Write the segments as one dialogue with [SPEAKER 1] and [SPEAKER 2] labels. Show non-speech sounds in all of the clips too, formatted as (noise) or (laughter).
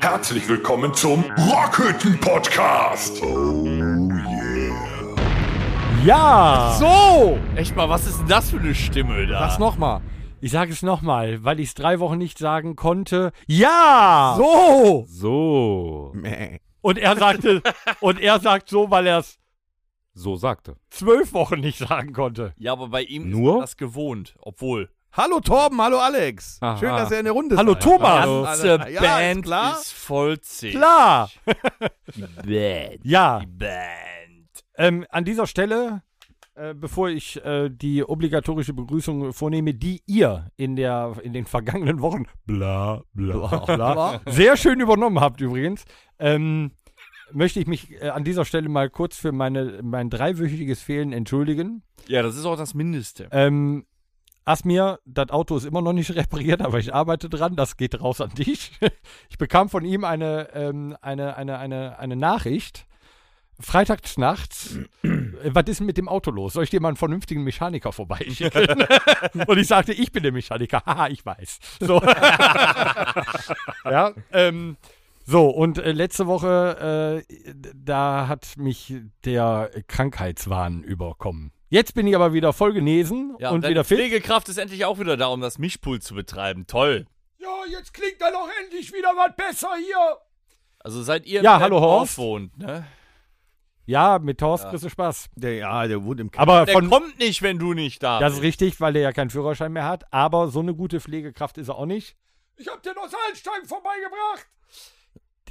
[SPEAKER 1] Herzlich willkommen zum Rockhütten Podcast.
[SPEAKER 2] Ja!
[SPEAKER 3] So! Echt mal, was ist denn das für eine Stimme da?
[SPEAKER 2] Was nochmal? Ich sage es nochmal, weil ich es drei Wochen nicht sagen konnte. Ja! So!
[SPEAKER 4] So.
[SPEAKER 2] Und er sagte, und er sagt so, weil er es
[SPEAKER 4] So sagte.
[SPEAKER 2] zwölf Wochen nicht sagen konnte.
[SPEAKER 3] Ja, aber bei ihm ist
[SPEAKER 4] Nur?
[SPEAKER 3] man das gewohnt, obwohl.
[SPEAKER 5] Hallo Torben, hallo Alex.
[SPEAKER 4] Aha.
[SPEAKER 5] Schön, dass ihr in der Runde
[SPEAKER 2] Hallo
[SPEAKER 5] seid.
[SPEAKER 2] Thomas!
[SPEAKER 4] Hallo.
[SPEAKER 3] ganze
[SPEAKER 5] Ja, ist
[SPEAKER 3] äh, Band
[SPEAKER 5] klar.
[SPEAKER 3] ist vollzählig.
[SPEAKER 2] Klar!
[SPEAKER 3] Die Band.
[SPEAKER 2] Ja,
[SPEAKER 3] Die Band.
[SPEAKER 2] ähm, an dieser Stelle, äh, bevor ich äh, die obligatorische Begrüßung vornehme, die ihr in, der, in den vergangenen Wochen bla bla bla sehr schön übernommen habt übrigens, ähm, möchte ich mich äh, an dieser Stelle mal kurz für meine, mein dreiwöchiges Fehlen entschuldigen.
[SPEAKER 3] Ja, das ist auch das Mindeste.
[SPEAKER 2] Ähm, Asmir, das Auto ist immer noch nicht (laughs) repariert, aber ich arbeite dran. Das geht raus an dich. (laughs) Ich bekam von ihm eine, ähm, eine, eine, eine, eine Nachricht. Freitagsnachts, (clears throat) äh, was ist denn mit dem Auto los? Soll ich dir mal einen vernünftigen Mechaniker vorbeischicken? Und ich sagte, ich bin der Mechaniker. (laughs) Haha, ich weiß. So. ja, ähm, so, und äh, letzte Woche, äh, d- da hat mich der Krankheitswahn überkommen. Jetzt bin ich aber wieder voll genesen
[SPEAKER 3] Ja,
[SPEAKER 2] und
[SPEAKER 3] deine
[SPEAKER 2] wieder fit.
[SPEAKER 3] Pflegekraft ist endlich auch wieder da, um das Mischpult zu betreiben. Toll.
[SPEAKER 2] Ja, jetzt klingt da doch endlich wieder was besser hier.
[SPEAKER 3] Also seid ihr
[SPEAKER 2] Ja,
[SPEAKER 3] in
[SPEAKER 2] hallo,
[SPEAKER 3] Dorf
[SPEAKER 2] Horst.
[SPEAKER 3] wohnt, ne?
[SPEAKER 2] Ja, mit Horst kriegst du Spaß.
[SPEAKER 5] Der, ja, der wohnt im Keller.
[SPEAKER 2] Aber
[SPEAKER 3] Der
[SPEAKER 2] von,
[SPEAKER 3] kommt nicht, wenn du nicht da
[SPEAKER 2] das ist
[SPEAKER 3] bist.
[SPEAKER 2] richtig, weil der ja keinen Führerschein mehr hat. Aber so eine gute Pflegekraft ist er auch nicht. Ich hab den aus Salzstangen vorbeigebracht.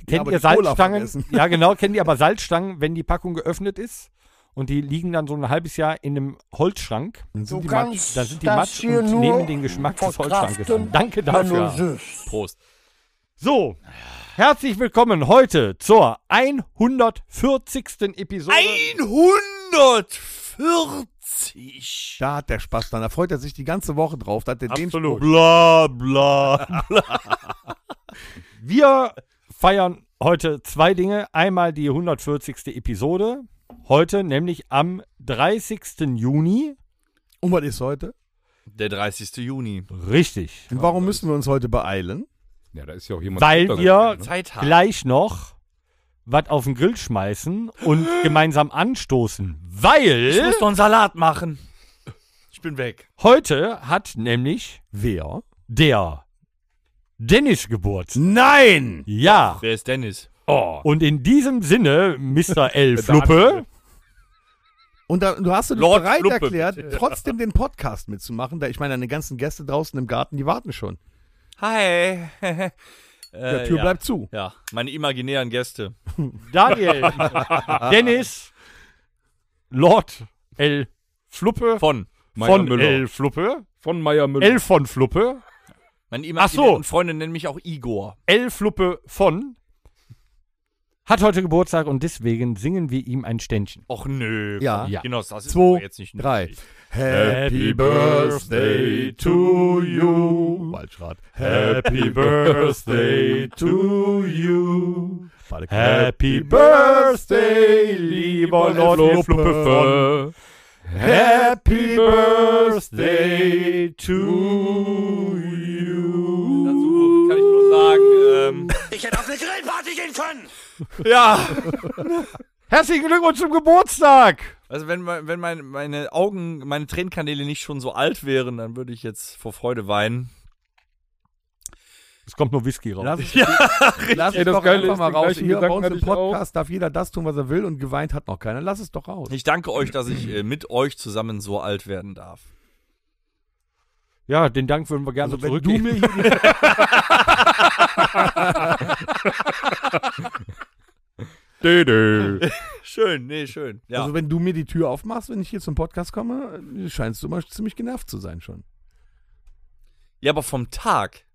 [SPEAKER 2] Kennt
[SPEAKER 5] aber
[SPEAKER 2] ihr
[SPEAKER 5] die Cola
[SPEAKER 2] Salzstangen?
[SPEAKER 5] vergessen.
[SPEAKER 2] Ja, genau, kennt ihr aber Salzstangen, wenn die Packung geöffnet ist und die liegen dann so ein halbes Jahr in einem Holzschrank,
[SPEAKER 5] Dann sind
[SPEAKER 6] Du
[SPEAKER 5] die
[SPEAKER 6] kannst
[SPEAKER 2] dann sind die
[SPEAKER 6] das
[SPEAKER 2] matsch
[SPEAKER 6] hier
[SPEAKER 2] und
[SPEAKER 6] nur
[SPEAKER 2] nehmen den Geschmack des Holzschrankes
[SPEAKER 6] verkraften,
[SPEAKER 2] an. Danke
[SPEAKER 6] wenn du
[SPEAKER 2] dafür.
[SPEAKER 6] süßt.
[SPEAKER 3] Prost.
[SPEAKER 2] So, herzlich willkommen heute zur 140. Episode.
[SPEAKER 3] 140.
[SPEAKER 5] da hat der Spaß dran. Da freut er sich die ganze Woche drauf. Da hat er den Spruch.
[SPEAKER 3] Bla, bla.
[SPEAKER 2] Wir feiern heute zwei Dinge. Einmal die 140. Episode. Heute, nämlich am 30. Juni.
[SPEAKER 5] Und was ist heute?
[SPEAKER 3] Der 30. Juni.
[SPEAKER 2] Ne? Richtig.
[SPEAKER 5] Und warum müssen wir uns heute beeilen?
[SPEAKER 4] Ja, da ist ja auch jemand.
[SPEAKER 2] Weil wir
[SPEAKER 4] untergegangen, ne?
[SPEAKER 3] Zeit haben.
[SPEAKER 2] gleich noch was auf den Grill schmeißen und gemeinsam anstoßen. Weil
[SPEAKER 3] noch einen Salat machen. Ich bin weg.
[SPEAKER 2] heute hat nämlich
[SPEAKER 5] Wer?
[SPEAKER 2] der Dennis Geburtstag.
[SPEAKER 5] Nein!
[SPEAKER 2] Ja.
[SPEAKER 3] Wer ist Dennis?
[SPEAKER 2] Und in diesem Sinne, Mr. L. Fluppe.
[SPEAKER 5] Und da, du hast dich
[SPEAKER 3] Lord
[SPEAKER 5] bereit
[SPEAKER 3] Fluppe,
[SPEAKER 5] erklärt, trotzdem den Podcast mitzumachen. Da ich meine, deine ganzen Gäste draußen im Garten, die warten schon.
[SPEAKER 3] (laughs) Hi. äh,
[SPEAKER 5] Die Tür
[SPEAKER 3] ja.
[SPEAKER 5] bleibt zu.
[SPEAKER 3] Ja, meine imaginären Gäste.
[SPEAKER 2] Daniel, (laughs) Dennis, Lord L. Fluppe
[SPEAKER 3] Von.
[SPEAKER 4] Meier
[SPEAKER 2] von
[SPEAKER 4] Müller.
[SPEAKER 2] L. Fluppe,
[SPEAKER 4] Von Meier Müller.
[SPEAKER 2] L. von Fluppe,
[SPEAKER 3] Meine
[SPEAKER 2] Ach so.
[SPEAKER 3] imaginären Freunde nennen mich auch Igor.
[SPEAKER 2] L. Fluppe von hat heute Geburtstag und deswegen singen wir ihm ein Ständchen.
[SPEAKER 3] Och nö.
[SPEAKER 5] Ja.
[SPEAKER 2] Ja.
[SPEAKER 3] Genau, das ist
[SPEAKER 5] Zwei,
[SPEAKER 3] aber jetzt nicht
[SPEAKER 5] drei.
[SPEAKER 3] nötig.
[SPEAKER 2] Happy Birthday
[SPEAKER 5] to you. Waldschrat.
[SPEAKER 2] Happy Birthday
[SPEAKER 5] to you.
[SPEAKER 2] Happy Birthday, lieber Lord L. Fluppe von Happy Birthday to you.
[SPEAKER 3] Dazu kann ich nur sagen, ähm,
[SPEAKER 6] (laughs) Ich hätte auf eine Grillparty gehen können.
[SPEAKER 3] ja.
[SPEAKER 2] Herzlichen Glückwunsch zum Geburtstag!
[SPEAKER 3] Also wenn, mein- wenn mein, meine Augen, meine Tränenkanäle nicht schon so alt wären, dann würde ich jetzt vor Freude weinen.
[SPEAKER 2] Es kommt nur Whisky raus.
[SPEAKER 5] Lass uns, lass uns
[SPEAKER 4] das
[SPEAKER 5] doch
[SPEAKER 4] Geile
[SPEAKER 5] einfach
[SPEAKER 4] ist,
[SPEAKER 5] mal
[SPEAKER 4] den
[SPEAKER 5] raus.
[SPEAKER 4] gleichen
[SPEAKER 5] Hier bei
[SPEAKER 4] Gedanken
[SPEAKER 5] uns
[SPEAKER 4] hatte
[SPEAKER 5] im
[SPEAKER 4] ich auch.
[SPEAKER 5] Podcast darf jeder das tun, was er will und geweint hat noch keiner. Lass es doch raus.
[SPEAKER 3] Ich danke euch, dass ich äh, mit euch zusammen so alt werden darf.
[SPEAKER 2] Ja, den Dank würden wir gerne
[SPEAKER 5] Also wenn du
[SPEAKER 2] zurückgeben.
[SPEAKER 5] mir hier
[SPEAKER 4] Dö.
[SPEAKER 3] Schön, nee, schön.
[SPEAKER 5] die,
[SPEAKER 3] Ja.
[SPEAKER 5] also wenn du mir die Tür aufmachst, wenn ich hier zum Podcast komme, scheinst du immer ziemlich genervt zu sein schon.
[SPEAKER 3] ja, aber vom Tag.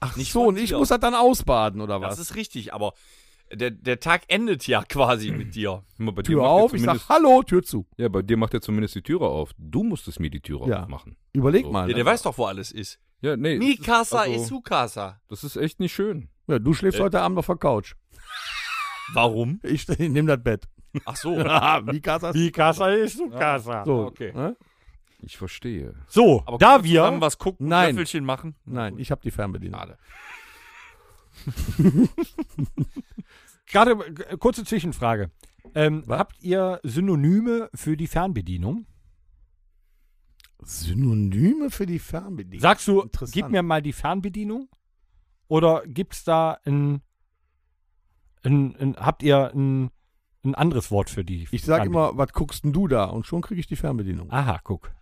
[SPEAKER 5] Ach
[SPEAKER 3] Nicht
[SPEAKER 5] so,
[SPEAKER 3] von
[SPEAKER 5] und ich
[SPEAKER 3] dir.
[SPEAKER 5] muss das dann ausbaden oder
[SPEAKER 3] Das
[SPEAKER 5] was?
[SPEAKER 3] ist richtig, aber der, der Tag endet ja quasi mit dir.
[SPEAKER 4] Guck mal, Bei dir
[SPEAKER 5] Tür
[SPEAKER 4] macht
[SPEAKER 5] auf,
[SPEAKER 4] er
[SPEAKER 5] ich sag
[SPEAKER 4] zumindest-
[SPEAKER 5] Hallo, Tür zu.
[SPEAKER 4] Ja, bei dir macht er zumindest die Türe auf. Du musstest mir die Türe
[SPEAKER 5] Ja.
[SPEAKER 4] aufmachen.
[SPEAKER 5] Überleg
[SPEAKER 4] So.
[SPEAKER 5] mal.
[SPEAKER 3] Ja, der
[SPEAKER 5] Ne?
[SPEAKER 3] weiß doch, wo alles ist.
[SPEAKER 4] Ja, nee.
[SPEAKER 3] Mi casa
[SPEAKER 4] also-
[SPEAKER 3] e su casa.
[SPEAKER 4] Das ist echt nicht schön.
[SPEAKER 5] Ja, du
[SPEAKER 3] Äh.
[SPEAKER 5] schläfst heute Abend auf der Couch.
[SPEAKER 3] Warum?
[SPEAKER 5] Ich, (laughs) ich nehme das Bett.
[SPEAKER 3] Ach so.
[SPEAKER 5] Ah, wie Casas.
[SPEAKER 2] Die Casa ist du Casa.
[SPEAKER 5] So,
[SPEAKER 3] Ah, okay.
[SPEAKER 5] ne?
[SPEAKER 4] Ich verstehe.
[SPEAKER 2] So,
[SPEAKER 3] Aber können
[SPEAKER 2] da
[SPEAKER 3] wir zusammen
[SPEAKER 2] wir.
[SPEAKER 3] was gucken,
[SPEAKER 5] Nein.
[SPEAKER 3] Löffelchen machen.
[SPEAKER 5] Nein, ich habe die Fernbedienung.
[SPEAKER 3] Schade.
[SPEAKER 2] Gerade äh, kurze Zwischenfrage. Ähm, habt ihr Synonyme für die Fernbedienung?
[SPEAKER 5] Synonyme für die Fernbedienung.
[SPEAKER 2] Sagst du,
[SPEAKER 5] Interessant.
[SPEAKER 2] gib mir mal die Fernbedienung? Oder gibt's da ein, ein, ein habt ihr ein, ein anderes Wort für die?
[SPEAKER 5] ich sag
[SPEAKER 2] Fernbedienung?
[SPEAKER 5] immer, was guckst denn du da? Und schon kriege ich die Fernbedienung.
[SPEAKER 3] Ah,
[SPEAKER 2] Aha, guck.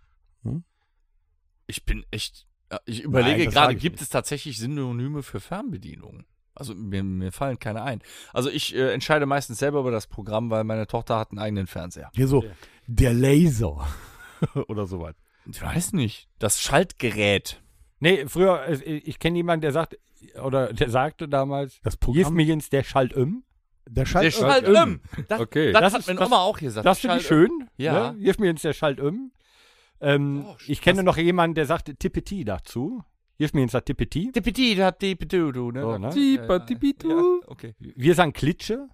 [SPEAKER 3] Ich bin echt. äh, Ich überlege
[SPEAKER 5] Nein, das sag
[SPEAKER 3] gerade,
[SPEAKER 5] ich
[SPEAKER 3] gibt
[SPEAKER 5] nicht.
[SPEAKER 3] es tatsächlich Synonyme für Fernbedienung? Also mir, mir fallen keine ein. Also ich äh, entscheide meistens selber über das Programm, weil meine Tochter hat einen eigenen Fernseher.
[SPEAKER 5] Hier so, der Laser. (laughs) Oder sowas.
[SPEAKER 3] Ich weiß nicht. Das Schaltgerät.
[SPEAKER 2] Nee, früher, äh, ich kenne jemanden, der sagt, oder der sagte damals,
[SPEAKER 5] Das
[SPEAKER 2] give
[SPEAKER 5] Programm.
[SPEAKER 2] me ins der Schalt um." im.
[SPEAKER 5] Der
[SPEAKER 3] Der
[SPEAKER 5] Schalt.
[SPEAKER 3] Schalt
[SPEAKER 4] ähm.
[SPEAKER 3] Das,
[SPEAKER 4] Okay.
[SPEAKER 3] das,
[SPEAKER 2] Das
[SPEAKER 3] hat
[SPEAKER 2] ist-
[SPEAKER 3] meine
[SPEAKER 2] das-
[SPEAKER 3] Oma auch gesagt.
[SPEAKER 2] Das finde ich
[SPEAKER 3] Schalt-Öm.
[SPEAKER 2] schön.
[SPEAKER 3] Ja.
[SPEAKER 2] Ne? Give me ins der Schalt im. Ähm,
[SPEAKER 3] Oh,
[SPEAKER 2] ich kenne noch jemanden, der sagte Tippeti dazu. Give me ins der Tippeti.
[SPEAKER 3] Tippiti, da Tippitu, du, ne?
[SPEAKER 2] So, ne?
[SPEAKER 4] Tipa,
[SPEAKER 3] Ja,
[SPEAKER 4] tipitu.
[SPEAKER 3] okay.
[SPEAKER 2] Wir sagen Klitsche.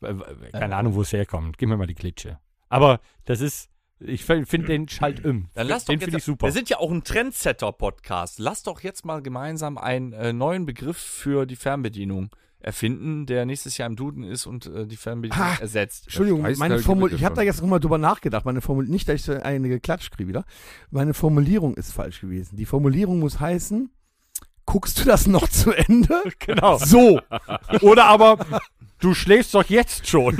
[SPEAKER 2] Weil- weil- Keine Ahnung, wo es herkommt. Gib mir mal die Klitsche. Aber das ist, ich finde den Schalt im.
[SPEAKER 3] Dann lass doch
[SPEAKER 2] den
[SPEAKER 3] jetzt,
[SPEAKER 2] finde ich super.
[SPEAKER 3] Wir sind ja auch ein Trendsetter-Podcast. Lass doch jetzt mal gemeinsam einen äh, neuen Begriff für die Fernbedienung erfinden, der nächstes Jahr im Duden ist und äh, die Fernbedienung
[SPEAKER 5] Ah,
[SPEAKER 3] ersetzt.
[SPEAKER 5] Entschuldigung,
[SPEAKER 4] Das heißt
[SPEAKER 5] meine
[SPEAKER 4] halt
[SPEAKER 5] Formul
[SPEAKER 4] bitte
[SPEAKER 5] ich habe da
[SPEAKER 4] schon.
[SPEAKER 5] jetzt nochmal drüber nachgedacht. Meine Formul nicht, dass ich so eine geklatscht kriege wieder. Meine Formulierung ist falsch gewesen. Die Formulierung muss heißen, guckst du das noch zu Ende?
[SPEAKER 2] (laughs) genau.
[SPEAKER 5] So.
[SPEAKER 2] Oder aber, du schläfst doch jetzt
[SPEAKER 3] (laughs)
[SPEAKER 2] schon.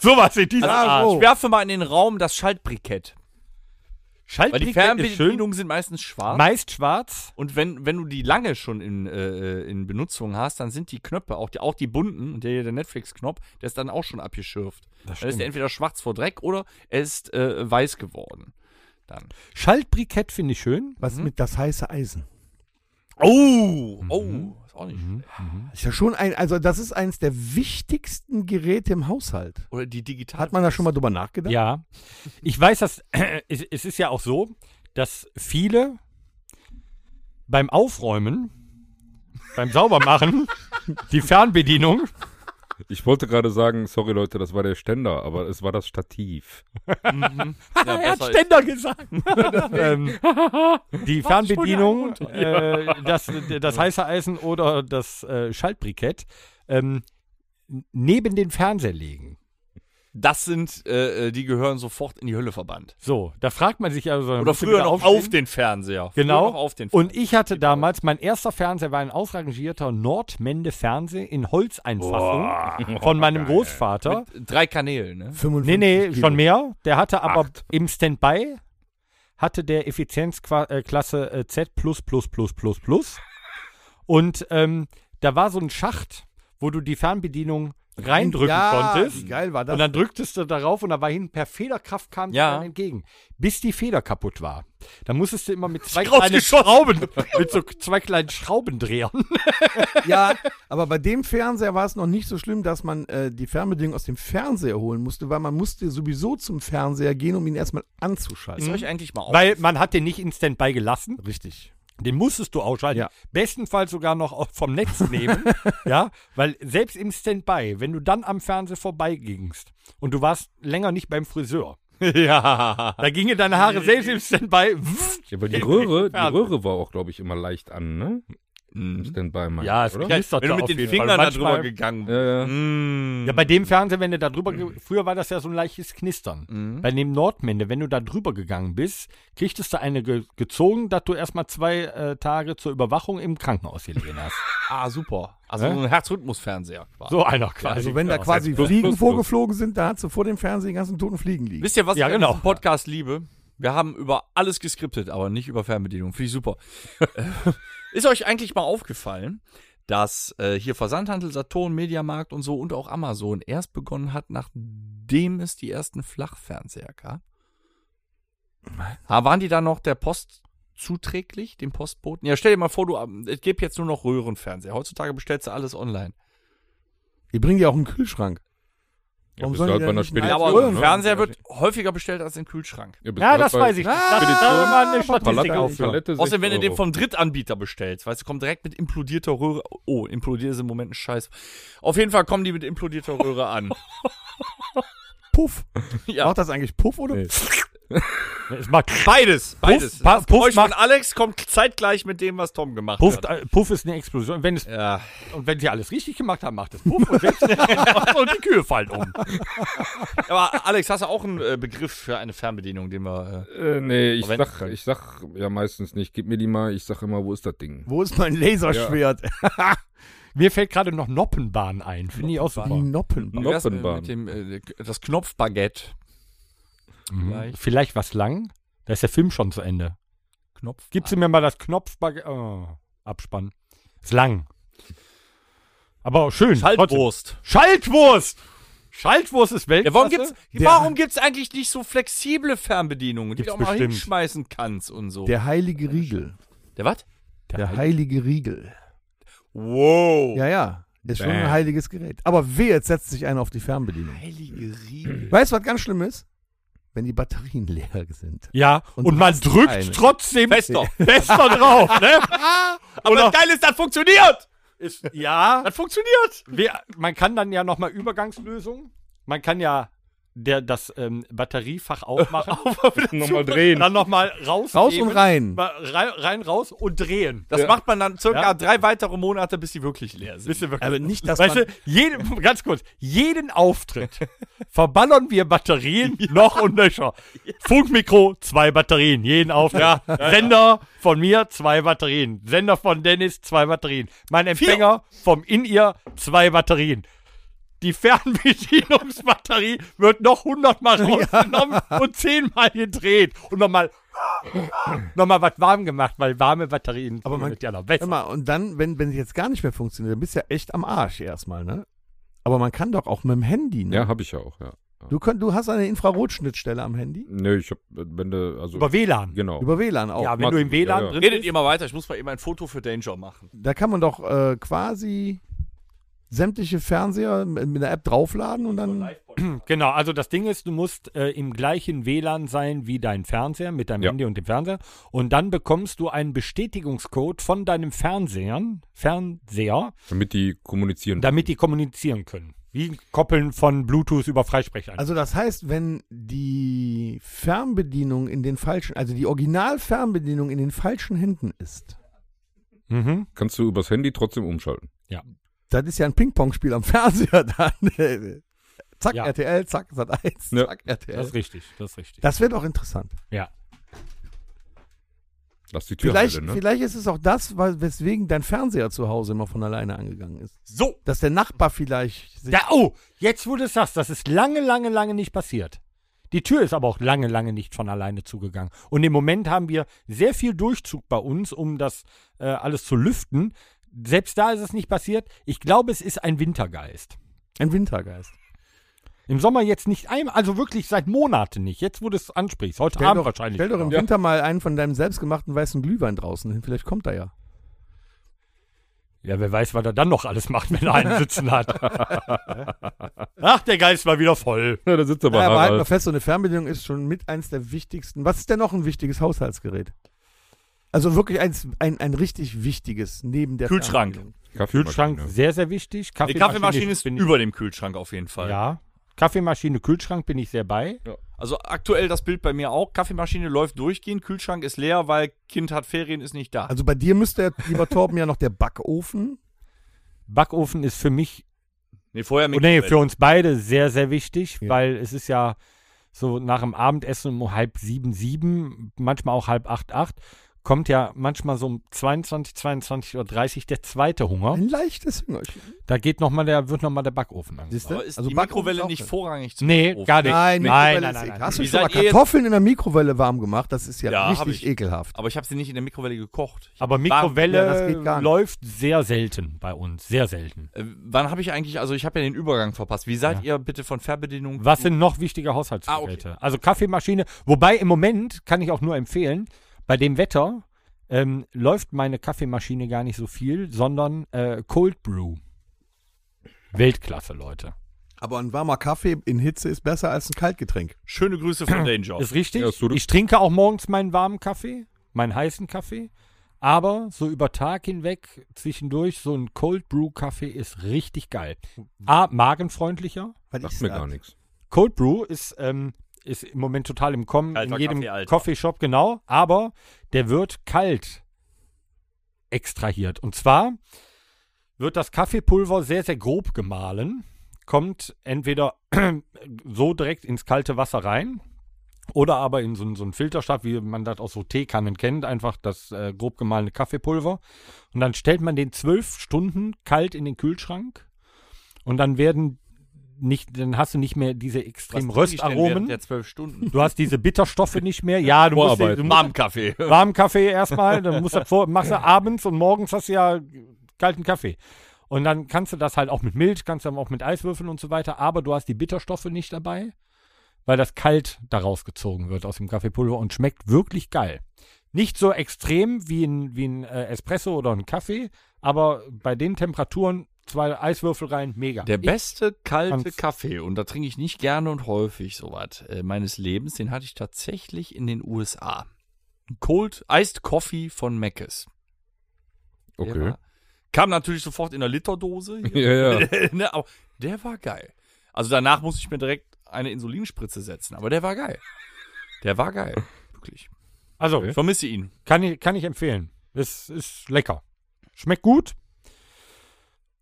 [SPEAKER 2] Sowas in dieser Art.
[SPEAKER 3] Also, ich werfe mal in den Raum das Schaltbrikett. Weil die
[SPEAKER 2] Schaltbrikett ist schön,
[SPEAKER 3] Fernbedienungen sind meistens schwarz.
[SPEAKER 2] meist schwarz.
[SPEAKER 3] und wenn, wenn du die lange schon in, äh, in Benutzung hast, dann sind die Knöpfe, auch die, auch die bunten, und der, der Netflix-Knopf, der ist dann auch schon abgeschürft. Dann ist er entweder schwarz vor Dreck oder er ist äh, weiß geworden. Dann.
[SPEAKER 2] Schaltbrikett finde ich schön.
[SPEAKER 5] Was mit das heiße Eisen?
[SPEAKER 3] Oh, oh, ist auch nicht schlecht.
[SPEAKER 5] Ist ja schon ein, also das ist eines der wichtigsten Geräte im Haushalt.
[SPEAKER 3] Oder die digitale.
[SPEAKER 5] Hat man da schon mal drüber nachgedacht?
[SPEAKER 2] Ja. Ich weiß, dass (clears throat) es, es ist ja auch so, dass viele beim Aufräumen, beim Saubermachen, die Fernbedienung
[SPEAKER 4] Ich wollte gerade sagen, sorry Leute, das war der Ständer, aber es war das Stativ.
[SPEAKER 3] (laughs) Ja,
[SPEAKER 2] er hat
[SPEAKER 3] besser
[SPEAKER 2] Ständer
[SPEAKER 3] (laughs)
[SPEAKER 2] gesagt. ähm, die Fernbedienung, äh, das, das heiße Eisen oder das äh, Schaltbrikett ähm, neben den Fernseher legen.
[SPEAKER 3] Das sind, äh, äh, die gehören sofort in die Hölle verbannt.
[SPEAKER 2] So, da fragt man sich also.
[SPEAKER 3] Oder
[SPEAKER 2] musst du
[SPEAKER 3] früher
[SPEAKER 2] wieder
[SPEAKER 3] noch
[SPEAKER 2] aufstehen.
[SPEAKER 3] auf den Fernseher.
[SPEAKER 2] Genau.
[SPEAKER 3] Früher noch auf den
[SPEAKER 2] Und ich hatte damals, mein erster Fernseher war ein ausrangierter Nordmende-Fernseher in Holzeinfassung von
[SPEAKER 3] (laughs)
[SPEAKER 2] meinem Großvater.
[SPEAKER 3] Fernseher. Drei Kanäle, ne?
[SPEAKER 5] 55
[SPEAKER 2] Nee, nee,
[SPEAKER 5] Kilo.
[SPEAKER 2] schon mehr. Der hatte aber im Standby hatte der Effizienzklasse äh, Z. Und ähm, da war so ein Schacht, wo du die Fernbedienung reindrücken
[SPEAKER 5] ja,
[SPEAKER 2] konntest.
[SPEAKER 5] Wie geil war das?
[SPEAKER 2] Und dann drücktest du darauf und da war hinten per Federkraft kam die
[SPEAKER 3] Ja.
[SPEAKER 2] dann entgegen. Bis die Feder kaputt war. Dann musstest du immer mit zwei kleinen
[SPEAKER 3] Rausgeschossen.
[SPEAKER 2] Schrauben, (laughs) mit so zwei kleinen Schraubendrehern.
[SPEAKER 5] ja, aber bei dem Fernseher war es noch nicht so schlimm, dass man äh, die Fernbedienung aus dem Fernseher holen musste, weil man musste sowieso zum Fernseher gehen, um ihn erstmal
[SPEAKER 3] Ist
[SPEAKER 2] Mhm.
[SPEAKER 5] anzuschalten.
[SPEAKER 3] euch eigentlich mal auf.
[SPEAKER 2] Weil man hat den nicht in Standby gelassen.
[SPEAKER 5] Richtig.
[SPEAKER 2] Den musstest du ausschalten.
[SPEAKER 5] Ja.
[SPEAKER 2] Bestenfalls sogar noch au- vom Netz (laughs) nehmen. ja, weil selbst im Standby, wenn du dann am Fernseher vorbeigingst und du warst länger nicht beim (laughs) Friseur,
[SPEAKER 3] ja.
[SPEAKER 2] da gingen deine Haare selbst im Standby.
[SPEAKER 4] Ja, aber die
[SPEAKER 5] (laughs)
[SPEAKER 4] Röhre, die
[SPEAKER 2] Fernsehen.
[SPEAKER 4] Röhre war auch, glaube ich, immer leicht an, ne? Im Standby mal. oder?
[SPEAKER 2] knisterte
[SPEAKER 3] Wenn du
[SPEAKER 2] auf
[SPEAKER 3] mit den
[SPEAKER 2] jeden
[SPEAKER 3] Fingern
[SPEAKER 2] Fall.
[SPEAKER 3] da
[SPEAKER 2] Manchmal-
[SPEAKER 3] drüber gegangen bist.
[SPEAKER 4] Ja, ja.
[SPEAKER 3] Mm.
[SPEAKER 2] Ja, bei dem Fernseher, wenn du da drüber, ge- früher war das ja so ein leichtes Knistern. Bei dem Nordmende, wenn du da drüber gegangen bist, kriegtest du eine ge gezogen, dass du erstmal zwei äh, Tage zur Überwachung im Krankenhaus gelegen hast.
[SPEAKER 3] Ah, super. Also
[SPEAKER 2] Hä?
[SPEAKER 3] so ein Herzrhythmusfernseher
[SPEAKER 2] (laughs)
[SPEAKER 3] quasi.
[SPEAKER 2] so einer quasi.
[SPEAKER 5] Also wenn da
[SPEAKER 2] Ja.
[SPEAKER 5] quasi
[SPEAKER 4] plus,
[SPEAKER 5] Fliegen
[SPEAKER 4] plus, plus.
[SPEAKER 5] vorgeflogen sind, da hast du vor dem Fernseher die ganzen toten Fliegen liegen.
[SPEAKER 3] Wisst ihr, was
[SPEAKER 2] Ja,
[SPEAKER 3] ich
[SPEAKER 2] genau.
[SPEAKER 3] an diesem Podcast liebe? Wir haben über alles geskriptet, aber nicht über Fernbedienung. Finde
[SPEAKER 2] (laughs)
[SPEAKER 3] ich super. Äh, Ist euch eigentlich mal aufgefallen, dass äh, hier Versandhandel, Saturn, Mediamarkt und so und auch Amazon erst begonnen hat, nachdem es die ersten Flachfernseher gab? Ah, waren die da noch der Post zuträglich, dem Postboten? Ja, stell dir mal vor, du, ähm, es gibt jetzt nur noch Röhrenfernseher. Heutzutage bestellst du alles online.
[SPEAKER 5] Die bringen ja auch einen Kühlschrank.
[SPEAKER 4] Ja,
[SPEAKER 5] Warum
[SPEAKER 4] bist
[SPEAKER 5] sollen
[SPEAKER 4] du
[SPEAKER 5] die
[SPEAKER 4] halt bei
[SPEAKER 5] denn
[SPEAKER 4] einer
[SPEAKER 5] nicht einen
[SPEAKER 4] Spedition,
[SPEAKER 5] alten
[SPEAKER 3] Aber ein
[SPEAKER 5] ne?
[SPEAKER 3] Fernseher wird häufiger bestellt als ein Kühlschrank.
[SPEAKER 4] Ja, bist
[SPEAKER 2] Ja,
[SPEAKER 4] du halt
[SPEAKER 2] das
[SPEAKER 4] bei
[SPEAKER 2] weiß ich. Das ist
[SPEAKER 4] Spedition.
[SPEAKER 2] mal eine Statistik
[SPEAKER 4] Palette,
[SPEAKER 2] auf.
[SPEAKER 4] Palette
[SPEAKER 3] Außerdem,
[SPEAKER 4] 6
[SPEAKER 3] wenn du den
[SPEAKER 4] Euro.
[SPEAKER 3] vom Drittanbieter bestellst, weißt du, kommt direkt mit implodierter Röhre. Oh,
[SPEAKER 2] (laughs)
[SPEAKER 3] implodiert ist im Moment ein Scheiß. Auf jeden Fall kommen die mit implodierter Röhre an.
[SPEAKER 5] Puff?
[SPEAKER 3] Ja.
[SPEAKER 5] Macht das eigentlich Puff oder?
[SPEAKER 4] Nee.
[SPEAKER 2] Es macht
[SPEAKER 3] Beides, beides.
[SPEAKER 2] Puff,
[SPEAKER 3] das Geräusch
[SPEAKER 2] Puff
[SPEAKER 3] von Alex kommt zeitgleich mit dem, was Tom gemacht
[SPEAKER 2] Puff,
[SPEAKER 3] hat.
[SPEAKER 2] äh, Puff ist eine Explosion. Wenn es,
[SPEAKER 3] Ja.
[SPEAKER 2] Und wenn sie alles richtig gemacht haben, macht es Puff (laughs) und, wenn's- und die Kühe fallen um.
[SPEAKER 3] Aber Alex, hast du auch einen äh, Begriff für eine Fernbedienung, den wir. Äh,
[SPEAKER 4] Äh, nee, ich
[SPEAKER 3] Aber wenn-
[SPEAKER 4] sag, ich sag ja meistens nicht, gib mir die mal, ich sag immer, wo ist das Ding?
[SPEAKER 3] (laughs)
[SPEAKER 5] Wo ist mein Laserschwert?
[SPEAKER 2] Mir fällt gerade noch Noppenbahn ein. Finde ich auch super. Hm.
[SPEAKER 5] Die Noppenbahn.
[SPEAKER 3] wie wär's, äh,
[SPEAKER 4] Noppenbahn.
[SPEAKER 3] Mit dem, äh, das Knopfbaguette.
[SPEAKER 2] Mhm. Vielleicht was lang? Da ist der Film schon zu Ende.
[SPEAKER 3] Knopf.
[SPEAKER 2] Gib sie mir mal das Knopf. Oh, Abspann. Ist lang. Aber auch schön. Trotzdem.
[SPEAKER 3] Schaltwurst.
[SPEAKER 2] Schaltwurst! Schaltwurst ist Weltklasse.
[SPEAKER 3] Ja, warum gibt's,
[SPEAKER 5] Der-
[SPEAKER 3] warum gibt's eigentlich nicht so flexible Fernbedienungen, die
[SPEAKER 2] Gibt's
[SPEAKER 3] du auch mal
[SPEAKER 2] bestimmt.
[SPEAKER 3] hinschmeißen kannst und so?
[SPEAKER 5] Der heilige Riegel.
[SPEAKER 3] der was?
[SPEAKER 5] Der heilige Riegel.
[SPEAKER 3] Wow.
[SPEAKER 5] Ja, ja. Ist schon ein
[SPEAKER 4] Bäh.
[SPEAKER 5] heiliges Gerät. Aber wer jetzt setzt sich einer auf die Fernbedienung?
[SPEAKER 3] Heilige Riegel.
[SPEAKER 5] Weißt du, was ganz schlimm ist? Wenn die Batterien (laughs) leer sind.
[SPEAKER 2] Ja, und,
[SPEAKER 5] Und
[SPEAKER 2] man drückt
[SPEAKER 5] eine.
[SPEAKER 2] trotzdem
[SPEAKER 3] Fester.
[SPEAKER 2] (laughs) fester drauf, ne?
[SPEAKER 3] (laughs) Aber das Geile ist, das funktioniert!
[SPEAKER 2] Ist, ja,
[SPEAKER 3] Das funktioniert!
[SPEAKER 2] wir, man kann dann ja nochmal Übergangslösungen. Man kann ja der, das ähm, Batteriefach
[SPEAKER 3] (laughs)
[SPEAKER 2] aufmachen.
[SPEAKER 4] Nochmal drehen.
[SPEAKER 2] Dann nochmal raus.
[SPEAKER 5] Raus und rein.
[SPEAKER 2] Rein, rein, raus und drehen.
[SPEAKER 3] Das macht man dann circa
[SPEAKER 2] Ja.
[SPEAKER 3] drei weitere Monate, bis sie wirklich leer sind.
[SPEAKER 2] Wisst ihr wirklich?
[SPEAKER 5] Aber Also nicht, dass
[SPEAKER 2] weißt
[SPEAKER 5] man-
[SPEAKER 2] du, jeden, (laughs) ganz kurz, jeden Auftritt (laughs) verballern wir
[SPEAKER 5] (laughs)
[SPEAKER 2] Batterien noch und nöcher. Funkmikro, zwei Batterien, jeden Auftritt. Sender von mir, zwei Batterien. Sender von Dennis, zwei Batterien. Mein Empfänger vom In-Ear, zwei Batterien. Die Fernbedienungsbatterie wird noch hundertmal rausgenommen und zehnmal gedreht und
[SPEAKER 5] (laughs)
[SPEAKER 2] nochmal nochmal was warm gemacht, weil warme Batterien
[SPEAKER 5] Aber man-
[SPEAKER 2] sind ja noch
[SPEAKER 5] Hör
[SPEAKER 2] besser.
[SPEAKER 5] mal, und dann, wenn, wenn sie jetzt gar nicht mehr funktioniert, dann bist du ja echt am Arsch erstmal, ne? Aber man kann doch auch mit dem Handy, ne?
[SPEAKER 4] Ja, hab ich ja auch, ja.
[SPEAKER 5] Du, könnt, du hast eine Infrarotschnittstelle am Handy?
[SPEAKER 4] Nö, ich hab, wenn du, also,
[SPEAKER 2] Über WLAN.
[SPEAKER 4] genau.
[SPEAKER 5] Über WLAN auch.
[SPEAKER 2] Ja, wenn du im
[SPEAKER 4] Marken-
[SPEAKER 2] WLAN
[SPEAKER 4] ja, ja.
[SPEAKER 2] drin
[SPEAKER 3] Redet
[SPEAKER 2] bist.
[SPEAKER 3] ihr mal weiter, ich muss mal eben ein Foto für Danger machen.
[SPEAKER 5] Da kann man doch äh, quasi sämtliche Fernseher mit mit der App draufladen und dann.
[SPEAKER 2] Genau, also das Ding ist, du musst äh, im gleichen WLAN sein wie dein Fernseher, mit deinem
[SPEAKER 4] Ja.
[SPEAKER 2] Handy und dem Fernseher. Und dann bekommst du einen Bestätigungscode von deinem Fernsehern, Fernseher,
[SPEAKER 4] Damit die kommunizieren.
[SPEAKER 2] damit die kommunizieren können. Wie ein Koppeln von Bluetooth über Freisprechern.
[SPEAKER 5] Also das heißt, wenn die Fernbedienung in den falschen, also die Original-Fernbedienung in den falschen Händen ist,
[SPEAKER 2] mhm.
[SPEAKER 4] Kannst du übers Handy trotzdem umschalten.
[SPEAKER 5] das ist ja ein Ping-Pong-Spiel am Fernseher (laughs) dann. äh, zack,
[SPEAKER 2] Ja.
[SPEAKER 5] RTL, zack, Sat 1,
[SPEAKER 4] Ja.
[SPEAKER 5] zack, RTL.
[SPEAKER 2] Das
[SPEAKER 5] Das,
[SPEAKER 2] ist richtig, das ist richtig.
[SPEAKER 5] wäre doch interessant.
[SPEAKER 4] Lass die Tür
[SPEAKER 5] Vielleicht,
[SPEAKER 4] heile, ne?
[SPEAKER 5] vielleicht ist es auch das, weil- weswegen dein Fernseher zu Hause immer von alleine angegangen ist.
[SPEAKER 2] So,
[SPEAKER 5] Dass der Nachbar vielleicht sich
[SPEAKER 2] da, oh, jetzt wo du es sagst, das ist lange, lange, lange nicht passiert. Die Tür ist aber auch lange, lange nicht von alleine zugegangen. Und im Moment haben wir sehr viel Durchzug bei uns, um das äh, alles zu lüften. Selbst da ist es nicht passiert. Ich glaube, es ist ein Wintergeist.
[SPEAKER 5] ein Wintergeist.
[SPEAKER 2] Im Sommer jetzt nicht einmal, also wirklich seit Monaten nicht. Jetzt, wo du es ansprichst, heute Abend wahrscheinlich.
[SPEAKER 5] stell doch im
[SPEAKER 2] sogar.
[SPEAKER 5] Winter mal einen von deinem selbstgemachten weißen Glühwein draußen hin. Vielleicht kommt er ja.
[SPEAKER 2] ja, wer weiß, was er dann noch alles macht, wenn er einen sitzen hat.
[SPEAKER 5] (laughs)
[SPEAKER 2] Ach, der Geist war wieder voll.
[SPEAKER 4] (laughs) Ja, da sitzt aber
[SPEAKER 5] Aber, naja, aber halt mal
[SPEAKER 4] Harald.
[SPEAKER 5] fest, so eine Fernbedienung ist schon mit eins der wichtigsten. Was ist denn noch ein wichtiges Haushaltsgerät? Also wirklich eins, ein, ein richtig wichtiges neben der
[SPEAKER 3] Kühlschrank.
[SPEAKER 5] Fernbedienung.
[SPEAKER 4] Kaffeemaschine.
[SPEAKER 2] Kühlschrank, sehr, sehr wichtig.
[SPEAKER 3] Die Kaffeemaschine ist
[SPEAKER 2] finde ich-
[SPEAKER 3] über dem Kühlschrank auf jeden Fall.
[SPEAKER 2] Ja. Kaffeemaschine, Kühlschrank bin ich sehr bei.
[SPEAKER 3] Also aktuell das Bild bei mir auch. Kaffeemaschine läuft durchgehend, Kühlschrank ist leer, weil Kind hat Ferien, ist nicht da.
[SPEAKER 5] Also bei dir müsste, ja, lieber Torben, ja noch der Backofen.
[SPEAKER 2] Backofen ist für mich,
[SPEAKER 3] nee, vorher
[SPEAKER 2] oh, nee, für uns beide sehr, sehr wichtig,
[SPEAKER 5] Ja.
[SPEAKER 2] weil es ist ja so nach dem Abendessen um halb sieben, sieben, manchmal auch halb acht, acht, kommt ja manchmal so um 22, 22 Uhr 30 der zweite Hunger.
[SPEAKER 5] Ein leichtes Hüngerchen.
[SPEAKER 2] Da geht noch mal der, wird nochmal der Backofen an.
[SPEAKER 5] Siehste?
[SPEAKER 3] Aber ist
[SPEAKER 5] Also
[SPEAKER 3] die
[SPEAKER 5] Backofen
[SPEAKER 3] Mikrowelle
[SPEAKER 5] ist auch
[SPEAKER 3] nicht
[SPEAKER 5] drin.
[SPEAKER 3] vorrangig zum
[SPEAKER 2] Nee,
[SPEAKER 3] Backofen?
[SPEAKER 2] gar nicht. nein,
[SPEAKER 5] Nein, Mikrowelle
[SPEAKER 2] nein, nein,
[SPEAKER 5] ist ekelhaft.
[SPEAKER 2] nein.
[SPEAKER 5] Hast
[SPEAKER 3] Wie
[SPEAKER 5] du schon mal
[SPEAKER 3] seid ihr jetzt-
[SPEAKER 5] Kartoffeln in der Mikrowelle warm gemacht? Das ist ja,
[SPEAKER 3] Ja, hab
[SPEAKER 5] richtig
[SPEAKER 3] ich.
[SPEAKER 5] ekelhaft.
[SPEAKER 3] Aber ich habe sie nicht in der Mikrowelle gekocht. Ich
[SPEAKER 2] Aber
[SPEAKER 5] Ja, das
[SPEAKER 2] Mikrowelle
[SPEAKER 5] geht gar nicht.
[SPEAKER 2] läuft sehr selten bei uns, sehr selten.
[SPEAKER 3] Äh, wann habe ich eigentlich, also ich habe ja den Übergang verpasst. Wie seid ihr bitte von Fernbedienung?
[SPEAKER 2] Was
[SPEAKER 3] zu-
[SPEAKER 2] sind noch
[SPEAKER 4] Ah,
[SPEAKER 2] wichtige Haushaltsgeräte? Also Kaffeemaschine. Wobei im Moment kann ich auch nur empfehlen, bei dem Wetter ähm, läuft meine Kaffeemaschine gar nicht so viel, sondern äh, Cold Brew. Weltklasse, Leute.
[SPEAKER 5] Aber ein warmer Kaffee in Hitze ist besser als ein Kaltgetränk.
[SPEAKER 3] Schöne
[SPEAKER 2] (clears throat)
[SPEAKER 3] Grüße von Danger.
[SPEAKER 2] Ist richtig.
[SPEAKER 4] Ja, ist gut.
[SPEAKER 2] ich trinke auch morgens meinen warmen Kaffee, meinen heißen Kaffee. Aber so über Tag hinweg zwischendurch so ein Cold Brew Kaffee ist richtig geil. A, magenfreundlicher.
[SPEAKER 5] Was
[SPEAKER 4] Sagt mir gar nichts.
[SPEAKER 2] Cold Brew ist, ähm, ist im Moment total im Kommen.
[SPEAKER 3] Kalter
[SPEAKER 2] in jedem
[SPEAKER 3] Kaffee, Alter.
[SPEAKER 2] Coffeeshop, genau. Aber der wird kalt extrahiert. Und zwar wird das Kaffeepulver sehr, sehr grob gemahlen. Kommt entweder so direkt ins kalte Wasser rein oder aber in so, einen- so einen Filterstab, wie man das aus so Teekannen kennt, einfach das äh, grob gemahlene Kaffeepulver. Und dann stellt man den zwölf Stunden kalt in den Kühlschrank und dann werden nicht, dann hast du nicht mehr diese
[SPEAKER 3] Was
[SPEAKER 2] extremen
[SPEAKER 3] trinke ich denn während
[SPEAKER 2] Röstaromen.
[SPEAKER 3] Der zwölf Stunden.
[SPEAKER 2] Du hast diese Bitterstoffe nicht mehr. Ja, du musst,
[SPEAKER 4] Vorarbeit.
[SPEAKER 2] du musst
[SPEAKER 3] Warmen Kaffee.
[SPEAKER 2] warmen Kaffee erstmal, dann musst du das vor, machst du abends und morgens hast du ja kalten Kaffee. Und dann kannst du das halt auch mit Milch, kannst du dann auch mit Eiswürfeln und so weiter, aber du hast die Bitterstoffe nicht dabei, weil das kalt daraus gezogen wird aus dem Kaffeepulver und schmeckt wirklich geil. Nicht so extrem wie ein, wie ein äh, Espresso oder ein Kaffee, aber bei den Temperaturen zwei Eiswürfel rein, mega.
[SPEAKER 3] Der beste kalte
[SPEAKER 2] kann's-
[SPEAKER 3] Kaffee, und da trinke ich nicht gerne und häufig sowas, äh, meines Lebens, den hatte ich tatsächlich in den USA. Ein Cold Iced Coffee von Mc's. Der
[SPEAKER 4] Okay.
[SPEAKER 3] war- Kam natürlich sofort in der Literdose. (laughs) hier.
[SPEAKER 4] (laughs) Ja, ja.
[SPEAKER 3] ne, aber der war geil. Also danach musste ich mir direkt eine Insulinspritze setzen, aber der war geil. Der war geil. Wirklich.
[SPEAKER 2] also,
[SPEAKER 3] Ich vermisse ihn.
[SPEAKER 2] Kann ich, kann ich empfehlen. Es ist lecker. Schmeckt gut.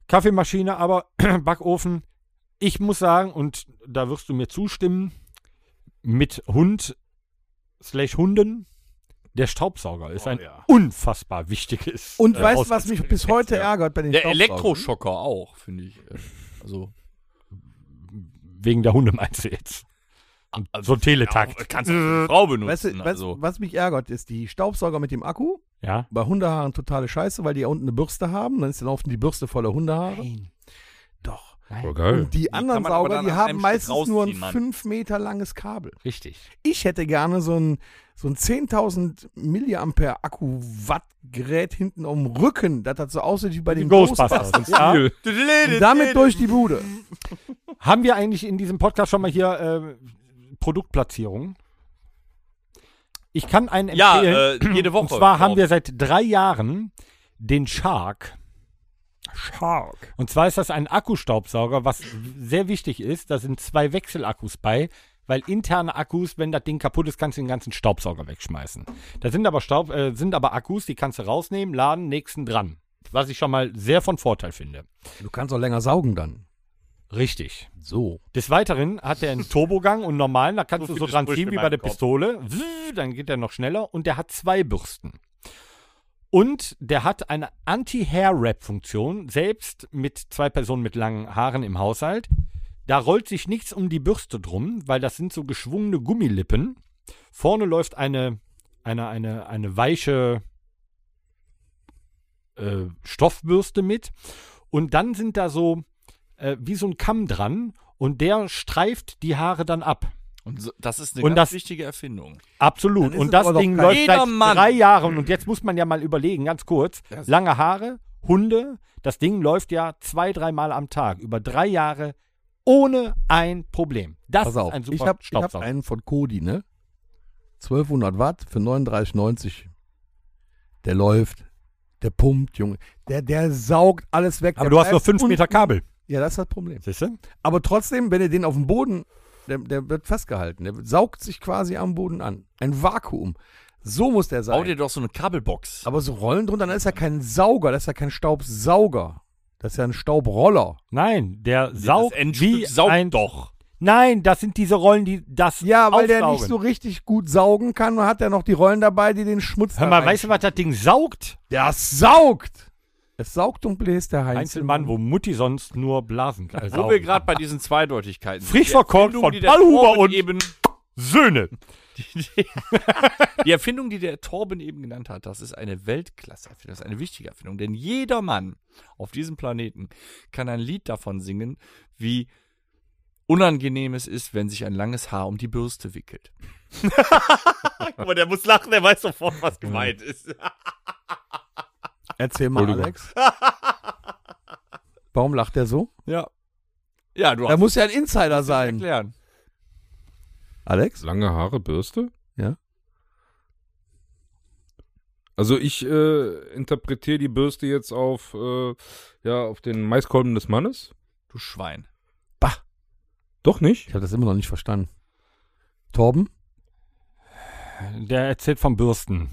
[SPEAKER 2] Kaffeemaschine, aber (clears throat) Backofen. Ich muss sagen, und da wirst du mir zustimmen, mit Hund slash Hunden, der Staubsauger ist ein unfassbar wichtiges.
[SPEAKER 5] Oh, Und
[SPEAKER 2] äh,
[SPEAKER 5] weißt du, was mich bis heute
[SPEAKER 2] ja.
[SPEAKER 5] ärgert bei den
[SPEAKER 3] Der
[SPEAKER 5] Staubsaugern?
[SPEAKER 3] Elektroschocker auch, finde ich. äh, Also,
[SPEAKER 2] Wegen der Hunde meinst du jetzt? Und so
[SPEAKER 5] Also,
[SPEAKER 2] ein
[SPEAKER 3] Ja,
[SPEAKER 5] genau,
[SPEAKER 2] Teletakt.
[SPEAKER 3] kannst du eine Frau benutzen.
[SPEAKER 5] Weißt du, weißt,
[SPEAKER 3] also.
[SPEAKER 5] du, was mich ärgert, ist die Staubsauger mit dem Akku.
[SPEAKER 2] Ja.
[SPEAKER 5] Bei Hundehaaren totale Scheiße, weil die ja unten eine Bürste haben. Dann ist dann laufen die Bürste voller Hundehaare. Doch.
[SPEAKER 4] Voll geil.
[SPEAKER 5] Und die anderen
[SPEAKER 3] man aber
[SPEAKER 5] Sauger,
[SPEAKER 3] dann
[SPEAKER 5] die
[SPEAKER 3] an einem
[SPEAKER 5] haben
[SPEAKER 3] Stück
[SPEAKER 5] meistens nur ein
[SPEAKER 3] rausziehen, Mann.
[SPEAKER 5] 5 Meter langes Kabel.
[SPEAKER 2] Richtig.
[SPEAKER 5] Ich hätte gerne so ein, so ein 10.000 Milliampere Akku-Watt-Gerät hinten am Rücken, das hat so aussieht wie bei
[SPEAKER 2] Die
[SPEAKER 5] den
[SPEAKER 2] Ghostbusters.
[SPEAKER 5] Ghostbusters.
[SPEAKER 2] Ja.
[SPEAKER 4] Cool.
[SPEAKER 5] Und damit durch die Bude.
[SPEAKER 2] Haben wir eigentlich in diesem Podcast schon mal hier äh, Produktplatzierungen? Ich kann einen
[SPEAKER 3] Ja,
[SPEAKER 2] empfehlen.
[SPEAKER 3] äh, jede Woche.
[SPEAKER 2] Und zwar haben
[SPEAKER 3] glaub ich.
[SPEAKER 2] wir seit drei Jahren den Shark. Shark. Und zwar ist das ein Akkustaubsauger, was sehr wichtig ist. Da sind zwei Wechselakkus bei, weil interne Akkus, wenn das Ding kaputt ist, kannst du den ganzen Staubsauger wegschmeißen. Da sind aber, Staub, äh, sind aber Akkus, die kannst du rausnehmen, laden, nächsten dran. Was ich schon mal sehr von Vorteil finde.
[SPEAKER 5] Du kannst auch länger saugen dann.
[SPEAKER 2] Richtig.
[SPEAKER 5] So.
[SPEAKER 2] Des Weiteren hat er einen Turbogang und normalen, da kannst
[SPEAKER 3] So
[SPEAKER 2] du so
[SPEAKER 3] viele
[SPEAKER 2] dran
[SPEAKER 3] Sprüche
[SPEAKER 2] ziehen wie
[SPEAKER 3] in
[SPEAKER 2] bei der
[SPEAKER 3] meinem Kopf.
[SPEAKER 2] Pistole. Wzzz, Dann geht er noch schneller und der hat zwei Bürsten. Und der hat eine Anti-Hair-Wrap-Funktion, selbst mit zwei Personen mit langen Haaren im Haushalt. Da rollt sich nichts um die Bürste drum, weil das sind so geschwungene Gummilippen. Vorne läuft eine, eine, eine, eine weiche äh, Stoffbürste mit. Und dann sind da so äh, wie so ein Kamm dran und der streift die Haare dann ab.
[SPEAKER 3] Und so, das ist eine
[SPEAKER 2] Und
[SPEAKER 3] ganz
[SPEAKER 2] das-
[SPEAKER 3] wichtige Erfindung.
[SPEAKER 2] Absolut.
[SPEAKER 5] Dann ist
[SPEAKER 2] Und
[SPEAKER 5] es
[SPEAKER 2] das
[SPEAKER 5] aber doch
[SPEAKER 2] Ding
[SPEAKER 5] kein- Hm.
[SPEAKER 2] läuft
[SPEAKER 3] Jeder
[SPEAKER 2] seit
[SPEAKER 3] Mann.
[SPEAKER 2] drei Jahren. Und jetzt muss man ja mal überlegen, ganz kurz.
[SPEAKER 3] Das-
[SPEAKER 2] Lange Haare, Hunde. Das Ding läuft ja zwei, dreimal am Tag. Über drei Jahre ohne ein Problem. Das
[SPEAKER 5] Pass auf.
[SPEAKER 2] ist ein super
[SPEAKER 5] ich habe hab
[SPEAKER 2] Staubsauger.
[SPEAKER 5] einen von Kodi, ne? 1200 Watt für 39,90. Der läuft. Der pumpt, Junge. Der, der saugt alles weg.
[SPEAKER 2] Aber
[SPEAKER 5] Der
[SPEAKER 2] du hast nur
[SPEAKER 5] bleibt
[SPEAKER 2] fünf
[SPEAKER 5] unten.
[SPEAKER 2] Meter Kabel.
[SPEAKER 5] Ja, das ist das Problem.
[SPEAKER 2] Siehst du?
[SPEAKER 5] Aber trotzdem, wenn ihr den auf dem Boden, der, der wird festgehalten, der saugt sich quasi am Boden an. Ein Vakuum. So muss der
[SPEAKER 3] Bau
[SPEAKER 5] sein.
[SPEAKER 3] dir doch so eine Kabelbox.
[SPEAKER 5] Aber so Rollen drunter, dann ist ja kein Sauger, das ist ja kein Staubsauger. Das ist ja ein Staubroller.
[SPEAKER 2] Nein, der saugt
[SPEAKER 3] das Endstück
[SPEAKER 2] wie
[SPEAKER 3] saugt
[SPEAKER 2] ein...
[SPEAKER 3] doch.
[SPEAKER 2] Nein, das sind diese Rollen, die das
[SPEAKER 5] Ja, weil der
[SPEAKER 2] aufsaugen.
[SPEAKER 5] nicht so richtig gut saugen kann und hat er noch die Rollen dabei, die den Schmutz
[SPEAKER 2] Hör
[SPEAKER 5] da
[SPEAKER 2] mal,
[SPEAKER 5] rein-
[SPEAKER 2] weißt du, was das Ding saugt?
[SPEAKER 5] Der saugt! Es saugt und bläst der Heinz.
[SPEAKER 2] Einzelmann, Also wo Mutti sonst nur Blasen kann.
[SPEAKER 3] Wo wir gerade bei diesen Zweideutigkeiten sind.
[SPEAKER 2] Frisch
[SPEAKER 3] Die
[SPEAKER 2] verkorkt
[SPEAKER 3] Erfindung,
[SPEAKER 2] von
[SPEAKER 3] die der
[SPEAKER 2] Ballhuber
[SPEAKER 3] Torben
[SPEAKER 2] und-
[SPEAKER 3] eben
[SPEAKER 2] (laughs) Söhne.
[SPEAKER 3] Die Erfindung, die der Torben eben genannt hat, das ist eine Weltklasse-Erfindung, das ist eine wichtige Erfindung. Denn jeder Mann auf diesem Planeten kann ein Lied davon singen, wie unangenehm es ist, wenn sich ein langes Haar um die Bürste wickelt. Aber der muss lachen, der weiß sofort, was gemeint ist.
[SPEAKER 5] Erzähl mal,
[SPEAKER 4] Entschuldigung.
[SPEAKER 5] Alex. Warum lacht er so?
[SPEAKER 3] Ja. Ja, du
[SPEAKER 5] Da
[SPEAKER 3] hast
[SPEAKER 5] muss ja ein Insider
[SPEAKER 3] es
[SPEAKER 5] sein.
[SPEAKER 3] erklären.
[SPEAKER 5] Alex?
[SPEAKER 4] Lange Haare, Bürste?
[SPEAKER 5] Ja.
[SPEAKER 4] Also ich äh, interpretiere die Bürste jetzt auf, äh, ja, auf den Maiskolben des Mannes.
[SPEAKER 3] Du Schwein.
[SPEAKER 4] Doch nicht?
[SPEAKER 5] Ich habe das immer noch nicht verstanden. Torben?
[SPEAKER 2] Äh, Der erzählt vom Bürsten.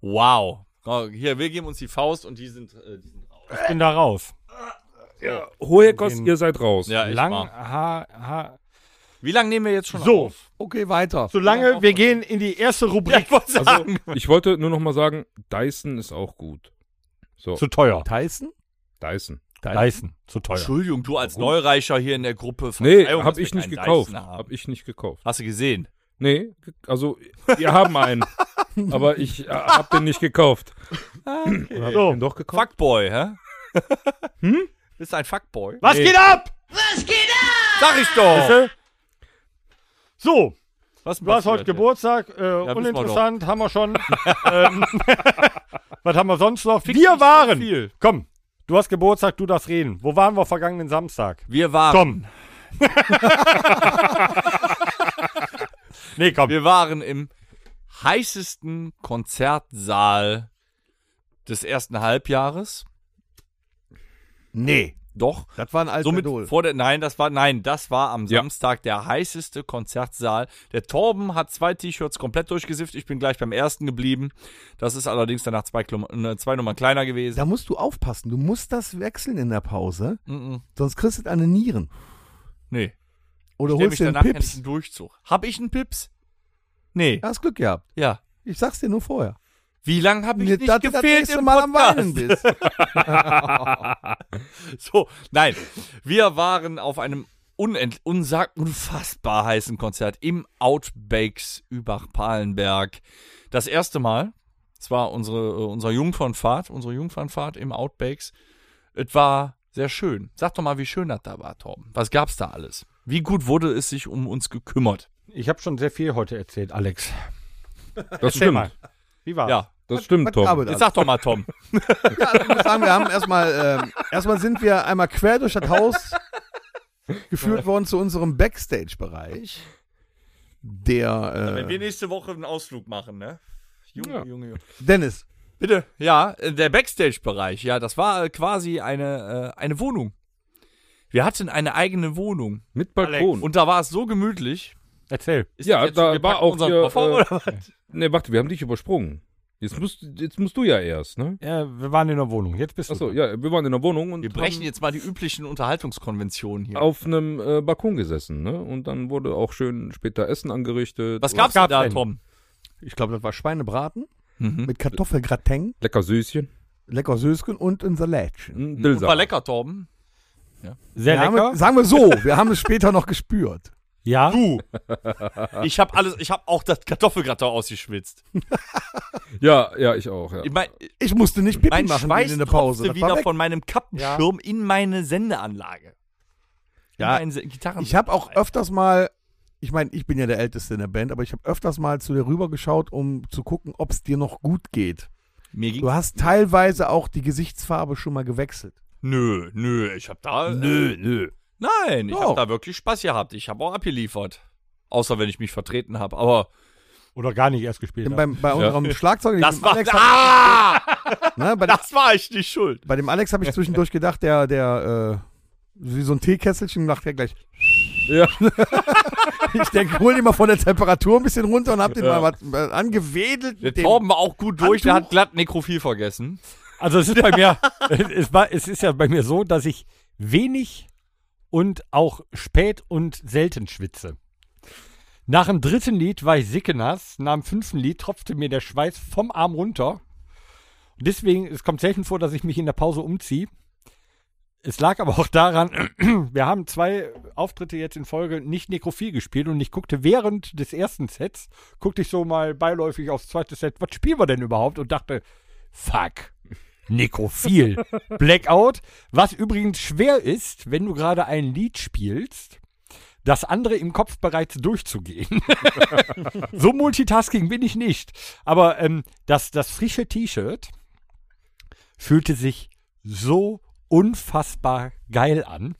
[SPEAKER 3] Wow. Oh, Hier, wir geben uns die Faust und die sind, äh, die sind raus.
[SPEAKER 2] Ich bin da raus.
[SPEAKER 4] Hoekos,
[SPEAKER 2] Den-
[SPEAKER 4] ihr seid raus.
[SPEAKER 3] Ja, echt
[SPEAKER 2] Lang,
[SPEAKER 3] wahr.
[SPEAKER 2] ha, ha.
[SPEAKER 3] Wie lange nehmen wir jetzt schon
[SPEAKER 2] So.
[SPEAKER 3] auf?
[SPEAKER 5] Okay, weiter.
[SPEAKER 2] Solange wir gehen in die erste Rubrik.
[SPEAKER 4] Also, ich wollte nur noch mal sagen, Dyson ist auch gut. So,
[SPEAKER 2] zu teuer.
[SPEAKER 5] Tyson?
[SPEAKER 4] Dyson.
[SPEAKER 2] Leisten. Zu teuer.
[SPEAKER 3] Entschuldigung, du als Neureicher hier in der Gruppe.
[SPEAKER 4] Nee,
[SPEAKER 3] Verzeihung,
[SPEAKER 4] hab
[SPEAKER 3] dass wir
[SPEAKER 4] ich nicht
[SPEAKER 3] keinen
[SPEAKER 4] gekauft.
[SPEAKER 3] Dyson haben.
[SPEAKER 4] Hab ich nicht gekauft.
[SPEAKER 3] Hast du gesehen?
[SPEAKER 4] Nee, ge- also, wir haben einen. aber ich äh, hab den nicht gekauft. Oder hab ich
[SPEAKER 2] Oh.
[SPEAKER 4] den doch gekauft?
[SPEAKER 3] Fuckboy, hä? hm? Bist du ein Fuckboy?
[SPEAKER 2] Was
[SPEAKER 4] Nee.
[SPEAKER 2] geht ab?
[SPEAKER 3] Sag ich doch!
[SPEAKER 2] Siehste? So,
[SPEAKER 3] Was
[SPEAKER 2] du hast heute Geburtstag. Äh,
[SPEAKER 3] wir
[SPEAKER 2] uninteressant, haben wir (laughs) schon. ähm, was haben wir sonst noch? wir waren. Komm, du hast Geburtstag, du darfst reden. Wo waren wir vergangenen Samstag?
[SPEAKER 3] Wir waren,
[SPEAKER 2] Komm. nee, komm.
[SPEAKER 3] wir waren im heißesten Konzertsaal des ersten Halbjahres.
[SPEAKER 5] Nee.
[SPEAKER 3] Doch.
[SPEAKER 5] Das war ein alter
[SPEAKER 3] Somit
[SPEAKER 5] Idol.
[SPEAKER 3] vor der, nein, das war, nein, das war am
[SPEAKER 4] Ja.
[SPEAKER 3] Samstag der heißeste Konzertsaal. Der Torben hat zwei T-Shirts komplett durchgesifft. Ich bin gleich beim ersten geblieben. Das ist allerdings danach zwei, Klum äh, zwei Nummern kleiner gewesen.
[SPEAKER 5] Da musst du aufpassen. Du musst das wechseln in der Pause,
[SPEAKER 3] Mm -mm.
[SPEAKER 5] sonst kriegst du deine Nieren.
[SPEAKER 3] Nee.
[SPEAKER 5] Oder
[SPEAKER 3] Stell
[SPEAKER 5] holst
[SPEAKER 3] mich
[SPEAKER 5] dir
[SPEAKER 3] danach
[SPEAKER 5] einen
[SPEAKER 3] ja nicht
[SPEAKER 5] Pips.
[SPEAKER 3] einen Durchzug. Hab ich einen Pips? Nee.
[SPEAKER 5] Hast Glück gehabt.
[SPEAKER 3] Ja.
[SPEAKER 5] Ich sag's dir nur vorher.
[SPEAKER 3] Wie lange habe ich
[SPEAKER 5] Mir-
[SPEAKER 3] nicht
[SPEAKER 5] dass du das
[SPEAKER 3] gefehlt
[SPEAKER 5] nächste
[SPEAKER 3] im
[SPEAKER 5] Mal am
[SPEAKER 3] Podcast?
[SPEAKER 5] Weinen (laughs) bist.
[SPEAKER 3] (laughs) So, nein. Wir waren auf einem unend, unsag, unfassbar heißen Konzert im Outbakes Übach-Palenberg. Das erste Mal. Es war unsere, äh, unsere Jungfernfahrt, unsere Jungfernfahrt im Outbakes. Es war sehr schön. Sag doch mal, wie schön das da war, Torben. Was gab's da alles? Wie gut wurde es sich um uns gekümmert?
[SPEAKER 2] Ich habe schon sehr viel heute erzählt, Alex.
[SPEAKER 4] Das stimmt.
[SPEAKER 2] mal. Wie war's?
[SPEAKER 3] Ja,
[SPEAKER 4] Das stimmt,
[SPEAKER 5] Was
[SPEAKER 4] Tom.
[SPEAKER 5] gab's
[SPEAKER 3] jetzt
[SPEAKER 5] da?
[SPEAKER 3] sag doch mal, Tom.
[SPEAKER 5] Ja, ich muss sagen, wir haben erstmal, ähm, erstmal sind wir einmal quer durch das Haus geführt worden zu unserem Backstage-Bereich. Der,
[SPEAKER 3] (laughs) Wenn wir
[SPEAKER 5] äh,
[SPEAKER 3] nächste Woche einen Ausflug machen, ne? Junge,
[SPEAKER 4] Ja.
[SPEAKER 3] Junge, Junge.
[SPEAKER 5] Dennis,
[SPEAKER 3] Bitte. Ja, äh, der Backstage-Bereich. Ja, das war äh, quasi eine, äh, eine Wohnung. Wir hatten eine eigene Wohnung.
[SPEAKER 4] Mit Balkon.
[SPEAKER 3] Und da war es so gemütlich.
[SPEAKER 2] Erzähl.
[SPEAKER 3] Ist
[SPEAKER 4] Ja,
[SPEAKER 3] das jetzt
[SPEAKER 4] da
[SPEAKER 3] schon, wir
[SPEAKER 4] war
[SPEAKER 3] packen
[SPEAKER 4] auch
[SPEAKER 3] unseren
[SPEAKER 4] hier,
[SPEAKER 3] Koffer,
[SPEAKER 4] äh,
[SPEAKER 3] oder was?
[SPEAKER 4] Ne, warte, wir haben dich übersprungen. Jetzt musst, jetzt musst du ja erst, ne?
[SPEAKER 2] Äh, wir waren in der Wohnung. Jetzt bist du.
[SPEAKER 4] Achso, ja, wir waren in der Wohnung und
[SPEAKER 3] Wir brechen
[SPEAKER 4] haben
[SPEAKER 3] jetzt mal die üblichen Unterhaltungskonventionen hier.
[SPEAKER 4] auf einem äh, Balkon gesessen, ne? Und dann wurde auch schön später Essen angerichtet.
[SPEAKER 3] was
[SPEAKER 4] Und
[SPEAKER 3] gab's,
[SPEAKER 2] gab's
[SPEAKER 3] denn da,
[SPEAKER 2] denn?
[SPEAKER 3] Tom?
[SPEAKER 5] ich glaube, das war Schweinebraten
[SPEAKER 3] Mhm.
[SPEAKER 5] mit Kartoffelgratin,
[SPEAKER 4] Lecker Süßchen.
[SPEAKER 5] lecker Sösken und ein Salätchen.
[SPEAKER 4] Ein
[SPEAKER 3] War
[SPEAKER 4] Dillsalat.
[SPEAKER 3] lecker, Torben.
[SPEAKER 2] Sehr
[SPEAKER 5] Wir
[SPEAKER 2] lecker.
[SPEAKER 5] Haben, sagen wir so, wir haben es später noch gespürt.
[SPEAKER 2] ja. Du.
[SPEAKER 3] Ich habe alles, ich habe auch das Kartoffelgratter ausgeschwitzt.
[SPEAKER 4] Ja, ja, ich auch, ja.
[SPEAKER 3] Ich mein,
[SPEAKER 5] Ich musste nicht Pipi
[SPEAKER 3] mein
[SPEAKER 5] machen
[SPEAKER 3] Schweiß
[SPEAKER 5] in der Pause.
[SPEAKER 3] tropfte
[SPEAKER 5] Das war
[SPEAKER 3] wieder
[SPEAKER 5] weg.
[SPEAKER 3] von meinem Kappenschirm in meine Sendeanlage.
[SPEAKER 5] Ja,
[SPEAKER 3] in meine Gitarren.
[SPEAKER 5] Ich habe auch öfters mal, ich meine, ich bin ja der Älteste in der Band, aber ich habe öfters mal zu dir rübergeschaut, um zu gucken, ob es dir noch gut geht.
[SPEAKER 3] Mir ging
[SPEAKER 5] Du hast teilweise auch die Gesichtsfarbe schon mal gewechselt.
[SPEAKER 3] Nö, nö, ich hab da. Nö, nö. Nein, ich
[SPEAKER 5] Doch.
[SPEAKER 3] hab da wirklich Spaß gehabt. Ich habe auch abgeliefert. Außer wenn ich mich vertreten habe. Aber
[SPEAKER 2] Oder gar nicht erst gespielt.
[SPEAKER 5] Denn
[SPEAKER 2] hast.
[SPEAKER 5] beim, bei unserem Schlagzeuger,
[SPEAKER 3] das
[SPEAKER 5] dem
[SPEAKER 3] war.
[SPEAKER 5] Alex, hab,
[SPEAKER 3] Ah!
[SPEAKER 5] ne, bei, dem-
[SPEAKER 3] Das war ich nicht schuld.
[SPEAKER 5] bei dem Alex habe ich zwischendurch gedacht, der, der, äh, wie so ein Teekesselchen, macht der gleich.
[SPEAKER 3] (laughs)
[SPEAKER 4] Ja.
[SPEAKER 5] ich denke, hol den mal von der Temperatur ein bisschen runter und hab den
[SPEAKER 4] Ja.
[SPEAKER 5] mal was äh, angewedelt.
[SPEAKER 3] Der
[SPEAKER 5] mit dem-
[SPEAKER 3] Torben war auch gut durch, der
[SPEAKER 5] Handtuch.
[SPEAKER 3] hat glatt Nekrophil vergessen.
[SPEAKER 2] Also es ist bei mir, (laughs) es, war, es ist ja bei mir so, dass ich wenig und auch spät und selten schwitze. Nach dem dritten Lied war ich sickenass, nach dem fünften Lied tropfte mir der Schweiß vom Arm runter. Und deswegen, es kommt selten vor, dass ich mich in der Pause umziehe. Es lag aber auch daran, (clears throat) wir haben zwei Auftritte jetzt in Folge nicht nekrophil gespielt und ich guckte während des ersten Sets, guckte ich so mal beiläufig aufs zweite Set, was spielen wir denn überhaupt? Und dachte, fuck, nekrophil, Blackout, was übrigens schwer ist, wenn du gerade ein Lied spielst, das andere im Kopf bereits durchzugehen. (laughs) so Multitasking bin ich nicht. Aber ähm, das, das frische T-Shirt fühlte sich so unfassbar geil an.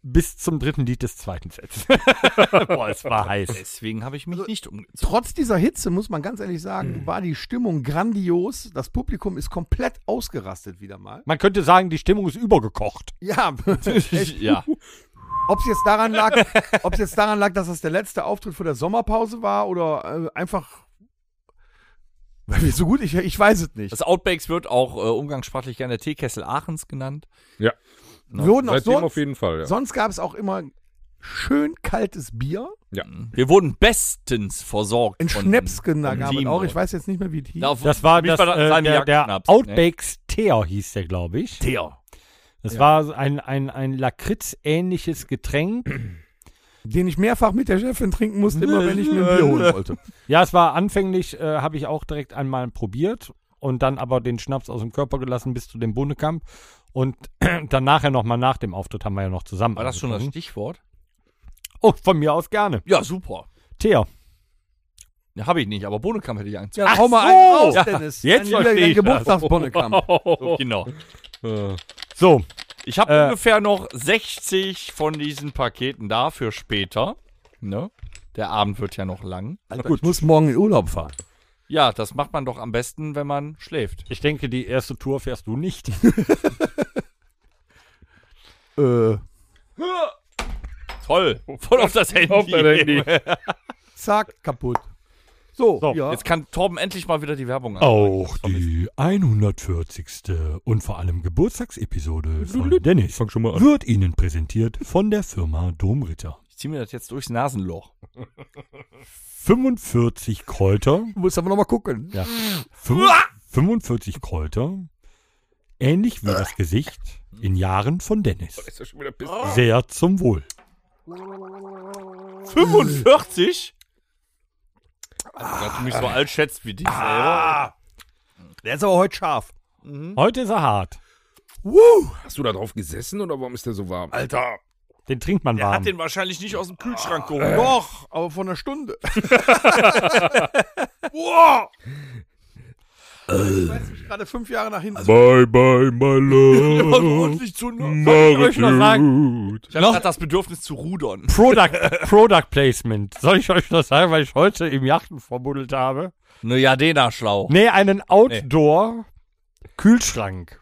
[SPEAKER 2] Bis zum dritten Lied des zweiten Sets. (laughs) Boah, es war heiß.
[SPEAKER 3] Deswegen habe ich mich
[SPEAKER 5] Also,
[SPEAKER 3] nicht um-
[SPEAKER 5] (laughs)
[SPEAKER 3] umgezogen.
[SPEAKER 5] Trotz dieser Hitze, muss man ganz ehrlich sagen,
[SPEAKER 3] Mhm.
[SPEAKER 5] war die Stimmung grandios. Das Publikum ist komplett ausgerastet wieder mal.
[SPEAKER 2] Man könnte sagen, die Stimmung ist übergekocht.
[SPEAKER 5] Ja,
[SPEAKER 3] (laughs) ja.
[SPEAKER 5] Ob es jetzt daran lag, (laughs) ob es jetzt daran lag, dass das der letzte Auftritt vor der Sommerpause war oder äh, einfach weil wir so gut, ich, ich weiß es nicht.
[SPEAKER 3] Das Outbacks wird auch äh, umgangssprachlich gerne Teekessel Aachens genannt.
[SPEAKER 4] Ja,
[SPEAKER 5] Wir wurden auch
[SPEAKER 4] seitdem
[SPEAKER 5] sonst,
[SPEAKER 4] auf jeden Fall. Ja.
[SPEAKER 5] sonst gab es auch immer schön kaltes Bier.
[SPEAKER 3] Wir wurden bestens versorgt.
[SPEAKER 5] In
[SPEAKER 3] von-
[SPEAKER 5] Schnäpsken da
[SPEAKER 3] vom
[SPEAKER 5] gab es
[SPEAKER 3] Team.
[SPEAKER 5] auch. Ich weiß jetzt nicht mehr, wie die.
[SPEAKER 3] Ja, auf-
[SPEAKER 2] Das war,
[SPEAKER 3] für mich
[SPEAKER 2] das,
[SPEAKER 3] das
[SPEAKER 2] äh, der,
[SPEAKER 3] Salmiak
[SPEAKER 2] der
[SPEAKER 3] Schnaps, ne?
[SPEAKER 2] Outbacks Teer hieß der, glaube ich.
[SPEAKER 3] Teer.
[SPEAKER 2] Das war ein, ein, ein Lakritz-ähnliches Getränk.
[SPEAKER 5] den ich mehrfach mit der Chefin trinken musste, immer wenn ich mir ein Bier (laughs) holen wollte.
[SPEAKER 2] Ja, es war anfänglich, äh, habe ich auch direkt einmal probiert und dann aber den Schnaps aus dem Körper gelassen bis zu dem Bundekamp. Und (clears throat) dann nachher nochmal nach dem Auftritt haben wir ja noch zusammen.
[SPEAKER 3] War das schon das
[SPEAKER 2] angefangen.
[SPEAKER 3] Stichwort?
[SPEAKER 2] Oh, von mir aus gerne.
[SPEAKER 3] Ja, super.
[SPEAKER 2] Teer.
[SPEAKER 3] Ja, Habe ich nicht, aber Bohnenkamm hätte ich Angst.
[SPEAKER 5] Ja, hau mal einen raus, Dennis.
[SPEAKER 2] jetzt
[SPEAKER 5] Ein-
[SPEAKER 2] versteh
[SPEAKER 5] ein
[SPEAKER 2] ich
[SPEAKER 5] Geburtstagsbonne kam.
[SPEAKER 3] So, genau.
[SPEAKER 4] Äh,
[SPEAKER 2] So,
[SPEAKER 3] Ich habe
[SPEAKER 2] Äh,
[SPEAKER 3] ungefähr noch 60 von diesen Paketen da für später. Ne? Der Abend wird ja noch lang.
[SPEAKER 5] (laughs) Alter, ich muss morgen in Urlaub fahren.
[SPEAKER 3] Ja, das macht man doch am besten, wenn man schläft.
[SPEAKER 2] ich denke, die erste Tour fährst du nicht.
[SPEAKER 5] Äh,
[SPEAKER 3] Toll. Voll auf das Handy.
[SPEAKER 4] Auf dein Handy.
[SPEAKER 5] zack, kaputt. So,
[SPEAKER 2] So,
[SPEAKER 5] ja.
[SPEAKER 3] Jetzt kann Torben endlich mal wieder die Werbung
[SPEAKER 2] (laughs)
[SPEAKER 3] an.
[SPEAKER 2] Auch die 140. und vor allem Geburtstagsepisode von Dennis
[SPEAKER 4] schon mal
[SPEAKER 2] wird Ihnen präsentiert von der Firma Domritter.
[SPEAKER 3] Ich ziehe mir das jetzt durchs Nasenloch.
[SPEAKER 2] 45 Kräuter,
[SPEAKER 5] Du musst aber nochmal gucken.
[SPEAKER 2] ja, fün- 45 Kräuter, ähnlich wie das Gesicht in Jahren von Dennis.
[SPEAKER 4] Ist ja schon wieder Piss.
[SPEAKER 3] Ah.
[SPEAKER 2] Sehr zum Wohl.
[SPEAKER 3] 45? Dass du mich so alt schätzt wie dich selber.
[SPEAKER 5] Der ist aber heute scharf. Mhm.
[SPEAKER 2] Heute ist er hart.
[SPEAKER 5] Woo!
[SPEAKER 4] Hast du da drauf gesessen oder warum ist der so
[SPEAKER 3] Also-
[SPEAKER 4] warm?
[SPEAKER 5] Alter.
[SPEAKER 2] Den trinkt man
[SPEAKER 3] Er
[SPEAKER 2] warm.
[SPEAKER 3] hat den wahrscheinlich nicht aus dem Kühlschrank geholt.
[SPEAKER 5] Doch, aber vor einer Stunde.
[SPEAKER 3] Boah!
[SPEAKER 5] Ich weiß nicht, gerade fünf Jahre nach hinten.
[SPEAKER 4] Bye bye
[SPEAKER 3] (laughs)
[SPEAKER 4] my
[SPEAKER 3] Äh.
[SPEAKER 4] love.
[SPEAKER 3] Ordentlich zu
[SPEAKER 4] Mach
[SPEAKER 2] ich mal sagen?
[SPEAKER 4] gut.
[SPEAKER 3] Ich hab grad das Bedürfnis zu rudern.
[SPEAKER 2] Product, Product Placement. Soll ich euch das sagen, weil ich heute im Yachten verbuddelt habe?
[SPEAKER 3] Ne Jadena schlau.
[SPEAKER 2] Nee, einen Outdoor-Kühlschrank.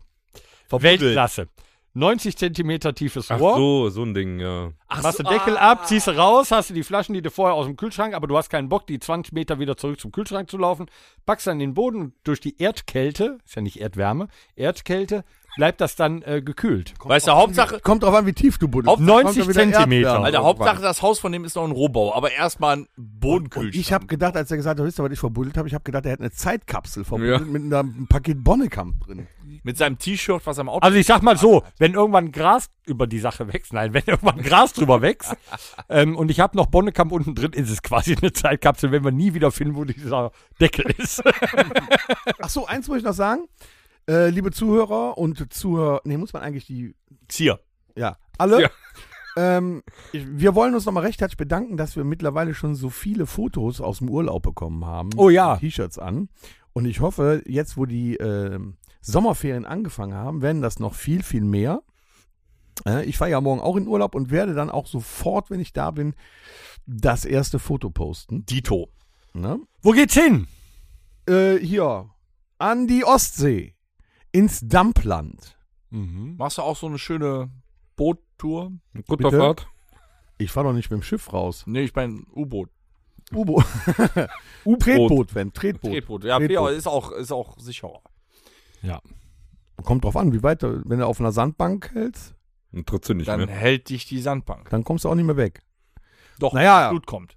[SPEAKER 2] Weltklasse. 90 Zentimeter tiefes
[SPEAKER 4] Ach
[SPEAKER 2] Rohr.
[SPEAKER 4] so, so ein Ding, ja.
[SPEAKER 3] Ach
[SPEAKER 2] Machst du
[SPEAKER 3] so,
[SPEAKER 2] Deckel
[SPEAKER 3] ah.
[SPEAKER 2] ab, ziehst du raus, hast du die Flaschen, die du vorher aus dem Kühlschrank, aber du hast keinen Bock, die 20 Meter wieder zurück zum Kühlschrank zu laufen, packst dann den Boden und durch die Erdkälte, ist ja nicht Erdwärme, Erdkälte, bleibt das dann äh, gekühlt.
[SPEAKER 3] Weißt du, Hauptsache,
[SPEAKER 5] Kommt drauf an, wie tief du buddelst.
[SPEAKER 3] Auf
[SPEAKER 5] Kommt da
[SPEAKER 2] 90
[SPEAKER 5] wieder
[SPEAKER 2] Zentimeter.
[SPEAKER 5] Erdwärme
[SPEAKER 3] Alter,
[SPEAKER 5] irgendwann.
[SPEAKER 3] Hauptsache, das Haus von dem ist noch ein Rohbau, aber erstmal ein
[SPEAKER 5] Und
[SPEAKER 3] Bodenkühlschrank.
[SPEAKER 5] ich habe gedacht, als er gesagt hat, wisst ihr, was ich verbuddelt habe? Ich habe gedacht, er hätte eine Zeitkapsel verbuddelt
[SPEAKER 4] Ja.
[SPEAKER 5] mit einem Paket Bonnekamp drin.
[SPEAKER 3] Mit seinem T-Shirt, was am Auto.
[SPEAKER 2] Also ich sag mal so, wenn irgendwann Gras über die Sache wächst, nein, wenn (laughs) irgendwann Gras drüber wächst ähm, und ich habe noch Bonnekamp unten drin, ist es quasi eine Zeitkapsel, wenn wir nie wieder finden, wo dieser Deckel ist.
[SPEAKER 5] Ach so, eins muss ich noch sagen. Äh, liebe Zuhörer und Zuhörer, nee, muss man eigentlich die
[SPEAKER 3] hier.
[SPEAKER 5] Ja, alle.
[SPEAKER 4] Ja.
[SPEAKER 5] Ähm, ich, wir wollen uns nochmal recht herzlich bedanken, dass wir mittlerweile schon so viele Fotos aus dem Urlaub bekommen haben.
[SPEAKER 2] Oh ja.
[SPEAKER 5] Mit T-Shirts an. Und ich hoffe, jetzt, wo die ähm, Sommerferien angefangen haben, werden das noch viel, viel mehr. Äh, ich fahre ja morgen auch in Urlaub und werde dann auch sofort, wenn ich da bin, das erste Foto posten.
[SPEAKER 3] Dito.
[SPEAKER 5] Ne?
[SPEAKER 2] Wo geht's hin?
[SPEAKER 5] Äh, hier, an die Ostsee, ins Dampland.
[SPEAKER 3] Machst du auch so eine schöne Boottour?
[SPEAKER 4] Guter
[SPEAKER 5] Bitte?
[SPEAKER 4] Fahrt.
[SPEAKER 5] Ich fahre doch nicht mit dem Schiff raus.
[SPEAKER 3] Nee, ich mein U-Boot.
[SPEAKER 5] (laughs) U-Boot. Tretboot, Sven, Tretboot.
[SPEAKER 3] Tretboot. Ja,
[SPEAKER 5] Tretboot.
[SPEAKER 3] ja, ist auch, ist auch sicherer.
[SPEAKER 5] Kommt drauf an, wie weit, du- wenn du auf einer Sandbank hältst,
[SPEAKER 4] Dann trittst du nicht
[SPEAKER 3] Dann
[SPEAKER 4] mehr.
[SPEAKER 3] hält dich die Sandbank.
[SPEAKER 5] dann kommst du auch nicht mehr weg.
[SPEAKER 3] Doch,
[SPEAKER 5] Naja,
[SPEAKER 3] Blut kommt.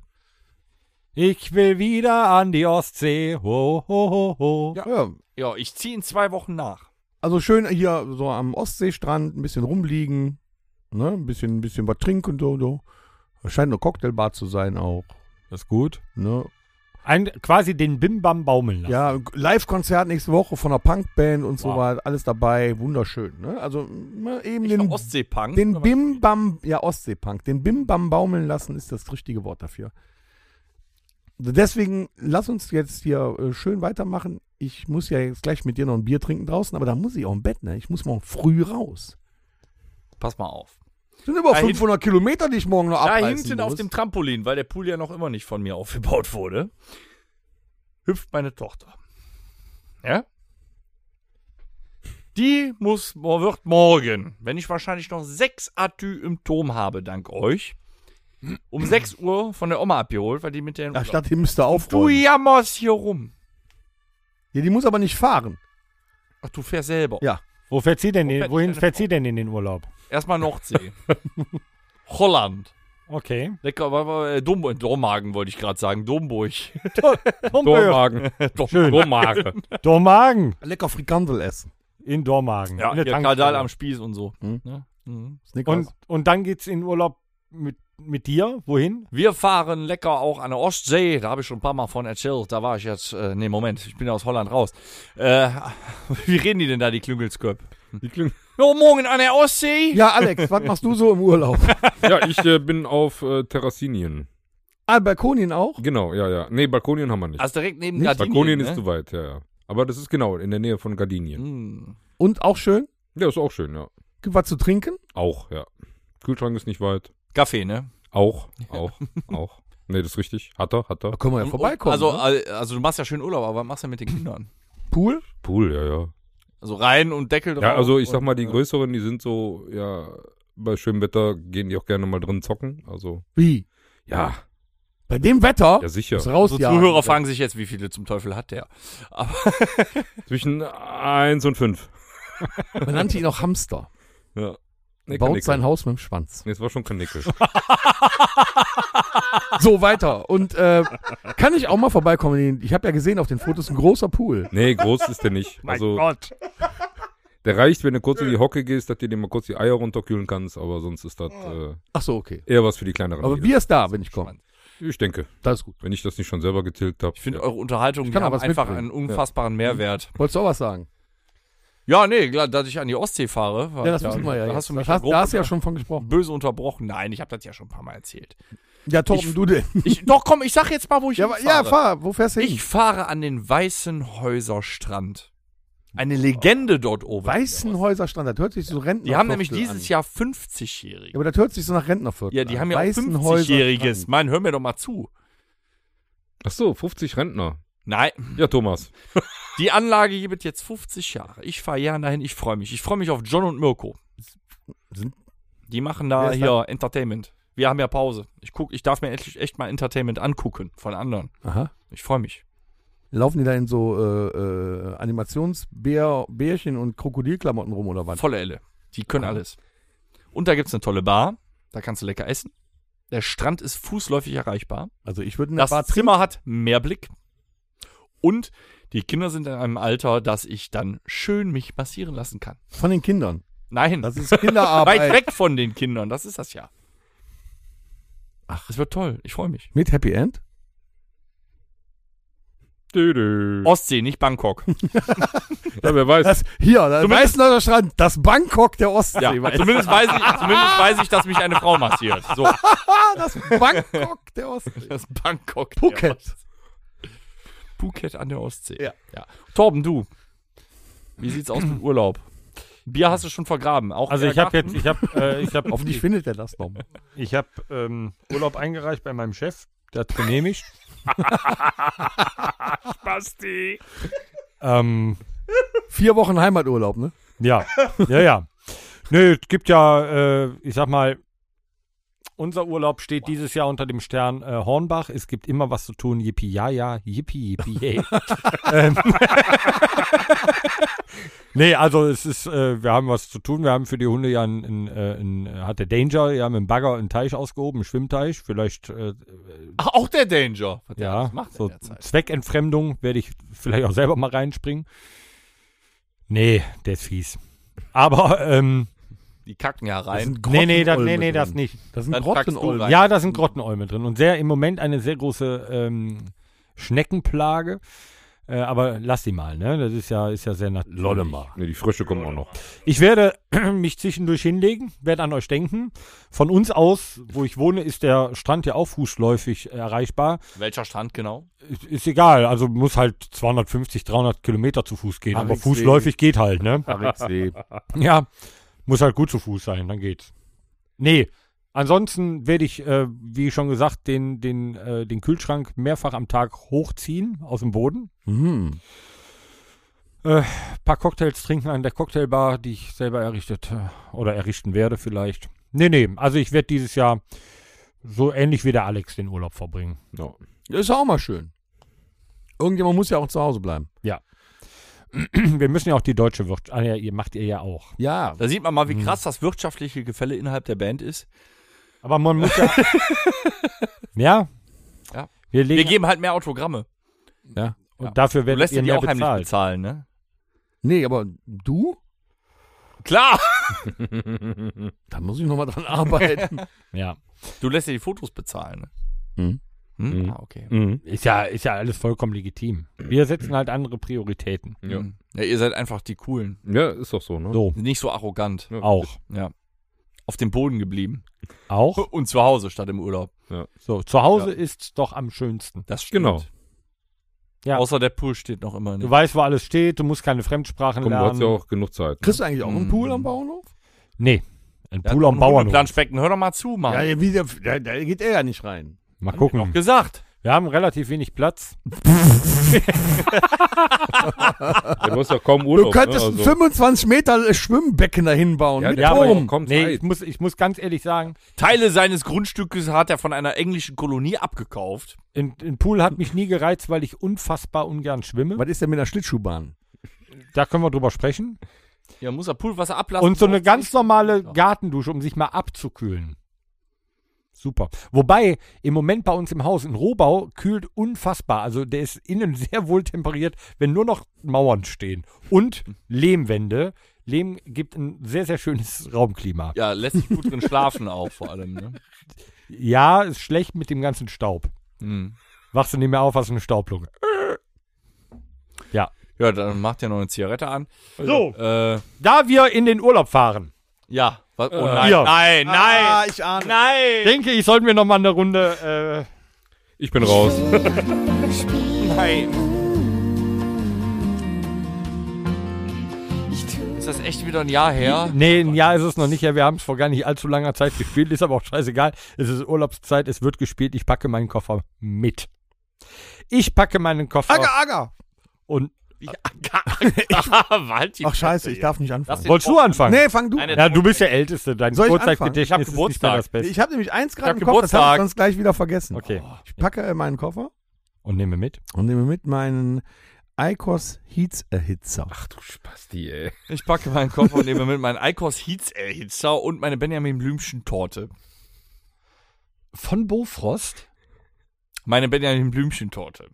[SPEAKER 2] Ich will wieder an die Ostsee. Ho, ho, ho, ho.
[SPEAKER 3] Ja.
[SPEAKER 5] Ja,
[SPEAKER 3] Ja, ich zieh in zwei Wochen nach.
[SPEAKER 5] also schön hier so am Ostseestrand ein bisschen rumliegen, ne, ein bisschen, ein bisschen was trinken und so, so. Es Scheint eine Cocktailbar zu sein auch.
[SPEAKER 2] Das ist gut.
[SPEAKER 5] Ne?
[SPEAKER 2] Ein, quasi den Bimbam baumeln lassen.
[SPEAKER 5] Ja, Live-Konzert nächste Woche von einer Punkband und so
[SPEAKER 2] Wow.
[SPEAKER 5] weiter, alles dabei, wunderschön. Ne? Also ne, eben
[SPEAKER 3] Ich
[SPEAKER 5] den,
[SPEAKER 3] war Ostseepunk.
[SPEAKER 5] den Bim Bam, ja Ostseepunk, den Bim Bam baumeln lassen ist das richtige Wort dafür. Deswegen lass uns jetzt hier äh, schön weitermachen. Ich muss ja jetzt gleich mit dir noch ein Bier trinken draußen, aber da muss ich auch im Bett, ne? Ich muss morgen früh raus.
[SPEAKER 3] Pass mal auf.
[SPEAKER 5] Das sind über
[SPEAKER 3] Da
[SPEAKER 5] 500 Kilometer, die ich morgen noch
[SPEAKER 3] Da
[SPEAKER 5] abreißen
[SPEAKER 3] hinten
[SPEAKER 5] muss.
[SPEAKER 3] auf dem Trampolin, weil der Pool ja noch immer nicht von mir aufgebaut wurde, hüpft meine Tochter. Ja? Die muss, wird morgen, wenn ich wahrscheinlich noch sechs Atü im Turm habe, dank euch, um 6 Uhr von der Oma abgeholt, weil die mit der.
[SPEAKER 5] Ach, statt die müsste
[SPEAKER 3] du
[SPEAKER 5] aufräumen.
[SPEAKER 3] jammerst hier rum.
[SPEAKER 5] Ja, die muss aber nicht fahren.
[SPEAKER 3] Ach, du fährst selber.
[SPEAKER 5] Ja.
[SPEAKER 2] Wo fährt sie denn,
[SPEAKER 3] Wo
[SPEAKER 2] hin-
[SPEAKER 3] fährt
[SPEAKER 2] wohin
[SPEAKER 3] deine
[SPEAKER 2] fährt sie denn in den Urlaub?
[SPEAKER 3] Erstmal
[SPEAKER 5] (laughs)
[SPEAKER 3] Nordsee. Holland.
[SPEAKER 2] Okay.
[SPEAKER 3] Lecker, wa- wa- äh, Dom, Dormagen wollte ich gerade sagen. Domburg.
[SPEAKER 4] Dormagen.
[SPEAKER 5] (laughs)
[SPEAKER 2] Schön.
[SPEAKER 4] Dormagen.
[SPEAKER 2] Dormagen.
[SPEAKER 5] Lecker Frikandel essen.
[SPEAKER 2] In Dormagen.
[SPEAKER 3] Ja,
[SPEAKER 2] In der
[SPEAKER 3] hier
[SPEAKER 2] Tankstelle.
[SPEAKER 3] Kardal am Spieß und so.
[SPEAKER 5] Hm.
[SPEAKER 3] Ne? Mhm.
[SPEAKER 5] Snickers.
[SPEAKER 2] Und, und dann geht's in den Urlaub mit, mit dir. Wohin?
[SPEAKER 3] Wir fahren lecker auch an der Ostsee. Da habe ich schon ein paar Mal von erzählt. Da war ich jetzt. Äh, nee, Moment. Ich bin aus Holland raus. Äh, (laughs) wie reden die denn da, die Klüngelsköp?
[SPEAKER 4] Die Klüng-
[SPEAKER 3] Ja, morgen an der Ostsee.
[SPEAKER 5] ja, Alex, was machst du so im Urlaub? (laughs)
[SPEAKER 4] Ja, ich äh, bin auf äh, Terrassinien.
[SPEAKER 5] Ah, Balkonien auch?
[SPEAKER 4] Genau, ja, ja. Nee, Balkonien haben wir nicht.
[SPEAKER 3] Also direkt neben
[SPEAKER 5] Nicht?
[SPEAKER 3] Gardinien.
[SPEAKER 4] Balkonien
[SPEAKER 3] ne?
[SPEAKER 4] ist zu weit, ja, ja. Aber das ist genau in der Nähe von Gardinien.
[SPEAKER 3] Hm.
[SPEAKER 5] Und auch schön?
[SPEAKER 4] Ja, ist auch schön, ja.
[SPEAKER 5] Gibt was zu trinken?
[SPEAKER 4] Auch, ja. Kühlschrank ist nicht weit.
[SPEAKER 3] Kaffee, ne?
[SPEAKER 4] Auch, auch, auch. Nee, das ist richtig. Hat er, hat er.
[SPEAKER 5] können wir ja
[SPEAKER 3] Und-
[SPEAKER 5] vorbeikommen.
[SPEAKER 3] Also, ah-
[SPEAKER 5] ne?
[SPEAKER 3] al- also du machst ja schön Urlaub, aber was machst du denn mit den Kindern?
[SPEAKER 5] Pool?
[SPEAKER 4] Pool, ja, ja.
[SPEAKER 3] Also rein und Deckel drauf.
[SPEAKER 4] Ja, also ich
[SPEAKER 3] und-
[SPEAKER 4] sag mal, die größeren, die sind so, ja, bei schönem Wetter gehen die auch gerne mal drin zocken. Also,
[SPEAKER 5] Wie?
[SPEAKER 4] ja,
[SPEAKER 5] Bei dem Wetter?
[SPEAKER 4] ja sicher.
[SPEAKER 5] Ist raus,
[SPEAKER 3] Also
[SPEAKER 5] ja.
[SPEAKER 3] Zuhörer fragen sich jetzt, wie viele zum Teufel hat der?
[SPEAKER 4] Zwischen 1 und 5.
[SPEAKER 5] Man nannte ihn auch (laughs) Hamster.
[SPEAKER 4] Ja.
[SPEAKER 5] Er
[SPEAKER 4] Nee,
[SPEAKER 5] baut
[SPEAKER 4] Kanickel.
[SPEAKER 5] sein Haus mit dem Schwanz.
[SPEAKER 4] Nee, es war schon kein Nickel.
[SPEAKER 5] So, weiter. Und äh, kann ich auch mal vorbeikommen? Ich habe ja gesehen, auf den Fotos ein großer Pool.
[SPEAKER 4] Nee, groß ist der nicht. Also,
[SPEAKER 2] Gott.
[SPEAKER 4] der reicht, wenn du kurz in die Hocke gehst, dass du dir mal kurz die Eier runterkühlen kannst, aber sonst ist das äh,
[SPEAKER 5] Ach so, okay.
[SPEAKER 4] eher was für die kleineren.
[SPEAKER 5] Aber
[SPEAKER 4] Mädels.
[SPEAKER 5] Bier ist da, wenn ich komme.
[SPEAKER 4] Ich denke,
[SPEAKER 5] Das ist gut.
[SPEAKER 4] wenn ich das nicht schon selber getilgt habe.
[SPEAKER 3] Ich finde eure Unterhaltung, die
[SPEAKER 5] kann auch
[SPEAKER 3] haben
[SPEAKER 5] was
[SPEAKER 3] einfach
[SPEAKER 5] mitbringen.
[SPEAKER 3] einen unfassbaren Mehrwert.
[SPEAKER 5] Wolltest du auch was sagen?
[SPEAKER 3] Ja, nee, klar, dass ich an die Ostsee fahre. war-
[SPEAKER 5] Ja, das wissen wir ja.
[SPEAKER 3] Da
[SPEAKER 5] jetzt.
[SPEAKER 3] hast du mich
[SPEAKER 5] das hast,
[SPEAKER 3] grob
[SPEAKER 5] da hast du ja schon von gesprochen.
[SPEAKER 3] böse unterbrochen. Nein, ich habe das ja schon ein paar Mal erzählt.
[SPEAKER 5] Ja, Torben,
[SPEAKER 3] Ich-
[SPEAKER 5] du denn?
[SPEAKER 3] Ich, (laughs) doch, komm, ich sag jetzt mal, wo ich
[SPEAKER 5] (laughs) Ja, wa-
[SPEAKER 3] hinfahre.
[SPEAKER 5] ja, fahr. Wo fährst du hin?
[SPEAKER 3] Ich fahre an den Weißenhäuser Strand. Eine Legende dort oben.
[SPEAKER 5] Weißenhäuser Standard. Hört sich so Rentner
[SPEAKER 3] Die haben nämlich dieses Jahr 50-Jährige.
[SPEAKER 5] Ja, aber das hört sich so nach Rentnerviertel
[SPEAKER 3] Ja, die
[SPEAKER 5] an.
[SPEAKER 3] haben ja auch
[SPEAKER 5] Weißenhäuser
[SPEAKER 3] 50-Jähriges.
[SPEAKER 5] Strand.
[SPEAKER 3] Mann, hör mir doch mal zu.
[SPEAKER 4] Ach so, 50 Rentner.
[SPEAKER 3] Nein,
[SPEAKER 4] Ja, Thomas.
[SPEAKER 3] die Anlage hier wird jetzt 50 Jahre. Ich fahre Jahren dahin, ich freue mich. Ich freue mich auf John und Mirko.
[SPEAKER 5] Sind-
[SPEAKER 3] Die machen
[SPEAKER 5] Wer
[SPEAKER 3] da
[SPEAKER 5] ist
[SPEAKER 3] hier Entertainment. Wir haben ja Pause. Ich guck, ich darf mir endlich echt mal Entertainment angucken von anderen.
[SPEAKER 5] Aha.
[SPEAKER 3] Ich freue mich.
[SPEAKER 5] Laufen die da in so äh, äh, Animationsbärchen und Krokodilklamotten rum oder was?
[SPEAKER 3] Volle Elle. Die können alles. Und da gibt's eine tolle Bar. Da kannst du lecker essen. Der Strand ist fußläufig erreichbar.
[SPEAKER 5] Also ich würde in der
[SPEAKER 3] Das
[SPEAKER 5] Bar
[SPEAKER 3] Zimmer hat mehr Blick. Und die Kinder sind in einem Alter, dass ich dann schön mich massieren lassen kann.
[SPEAKER 5] von den Kindern.
[SPEAKER 3] Nein, (laughs)
[SPEAKER 5] Das ist
[SPEAKER 3] weit
[SPEAKER 5] Kinderarbeit.
[SPEAKER 3] weg von den Kindern. Das ist das ja. Ach, es wird toll. Ich freue mich.
[SPEAKER 5] Mit Happy End?
[SPEAKER 4] Dödö.
[SPEAKER 3] Hm. Ostsee, nicht Bangkok.
[SPEAKER 4] Ja, wer weiß.
[SPEAKER 5] Das, hier, der
[SPEAKER 3] Zumindest-
[SPEAKER 5] Weißenhäuser Strand, das Bangkok der Ostsee.
[SPEAKER 3] (laughs) Ja,
[SPEAKER 5] Weißt du?
[SPEAKER 3] zumindest weiß, ich, zumindest weiß ich, dass mich eine Frau massiert. So,
[SPEAKER 5] das Bangkok der Ostsee.
[SPEAKER 3] (laughs) das ist Bangkok. der
[SPEAKER 5] Phuket.
[SPEAKER 3] Phuket an der Ostsee.
[SPEAKER 5] Ja.
[SPEAKER 3] Torben, du. Wie sieht's aus mit Urlaub? Bier hast du schon vergraben. Auch
[SPEAKER 2] Also ich habe
[SPEAKER 3] Biergarten?
[SPEAKER 2] jetzt, ich habe, äh, ich habe,
[SPEAKER 5] Hoffentlich findet er das noch.
[SPEAKER 2] ich habe ähm, Urlaub eingereicht bei meinem Chef. Der hat genehmigt.
[SPEAKER 3] Basti.
[SPEAKER 2] ähm,
[SPEAKER 5] Vier Wochen Heimaturlaub, ne?
[SPEAKER 2] Ja, ja, ja. Nö, es gibt ja, äh, ich sag mal, unser Urlaub steht dieses Jahr unter dem Stern äh, Hornbach. Es gibt immer was zu tun. Yippie, ja, ja, yippie, yippie,
[SPEAKER 3] (laughs)
[SPEAKER 2] yay. ähm, nee, also es ist, äh, wir haben was zu tun. Wir haben für die Hunde ja einen, einen, äh, einen äh, hat der Danger, wir haben einen Bagger einen Teich ausgehoben, einen Schwimmteich. Vielleicht, äh,
[SPEAKER 3] Ach, auch der Danger. Was der
[SPEAKER 2] ja,
[SPEAKER 3] alles macht
[SPEAKER 2] so
[SPEAKER 3] in der Zeit.
[SPEAKER 2] Zweckentfremdung werde ich vielleicht auch selber mal reinspringen. Nee, der ist fies. Aber, ähm,
[SPEAKER 3] Die kacken ja
[SPEAKER 5] Das
[SPEAKER 3] rein.
[SPEAKER 5] sind
[SPEAKER 2] Nee, nee, das, nee,
[SPEAKER 5] Grottenolme
[SPEAKER 2] nee, das
[SPEAKER 5] drin.
[SPEAKER 2] nicht.
[SPEAKER 5] Das sind
[SPEAKER 3] Dann packst du
[SPEAKER 5] Grottenolme.
[SPEAKER 3] rein.
[SPEAKER 2] Ja, da sind Grottenolme drin und sehr im Moment eine sehr große ähm, Schneckenplage. Äh, aber lass die mal, ne? Das ist ja, ist ja sehr natürlich.
[SPEAKER 5] Lollemar.
[SPEAKER 4] Nee, die Frösche kommen auch noch.
[SPEAKER 2] Ich werde (clears throat) mich zwischendurch hinlegen, werde an euch denken. Von uns aus, wo ich wohne, ist der Strand ja auch fußläufig erreichbar.
[SPEAKER 3] Welcher Strand genau?
[SPEAKER 2] Ist, ist egal, also muss halt 250, 300 Kilometer zu Fuß gehen. Aber
[SPEAKER 5] Haringsee.
[SPEAKER 2] fußläufig geht halt, ne?
[SPEAKER 5] Haringsee.
[SPEAKER 2] (laughs) Ja, muss halt gut zu Fuß sein, dann geht's. Nee, ansonsten werde ich, äh, wie schon gesagt, den, den, äh, den Kühlschrank mehrfach am Tag hochziehen aus dem Boden.
[SPEAKER 5] Hm.
[SPEAKER 2] Äh, paar Cocktails trinken an der Cocktailbar, die ich selber errichtet äh, oder errichten werde vielleicht. Nee, nee, also ich werde dieses Jahr so ähnlich wie der Alex den Urlaub verbringen.
[SPEAKER 5] Das ist auch mal schön. Irgendjemand muss ja auch zu Hause bleiben.
[SPEAKER 2] Wir müssen ja auch die deutsche Wirtschaft. Ah ja, ihr macht ihr ja auch.
[SPEAKER 5] Ja.
[SPEAKER 3] Da sieht man mal,
[SPEAKER 2] Hm.
[SPEAKER 3] wie krass das wirtschaftliche Gefälle innerhalb der Band ist.
[SPEAKER 2] Aber man muss
[SPEAKER 3] (laughs)
[SPEAKER 2] ja. ja.
[SPEAKER 3] Ja.
[SPEAKER 2] Wir legen.
[SPEAKER 3] Wir geben halt mehr Autogramme.
[SPEAKER 2] und
[SPEAKER 3] ja.
[SPEAKER 2] dafür
[SPEAKER 3] Du
[SPEAKER 2] werdet
[SPEAKER 3] lässt
[SPEAKER 2] ihr
[SPEAKER 3] dir die
[SPEAKER 2] mehr
[SPEAKER 3] auch heimlich
[SPEAKER 2] bezahlt.
[SPEAKER 3] bezahlen, ne?
[SPEAKER 5] Nee, aber du?
[SPEAKER 3] Klar!
[SPEAKER 5] Da muss ich nochmal dran
[SPEAKER 3] (laughs)
[SPEAKER 5] arbeiten.
[SPEAKER 2] Ja.
[SPEAKER 3] Du lässt dir die Fotos bezahlen, ne?
[SPEAKER 5] Mhm.
[SPEAKER 3] Hm?
[SPEAKER 4] Mhm.
[SPEAKER 3] Ah, okay.
[SPEAKER 4] Mhm.
[SPEAKER 2] Ist ja, ist ja alles vollkommen legitim. Wir setzen halt andere Prioritäten.
[SPEAKER 4] Ja.
[SPEAKER 3] Mhm. ja, ihr seid einfach die Coolen.
[SPEAKER 4] ja, ist doch so, ne?
[SPEAKER 2] So,
[SPEAKER 3] Nicht so arrogant.
[SPEAKER 4] Ja.
[SPEAKER 2] auch.
[SPEAKER 3] Ja. Auf dem Boden geblieben.
[SPEAKER 2] Auch.
[SPEAKER 3] Und zu Hause statt im Urlaub.
[SPEAKER 2] So, zu Hause ist's doch am schönsten.
[SPEAKER 3] Das stimmt.
[SPEAKER 4] Genau.
[SPEAKER 2] Ja.
[SPEAKER 3] Außer der Pool steht noch immer
[SPEAKER 2] Du
[SPEAKER 3] nicht.
[SPEAKER 2] weißt, wo alles steht, du musst keine Fremdsprachen
[SPEAKER 4] Komm, du
[SPEAKER 2] lernen.
[SPEAKER 4] hast ja auch genug Zeit.
[SPEAKER 5] Kriegst du eigentlich auch einen
[SPEAKER 3] Mhm.
[SPEAKER 5] Pool am Bauernhof?
[SPEAKER 2] Nee, ein
[SPEAKER 3] Ja,
[SPEAKER 2] Pool am
[SPEAKER 3] und
[SPEAKER 2] Bauernhof.
[SPEAKER 3] Planschbecken, hör doch mal zu, Mann.
[SPEAKER 5] Ja, wie der, da, da geht er ja nicht rein.
[SPEAKER 2] Mal gucken.
[SPEAKER 3] Gesagt.
[SPEAKER 2] Wir haben relativ wenig Platz.
[SPEAKER 4] Ja, du hast ja kaum
[SPEAKER 5] Du
[SPEAKER 4] Urlaub.
[SPEAKER 3] also.
[SPEAKER 5] könntest
[SPEAKER 4] ne?
[SPEAKER 5] ein 25 Meter Schwimmbecken dahin bauen.
[SPEAKER 4] ja,
[SPEAKER 5] mit
[SPEAKER 4] der ja,
[SPEAKER 5] Turm.
[SPEAKER 4] kommt
[SPEAKER 2] Nee, ich
[SPEAKER 4] Zeit.
[SPEAKER 2] muss, ich muss ganz ehrlich sagen,
[SPEAKER 3] Teile seines Grundstückes hat er von einer englischen Kolonie abgekauft.
[SPEAKER 2] ein ein Pool hat mich nie gereizt, weil ich unfassbar ungern schwimme.
[SPEAKER 5] Was ist denn mit der Schlittschuhbahn?
[SPEAKER 2] Da können wir drüber sprechen.
[SPEAKER 3] Ja, muss er Poolwasser ablassen.
[SPEAKER 2] Und so eine ganz normale Gartendusche, um sich mal abzukühlen. Super. Wobei im Moment bei uns im Haus in Rohbau kühlt unfassbar. Also der ist innen (laughs) sehr wohl temperiert, wenn nur noch Mauern stehen und Lehmwände. Lehm gibt ein sehr, sehr schönes Raumklima.
[SPEAKER 3] Ja, lässt sich gut
[SPEAKER 2] (laughs)
[SPEAKER 3] drin schlafen auch vor allem. Ne?
[SPEAKER 2] Ja, ist schlecht mit dem ganzen Staub. Mhm.
[SPEAKER 3] Hm.
[SPEAKER 2] Wachst du nicht mehr auf, hast du eine Staublunge.
[SPEAKER 3] Ja, dann macht er noch eine Zigarette an.
[SPEAKER 2] So,
[SPEAKER 3] Äh,
[SPEAKER 2] da wir in den Urlaub fahren,
[SPEAKER 3] ja.
[SPEAKER 2] Äh,
[SPEAKER 3] Was? Oh nein,
[SPEAKER 2] Ja.
[SPEAKER 3] nein, nein,
[SPEAKER 5] Ah, ich ahne.
[SPEAKER 3] nein.
[SPEAKER 2] denke ich, sollten wir nochmal eine Runde. Äh,
[SPEAKER 4] Ich bin
[SPEAKER 5] (laughs)
[SPEAKER 4] raus.
[SPEAKER 3] Nein. Ist das echt wieder ein Jahr (laughs) her?
[SPEAKER 2] nee, ein Jahr ist es noch nicht. Ja, wir haben es vor gar nicht allzu langer Zeit gespielt. Ist aber auch scheißegal. Es ist Urlaubszeit, es wird gespielt. Ich packe meinen Koffer mit. Ich packe meinen Koffer
[SPEAKER 5] Acker, Acker.
[SPEAKER 2] und.
[SPEAKER 3] Wald,
[SPEAKER 5] Ach, scheiße, ich darf nicht
[SPEAKER 3] Lass
[SPEAKER 5] anfangen.
[SPEAKER 3] den
[SPEAKER 2] Wolltest du anfangen?
[SPEAKER 5] Nee, fang du.
[SPEAKER 3] Eine-
[SPEAKER 2] Ja, du bist der Älteste. Dein
[SPEAKER 5] Soll ich
[SPEAKER 2] Kurzzeitgedächtnis
[SPEAKER 3] anfangen?
[SPEAKER 2] ist
[SPEAKER 3] Ich hab
[SPEAKER 2] nicht mehr das
[SPEAKER 3] Geburtstag.
[SPEAKER 2] Beste.
[SPEAKER 5] Ich habe nämlich eins
[SPEAKER 3] Ich
[SPEAKER 5] gerade
[SPEAKER 3] hab
[SPEAKER 5] im Kopf, das
[SPEAKER 3] Geburtstag.
[SPEAKER 5] habe ich sonst gleich wieder vergessen.
[SPEAKER 2] Okay.
[SPEAKER 5] Ich packe äh, meinen Koffer
[SPEAKER 2] Und nehme mit.
[SPEAKER 5] und nehme mit meinen Icos Heats Erhitzer.
[SPEAKER 4] Ach du Spasti, ey.
[SPEAKER 3] Ich packe meinen Koffer und nehme mit meinen Eikos Heats Erhitzer und meine Benjamin Blümchen Torte.
[SPEAKER 2] Von Bofrost?
[SPEAKER 3] Meine Benjamin Blümchen Torte.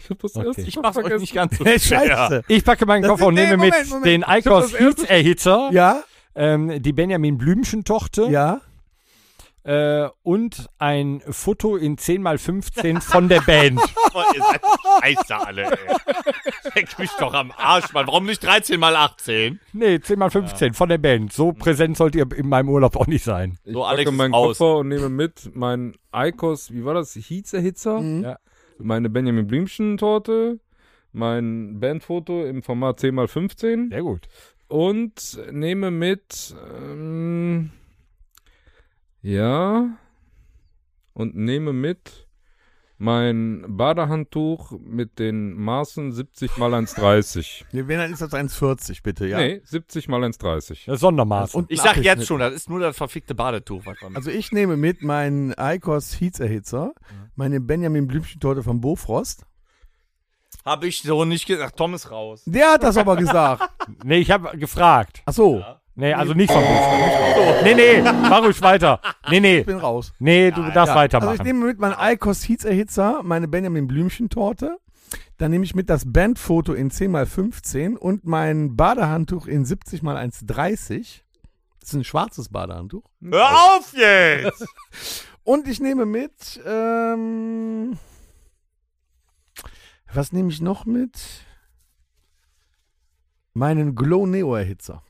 [SPEAKER 4] Ich hab das
[SPEAKER 2] Okay.
[SPEAKER 4] erste
[SPEAKER 3] Ich
[SPEAKER 4] Mal
[SPEAKER 3] mach's euch
[SPEAKER 4] vergessen.
[SPEAKER 3] nicht (laughs) ganz so schwer.
[SPEAKER 5] Scheiße.
[SPEAKER 2] Ich packe meinen
[SPEAKER 5] Das
[SPEAKER 2] Koffer
[SPEAKER 5] ist-
[SPEAKER 2] und
[SPEAKER 5] nee,
[SPEAKER 2] nehme mit
[SPEAKER 5] Moment, Moment.
[SPEAKER 2] den Eikos Heatserhitzer,
[SPEAKER 5] Ja,
[SPEAKER 2] ähm, die Benjamin Blümchen-Tochter
[SPEAKER 5] ja.
[SPEAKER 2] äh, und ein Foto in 10x15 von der Band.
[SPEAKER 3] Ihr seid scheiße alle, ey. Leck mich doch am Arsch, Mann. Warum nicht 13 mal 18?
[SPEAKER 2] Nee, 10x15 von der Band. So
[SPEAKER 5] Mhm.
[SPEAKER 2] präsent sollt ihr in meinem Urlaub auch nicht sein.
[SPEAKER 4] Ich
[SPEAKER 3] So,
[SPEAKER 4] packe
[SPEAKER 3] Alex ist
[SPEAKER 4] meinen
[SPEAKER 3] aus.
[SPEAKER 4] Koffer und nehme mit meinen Eikos, wie war das? Heatserhitzer?
[SPEAKER 5] Mhm.
[SPEAKER 4] Meine Benjamin Blümchen-Torte. Mein Bandfoto im Format 10x15.
[SPEAKER 2] Sehr gut.
[SPEAKER 4] Und nehme mit. Ähm, ja. Und nehme mit mein Badehandtuch mit den Maßen 70 mal (laughs) 1,30.
[SPEAKER 5] Nee, Wenn, dann ist das 1,40, bitte, ja.
[SPEAKER 4] Nee, 70 mal 1,30.
[SPEAKER 2] Das ist Sondermaß.
[SPEAKER 5] Und
[SPEAKER 3] Ich
[SPEAKER 5] ein
[SPEAKER 3] sag
[SPEAKER 5] Abgeschnitt.
[SPEAKER 3] jetzt schon, das ist nur das verfickte Badetuch. Was man
[SPEAKER 5] Also ich nehme mit meinen Icos Heats Erhitzer, meine Benjamin Blümchen-Torte von Bofrost.
[SPEAKER 3] Hab ich so nicht gesagt. Tom ist raus.
[SPEAKER 5] Der hat das aber gesagt.
[SPEAKER 2] Nee, ich habe gefragt.
[SPEAKER 5] Ach so,
[SPEAKER 2] Nee, also nicht
[SPEAKER 5] Oh.
[SPEAKER 2] von Bofrost. Nee, nee, mach ruhig weiter. Nee, nee.
[SPEAKER 5] ich bin raus.
[SPEAKER 2] Nee, du darfst
[SPEAKER 5] Ja.
[SPEAKER 2] weitermachen.
[SPEAKER 5] Also ich nehme mit meinen Alkos Heats Erhitzer, meine Benjamin Blümchen Torte. Dann nehme ich mit das Bandfoto in 10x15 und mein Badehandtuch in 70x1,30. Das ist ein schwarzes Badehandtuch.
[SPEAKER 3] Hör auf jetzt!
[SPEAKER 5] Und ich nehme mit, ähm, was nehme ich noch mit? Meinen Glow Neo Erhitzer.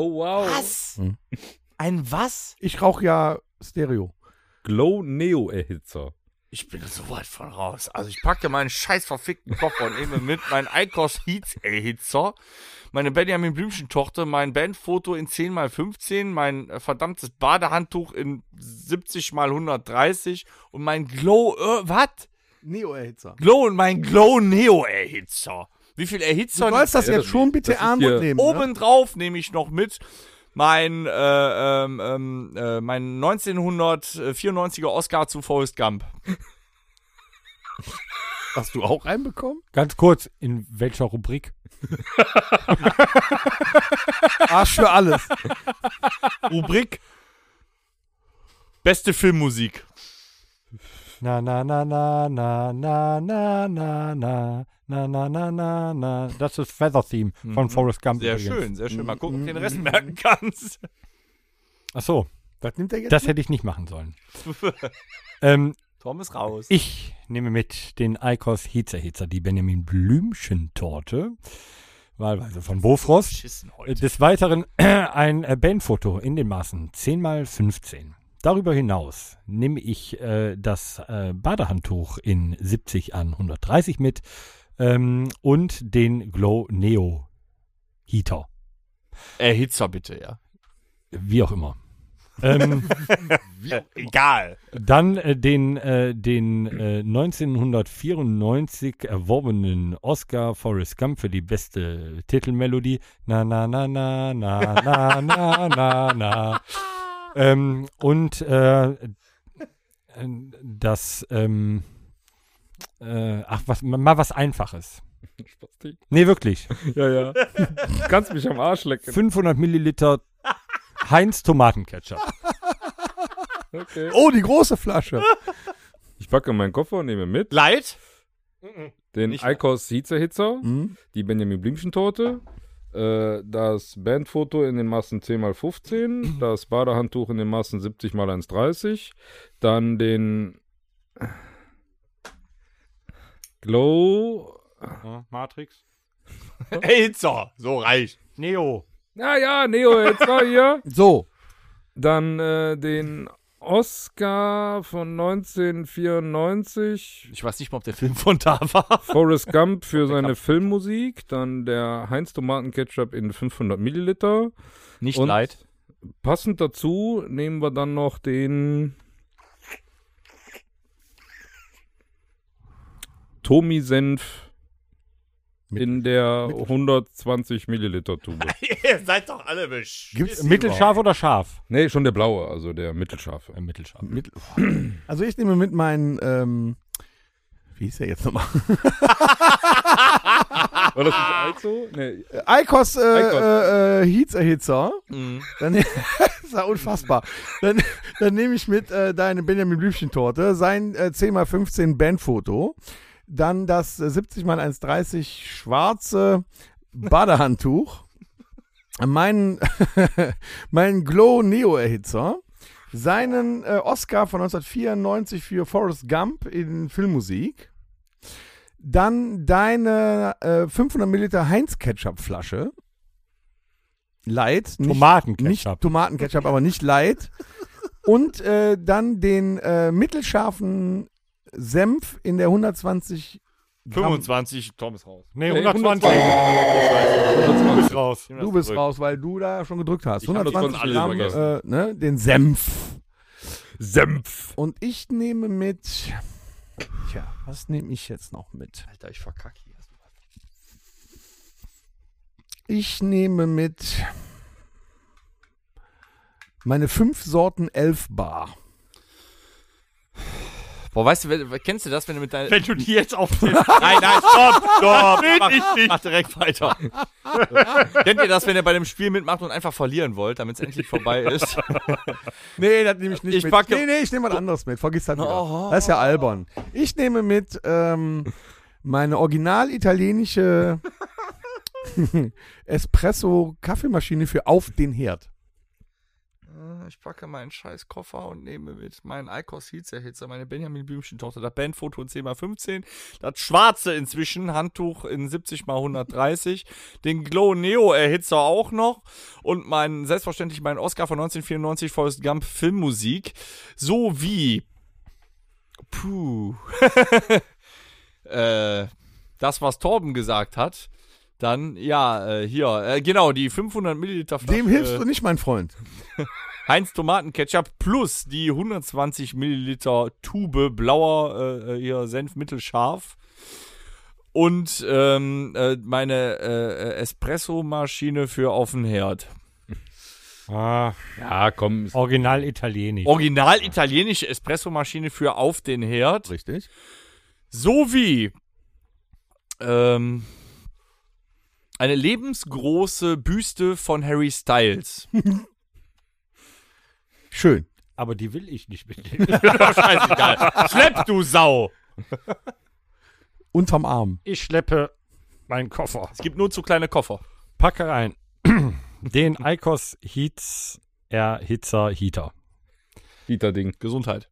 [SPEAKER 4] Oh wow.
[SPEAKER 3] Was?
[SPEAKER 5] Hm.
[SPEAKER 3] Ein was?
[SPEAKER 5] Ich rauche ja Stereo.
[SPEAKER 4] Glow Neo Erhitzer.
[SPEAKER 3] Ich bin so weit von raus. Also ich packe meinen scheiß verfickten Koffer und nehme mit meinen Eikos Heats Erhitzer, meine Benjamin Blümchen Tochter, mein Bandfoto in 10x15, mein äh, verdammtes Badehandtuch in 70x130 und mein Glow, äh, was?
[SPEAKER 5] Neo Erhitzer.
[SPEAKER 3] Glow und mein Glow Neo Erhitzer. Wie viel erhitzt
[SPEAKER 5] Du sollst das
[SPEAKER 4] Ja,
[SPEAKER 5] jetzt
[SPEAKER 4] das-
[SPEAKER 5] schon bitte
[SPEAKER 4] das ist
[SPEAKER 5] ernst
[SPEAKER 4] hier-
[SPEAKER 5] nehmen. Ne?
[SPEAKER 3] Obendrauf nehme ich noch mit mein, äh, ähm, ähm, äh, mein 1994er Oscar zu Forrest Gump.
[SPEAKER 5] Hast du
[SPEAKER 4] (laughs)
[SPEAKER 5] auch reinbekommen?
[SPEAKER 2] Ganz kurz, in welcher Rubrik?
[SPEAKER 5] Arsch für ne? alles.
[SPEAKER 3] Rubrik Beste Filmmusik.
[SPEAKER 2] Na, na, na, na, na, na, na, na, na, na, na, na, na, na. Das ist Feather Theme
[SPEAKER 5] Mhm.
[SPEAKER 2] von Forrest Gump.
[SPEAKER 3] Sehr
[SPEAKER 2] übrigens.
[SPEAKER 3] schön, sehr schön. Mal gucken, ob du den Rest merken kannst.
[SPEAKER 2] Ach so,
[SPEAKER 5] Was nimmt der jetzt?
[SPEAKER 2] das hätte ich nicht machen
[SPEAKER 5] (laughs)
[SPEAKER 2] sollen. ähm,
[SPEAKER 3] Tom ist raus.
[SPEAKER 2] Ich nehme mit den Eikos Hitzerhitzer, die Benjamin Blümchen-Torte, wahlweise von Bofrost.
[SPEAKER 3] Schissen heute.
[SPEAKER 2] Des Weiteren (clears throat) ein äh, Bandfoto in den Maßen 10x15. Darüber hinaus nehme ich äh, das äh, Badehandtuch in 70 an 130 mit ähm, und den Glow Neo Heater,
[SPEAKER 3] Erhitzer Äh, bitte, ja.
[SPEAKER 2] wie auch immer. ähm,
[SPEAKER 3] Egal.
[SPEAKER 2] Dann äh, den, äh, den äh, 1994 erworbenen Oscar Forrest Gump für die beste Titelmelodie. Na, na, na, na, na, na, na, na, na. Ähm, und äh, äh, das, ähm, äh, ach, was, mal was Einfaches.
[SPEAKER 4] Spasti.
[SPEAKER 2] Nee, wirklich.
[SPEAKER 4] Ja, ja. Du kannst mich am Arsch lecken.
[SPEAKER 2] 500 Milliliter Heinz Tomatenketchup.
[SPEAKER 4] Okay.
[SPEAKER 5] oh, die große Flasche.
[SPEAKER 4] Ich packe meinen Koffer und nehme mit
[SPEAKER 3] Light?
[SPEAKER 4] den
[SPEAKER 3] Nicht-
[SPEAKER 4] Eikos Hitzerhitzer,
[SPEAKER 5] Hm?
[SPEAKER 4] die Benjamin Blümchen-Torte, äh, das Bandfoto in den Maßen 10x15, das Badehandtuch in den Maßen 70x130, dann den Glow.
[SPEAKER 2] Matrix.
[SPEAKER 3] Erhitzer. So reicht.
[SPEAKER 2] Neo.
[SPEAKER 4] Ja, ah ja, Neo Hitzer hier.
[SPEAKER 5] So.
[SPEAKER 4] Dann äh, den Oscar von 1994
[SPEAKER 3] Ich weiß nicht mal, ob der Film von da war.
[SPEAKER 4] Forrest Gump für seine Filmmusik, dann der Heinz Tomatenketchup in 500 Milliliter.
[SPEAKER 3] Nicht
[SPEAKER 4] Und-
[SPEAKER 3] Light.
[SPEAKER 4] Passend dazu nehmen wir dann noch den Tomi Senf
[SPEAKER 5] Mit-
[SPEAKER 4] in der 120 Milliliter Tube.
[SPEAKER 3] (laughs) Ihr seid doch alle beschissen.
[SPEAKER 5] Gibt's
[SPEAKER 2] Mittelscharf oder scharf?
[SPEAKER 4] nee, schon der blaue, also der mittelscharfe.
[SPEAKER 2] Äh, mittelscharf.
[SPEAKER 5] Mit, also ich nehme mit meinen, ähm, wie ist der jetzt nochmal?
[SPEAKER 4] War das nicht allzu? Nee,
[SPEAKER 5] Eikos äh,
[SPEAKER 4] Eikos.
[SPEAKER 5] äh, äh, Heatserhitzer.
[SPEAKER 3] Mhm.
[SPEAKER 5] Dann, (laughs) das ist ja unfassbar. Dann, dann nehme ich mit äh, deine Benjamin Blümchen-Torte, sein äh, 10x15 Bandfoto, dann das äh, 70x1,30 schwarze Badehandtuch, (laughs) meinen meinen Glow Neo-Erhitzer, seinen äh, Oscar von 1994 für Forrest Gump in Filmmusik, dann deine äh, 500 Milliliter Heinz-Ketchup-Flasche. Light, nicht nicht
[SPEAKER 2] Tomatenketchup.
[SPEAKER 5] Tomatenketchup, aber nicht light. Und äh, dann den äh, mittelscharfen Senf in der 120 Gramm.
[SPEAKER 3] 25, Tom ist raus.
[SPEAKER 2] Nee,
[SPEAKER 4] Nee,
[SPEAKER 2] 120. Du bist raus.
[SPEAKER 5] Du bist raus, weil du da schon gedrückt hast.
[SPEAKER 4] hab das
[SPEAKER 5] 120
[SPEAKER 4] alles
[SPEAKER 5] Gramm, äh, ne, den Senf.
[SPEAKER 4] Senf.
[SPEAKER 5] Und ich nehme mit. Tja, was nehme ich jetzt noch mit?
[SPEAKER 3] Alter, ich verkacke hier.
[SPEAKER 5] Ich nehme mit meine fünf Sorten Elfbar.
[SPEAKER 3] Boah, weißt du, wer- kennst du das, wenn du mit deiner.
[SPEAKER 2] Wenn du die jetzt aufnimmst.
[SPEAKER 3] (laughs) Nein, nein, stopp, stopp. mach, mach direkt weiter.
[SPEAKER 2] (laughs)
[SPEAKER 3] Kennt ihr das, wenn ihr bei dem Spiel mitmacht und einfach verlieren wollt, damit es endlich vorbei ist?
[SPEAKER 5] Nee, das nehme ich nicht
[SPEAKER 3] Ich
[SPEAKER 5] mit.
[SPEAKER 3] packe-
[SPEAKER 5] nee, nee, ich nehme was anderes mit. Vergiss das wieder.
[SPEAKER 3] Oh.
[SPEAKER 5] Das ist ja albern. Ich nehme mit ähm, meine original italienische (laughs) Espresso-Kaffeemaschine für auf den Herd.
[SPEAKER 3] ne? Ich packe meinen scheiß Koffer und nehme mit meinen Eikos Heatserhitzer, meine Benjamin Blümchen Tochter, das Bandfoto in 10x15, das schwarze inzwischen, Handtuch in 70x130, den Glow Neo Erhitzer auch noch und meinen, selbstverständlich meinen Oscar von 1994 Forrest Gump Filmmusik, sowie, puh, (laughs) äh, das, was Torben gesagt hat, dann, ja, äh, hier, äh, genau, die 500 Milliliter Flasche.
[SPEAKER 5] Dem hilfst
[SPEAKER 3] äh,
[SPEAKER 5] du nicht, mein Freund.
[SPEAKER 3] Heinz Tomatenketchup plus die äh, 120 Milliliter Tube blauer äh, hier Senf mittelscharf und ähm, äh, meine äh, Espresso-Maschine für auf den Herd.
[SPEAKER 2] Ah,
[SPEAKER 4] Ja, komm, ist
[SPEAKER 2] original italienisch.
[SPEAKER 3] Original italienische Espresso-Maschine für auf den Herd.
[SPEAKER 5] Richtig.
[SPEAKER 3] sowie ähm, eine lebensgroße Büste von Harry Styles.
[SPEAKER 5] Schön.
[SPEAKER 2] Aber die will ich nicht mitnehmen.
[SPEAKER 3] Scheißegal. Schlepp, du Sau!
[SPEAKER 5] Unterm Arm.
[SPEAKER 2] (laughs) Ich schleppe meinen Koffer.
[SPEAKER 3] Es gibt nur zu kleine Koffer.
[SPEAKER 2] Packe rein. (clears throat) Den Icos Heats Erhitzer Heater.
[SPEAKER 4] Dieter Ding.
[SPEAKER 3] Gesundheit.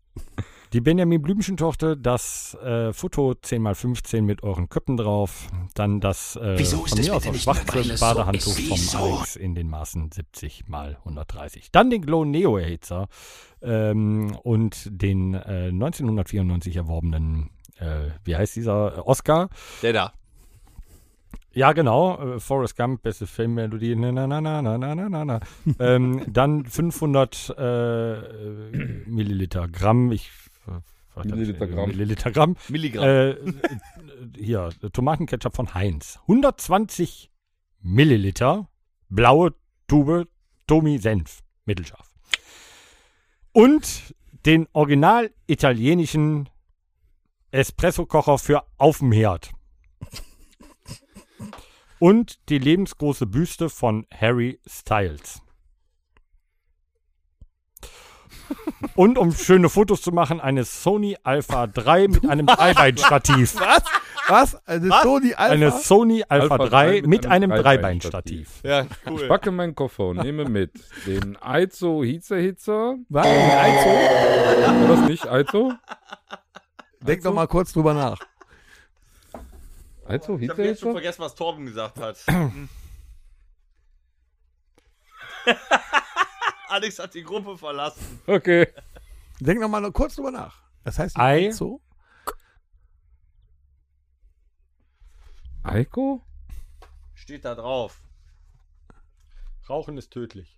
[SPEAKER 2] Die Benjamin Blümchen-Tochter, das äh, Foto 10x15 mit euren Köppen drauf. Dann das äh,
[SPEAKER 6] Wieso ist
[SPEAKER 2] von
[SPEAKER 6] es
[SPEAKER 2] mir aus
[SPEAKER 6] bitte
[SPEAKER 2] auf
[SPEAKER 6] nicht
[SPEAKER 2] schwarze
[SPEAKER 6] dabei, dass so
[SPEAKER 2] Badehandtuch
[SPEAKER 6] ist?
[SPEAKER 2] vom
[SPEAKER 6] Wieso?
[SPEAKER 2] Alex in den Maßen 70x130. Dann den Glow Neo Erhitzer ähm, und den äh, 1994 erworbenen, äh, wie heißt dieser, Äh, Oscar.
[SPEAKER 3] Der da.
[SPEAKER 2] Ja, genau. Äh, Forrest Gump, beste Filmmelodie. Na, na, na, na, na, na, na, na, na. ähm, dann 500 äh, äh, Milliliter Gramm. Ich, äh, was
[SPEAKER 4] Milliliter
[SPEAKER 2] hab ich-
[SPEAKER 4] Gramm.
[SPEAKER 2] Milliliter Gramm.
[SPEAKER 3] Milligramm.
[SPEAKER 2] Äh, äh, hier, Tomatenketchup von Heinz. 120 Milliliter blaue Tube Tomi Senf. Mittelscharf. Und den original italienischen Espresso-Kocher für auf dem Herd. Und die lebensgroße Büste von Harry Styles. Und um schöne Fotos zu machen, eine Sony Alpha 3 mit einem Dreibeinstativ.
[SPEAKER 5] Was? Was? Eine Sony Alpha?
[SPEAKER 2] Eine Sony Alpha,
[SPEAKER 4] Alpha
[SPEAKER 2] 3 mit, einem,
[SPEAKER 4] Dreibeinstativ.
[SPEAKER 2] Dreibeinstativ.
[SPEAKER 3] ja,
[SPEAKER 4] Ich
[SPEAKER 3] cool.
[SPEAKER 4] packe meinen Koffer und nehme mit den Aizo Hitzer Hitzer.
[SPEAKER 5] Was? Ein
[SPEAKER 4] War das nicht Aizo?
[SPEAKER 5] Zoo? Denk doch mal kurz drüber nach.
[SPEAKER 4] Aizo Hitzer Hitzer?
[SPEAKER 3] vergessen, was Torben gesagt
[SPEAKER 4] (clears throat)
[SPEAKER 3] hat. (laughs) Alex hat die Gruppe verlassen.
[SPEAKER 4] Okay.
[SPEAKER 5] Denk doch mal kurz drüber nach. Das heißt
[SPEAKER 2] Ei.
[SPEAKER 5] so?
[SPEAKER 4] Eiko?
[SPEAKER 3] Steht da drauf.
[SPEAKER 2] Rauchen ist
[SPEAKER 4] (laughs)
[SPEAKER 2] tödlich.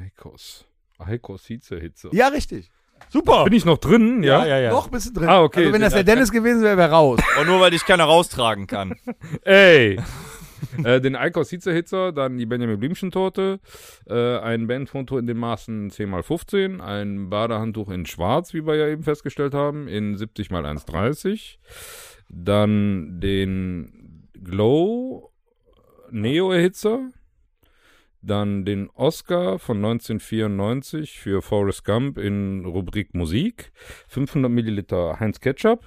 [SPEAKER 4] Eikos. Eikos Hitzer Hitzer.
[SPEAKER 5] Ja, richtig.
[SPEAKER 2] Super!
[SPEAKER 4] Bin ich noch drin? Ja.
[SPEAKER 2] ja, ja.
[SPEAKER 5] Noch bist du drin.
[SPEAKER 4] Ah, okay.
[SPEAKER 5] Also wenn das der Dennis gewesen wäre, wäre raus.
[SPEAKER 3] Und nur weil ich keiner raustragen kann.
[SPEAKER 4] Ey! (laughs) äh, den Eikos Hitzer Hitzer, dann die Benjamin Blümchen Torte, äh, ein Bandfoto in den Maßen 10x15, ein Badehandtuch in Schwarz, wie wir ja eben festgestellt haben, in 70x130, dann den Glow Neo Erhitzer, dann den Oscar von 1994 für Forrest Gump in Rubrik Musik, 500 Milliliter Heinz Ketchup,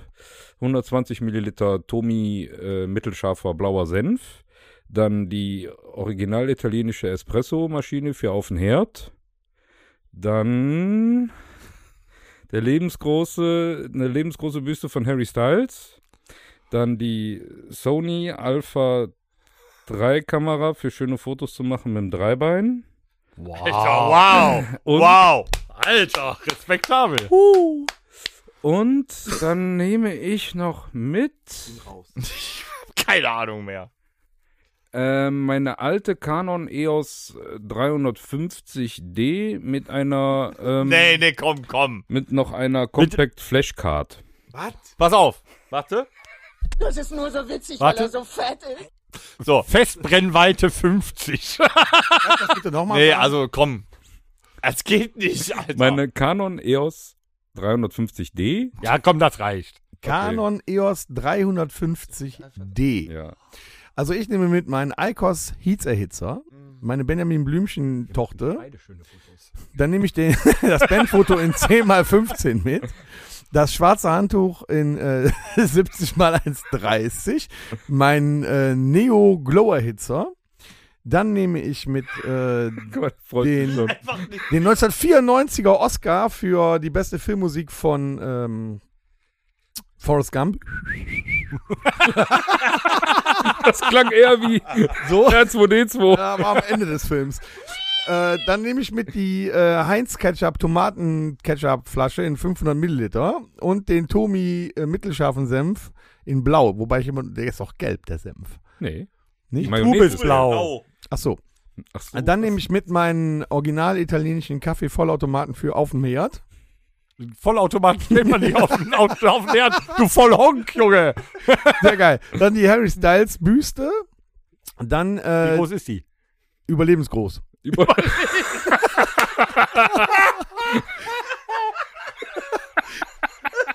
[SPEAKER 4] 120 Milliliter Tomi äh, mittelscharfer blauer Senf, dann die original italienische Espresso-Maschine für auf den Herd, dann der lebensgroße, eine lebensgroße Büste von Harry Styles, dann die Sony Alpha 3 Kamera für schöne Fotos zu machen mit dem Dreibein
[SPEAKER 3] Wow.
[SPEAKER 4] und
[SPEAKER 3] Wow. Alter, respektabel.
[SPEAKER 4] Und dann nehme ich noch mit
[SPEAKER 3] Ich hab keine Ahnung mehr.
[SPEAKER 4] ähm, meine alte Canon EOS äh, 350D mit einer ähm,
[SPEAKER 3] Nee, nee, komm, komm.
[SPEAKER 4] mit noch einer Compact Flashcard.
[SPEAKER 3] Pass auf. Warte.
[SPEAKER 7] Das ist nur so witzig,
[SPEAKER 2] Warte.
[SPEAKER 7] weil er so fett ist.
[SPEAKER 3] So.
[SPEAKER 2] Festbrennweite 50.
[SPEAKER 5] Bitte nochmal.
[SPEAKER 3] Nee, also komm. Es geht nicht, Alter.
[SPEAKER 4] Meine Canon E EOS 350D.
[SPEAKER 2] ja, komm, das reicht.
[SPEAKER 5] Canon E EOS 350D.
[SPEAKER 4] Ja.
[SPEAKER 5] Also ich nehme mit meinen Icos Heatserhitzer, meine Benjamin Blümchen Tochter. Dann nehme ich den, (laughs) das Bandfoto in 10x15 mit. Das schwarze Handtuch in äh, (laughs) 70x130. Mein äh, Neo Glow Erhitzer. Dann nehme ich mit äh,
[SPEAKER 4] Gott, (laughs) freut mich
[SPEAKER 5] (laughs) Den-
[SPEAKER 4] schon.
[SPEAKER 5] den 1994er Oscar für die beste Filmmusik von ähm, Forrest Gump.
[SPEAKER 4] Das klang eher wie
[SPEAKER 5] (laughs) So.
[SPEAKER 4] R2D2.
[SPEAKER 5] Ja, war am Ende des Films. Äh, dann nehme ich mit die äh, Heinz Ketchup Tomaten Ketchup Flasche in 500 Milliliter und den Tomi äh, mittelscharfen Senf in Blau, wobei ich immer, der ist doch gelb der Senf.
[SPEAKER 4] Nee.
[SPEAKER 5] Nicht?
[SPEAKER 4] Mayonnaise.
[SPEAKER 2] Trubelsblau.
[SPEAKER 5] Ach so.
[SPEAKER 4] Ach
[SPEAKER 5] Ah,
[SPEAKER 4] so.
[SPEAKER 5] Dann nehme ich mit meinen original italienischen Kaffee Vollautomaten für auf dem Herd.
[SPEAKER 2] Vollautomat (laughs) steht man nicht auf, den- auf, auf den Herd. Du Vollhonk, Junge.
[SPEAKER 5] Sehr geil. Dann die Harry Styles Büste. Und dann
[SPEAKER 2] Wie
[SPEAKER 5] äh,
[SPEAKER 2] groß ist die?
[SPEAKER 5] überlebensgroß.
[SPEAKER 4] Über
[SPEAKER 5] (laughs)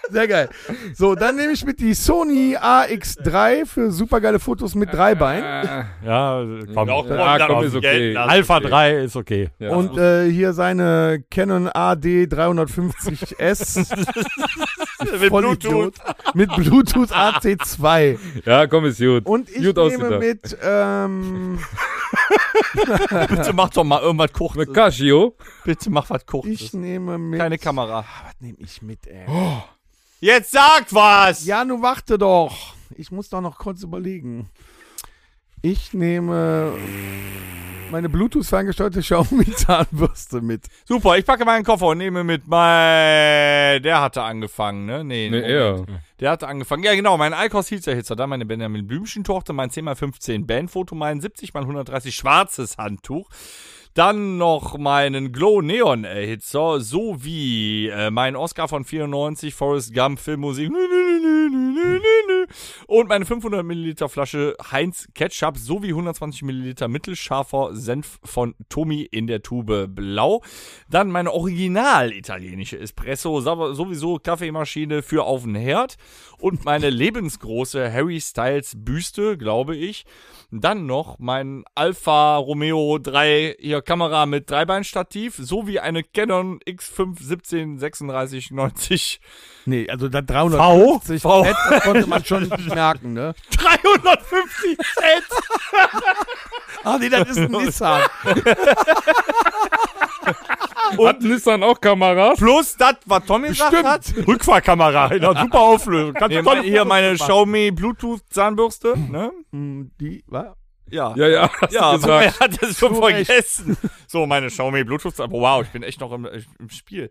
[SPEAKER 5] Sehr geil. So, dann nehme ich mit die Sony AX3 für supergeile Fotos mit drei Beinen.
[SPEAKER 4] äh,
[SPEAKER 2] Ja, komm.
[SPEAKER 4] Doch,
[SPEAKER 2] Ja,
[SPEAKER 4] komm,
[SPEAKER 2] komm.
[SPEAKER 4] ist okay.
[SPEAKER 6] lassen.
[SPEAKER 2] Alpha 3 ist okay.
[SPEAKER 4] ja.
[SPEAKER 5] Und äh, hier seine Canon AD 350S
[SPEAKER 6] Mit Bluetooth.
[SPEAKER 5] mit Bluetooth AC2.
[SPEAKER 4] ja, komm, ist gut.
[SPEAKER 5] Und ich
[SPEAKER 4] Gut aussieht
[SPEAKER 5] nehme
[SPEAKER 4] er.
[SPEAKER 5] mit ähm,
[SPEAKER 3] Bitte mach doch mal irgendwas
[SPEAKER 4] Eine
[SPEAKER 3] Kurzes.
[SPEAKER 4] Casio.
[SPEAKER 3] Bitte mach was
[SPEAKER 5] ich
[SPEAKER 3] Kurzes.
[SPEAKER 5] nehme mit
[SPEAKER 3] Keine Kamera.
[SPEAKER 5] Was nehme ich mit, ey?
[SPEAKER 3] Jetzt sag was!
[SPEAKER 5] Ja, nun warte doch. Ich muss doch noch kurz überlegen. Ich nehme meine Bluetooth ferngesteuerte Xiaomi (laughs) Zahnbürste mit.
[SPEAKER 3] Super, ich packe meinen Koffer und nehme mit mein... Der hatte angefangen, ne? Nee,
[SPEAKER 4] Nee,
[SPEAKER 3] Moment.
[SPEAKER 4] er.
[SPEAKER 3] Der hatte angefangen. Ja, genau, mein Eikos Hitzer, dann meine Benjamin Blümchen-Tochter, mein 10x15 Bandfoto, mein 70x130 schwarzes Handtuch. Dann noch meinen Glow Neon Erhitzer sowie äh, meinen Oscar von 94, Forrest Gump Filmmusik nü, nü, nü, nü, nü, nü, nü. und meine 500 Milliliter Flasche Heinz Ketchup sowie 120 Milliliter mittelscharfer Senf von Tommy in der Tube Blau. Dann meine original italienische Espresso, sau- sowieso Kaffeemaschine für auf den Herd und meine lebensgroße Harry Styles Büste, glaube ich. Dann noch mein Alfa Romeo 3 hier Kamera mit Dreibeinstativ sowie eine Canon X5 17 36 90
[SPEAKER 5] Nee, also da 350
[SPEAKER 3] V? (laughs)
[SPEAKER 5] Fett, das konnte man (laughs) schon merken, ne?
[SPEAKER 3] 350 Cent.
[SPEAKER 5] Ah, nee, das ist (laughs) ein Nissan.
[SPEAKER 4] Hat Nissan auch Kameras?
[SPEAKER 3] Plus das, was Tommy gesagt hat. (laughs) genau,
[SPEAKER 2] Rückfahrkamera in einer super Auflösung. Kannst
[SPEAKER 3] Nee,
[SPEAKER 2] tolle
[SPEAKER 3] mein, hier
[SPEAKER 2] Fotos
[SPEAKER 3] meine
[SPEAKER 2] machen.
[SPEAKER 3] Xiaomi Bluetooth Zahnbürste. Ne?
[SPEAKER 5] Hm, Die, was?
[SPEAKER 3] Ja.
[SPEAKER 4] Ja, ja, hast
[SPEAKER 3] Ja,
[SPEAKER 4] du
[SPEAKER 3] aber
[SPEAKER 4] gesagt.
[SPEAKER 3] er hat es schon
[SPEAKER 5] Zu Recht.
[SPEAKER 3] vergessen. So, meine Xiaomi Bluetooth. Aber wow, ich bin echt noch im, äh, im Spiel.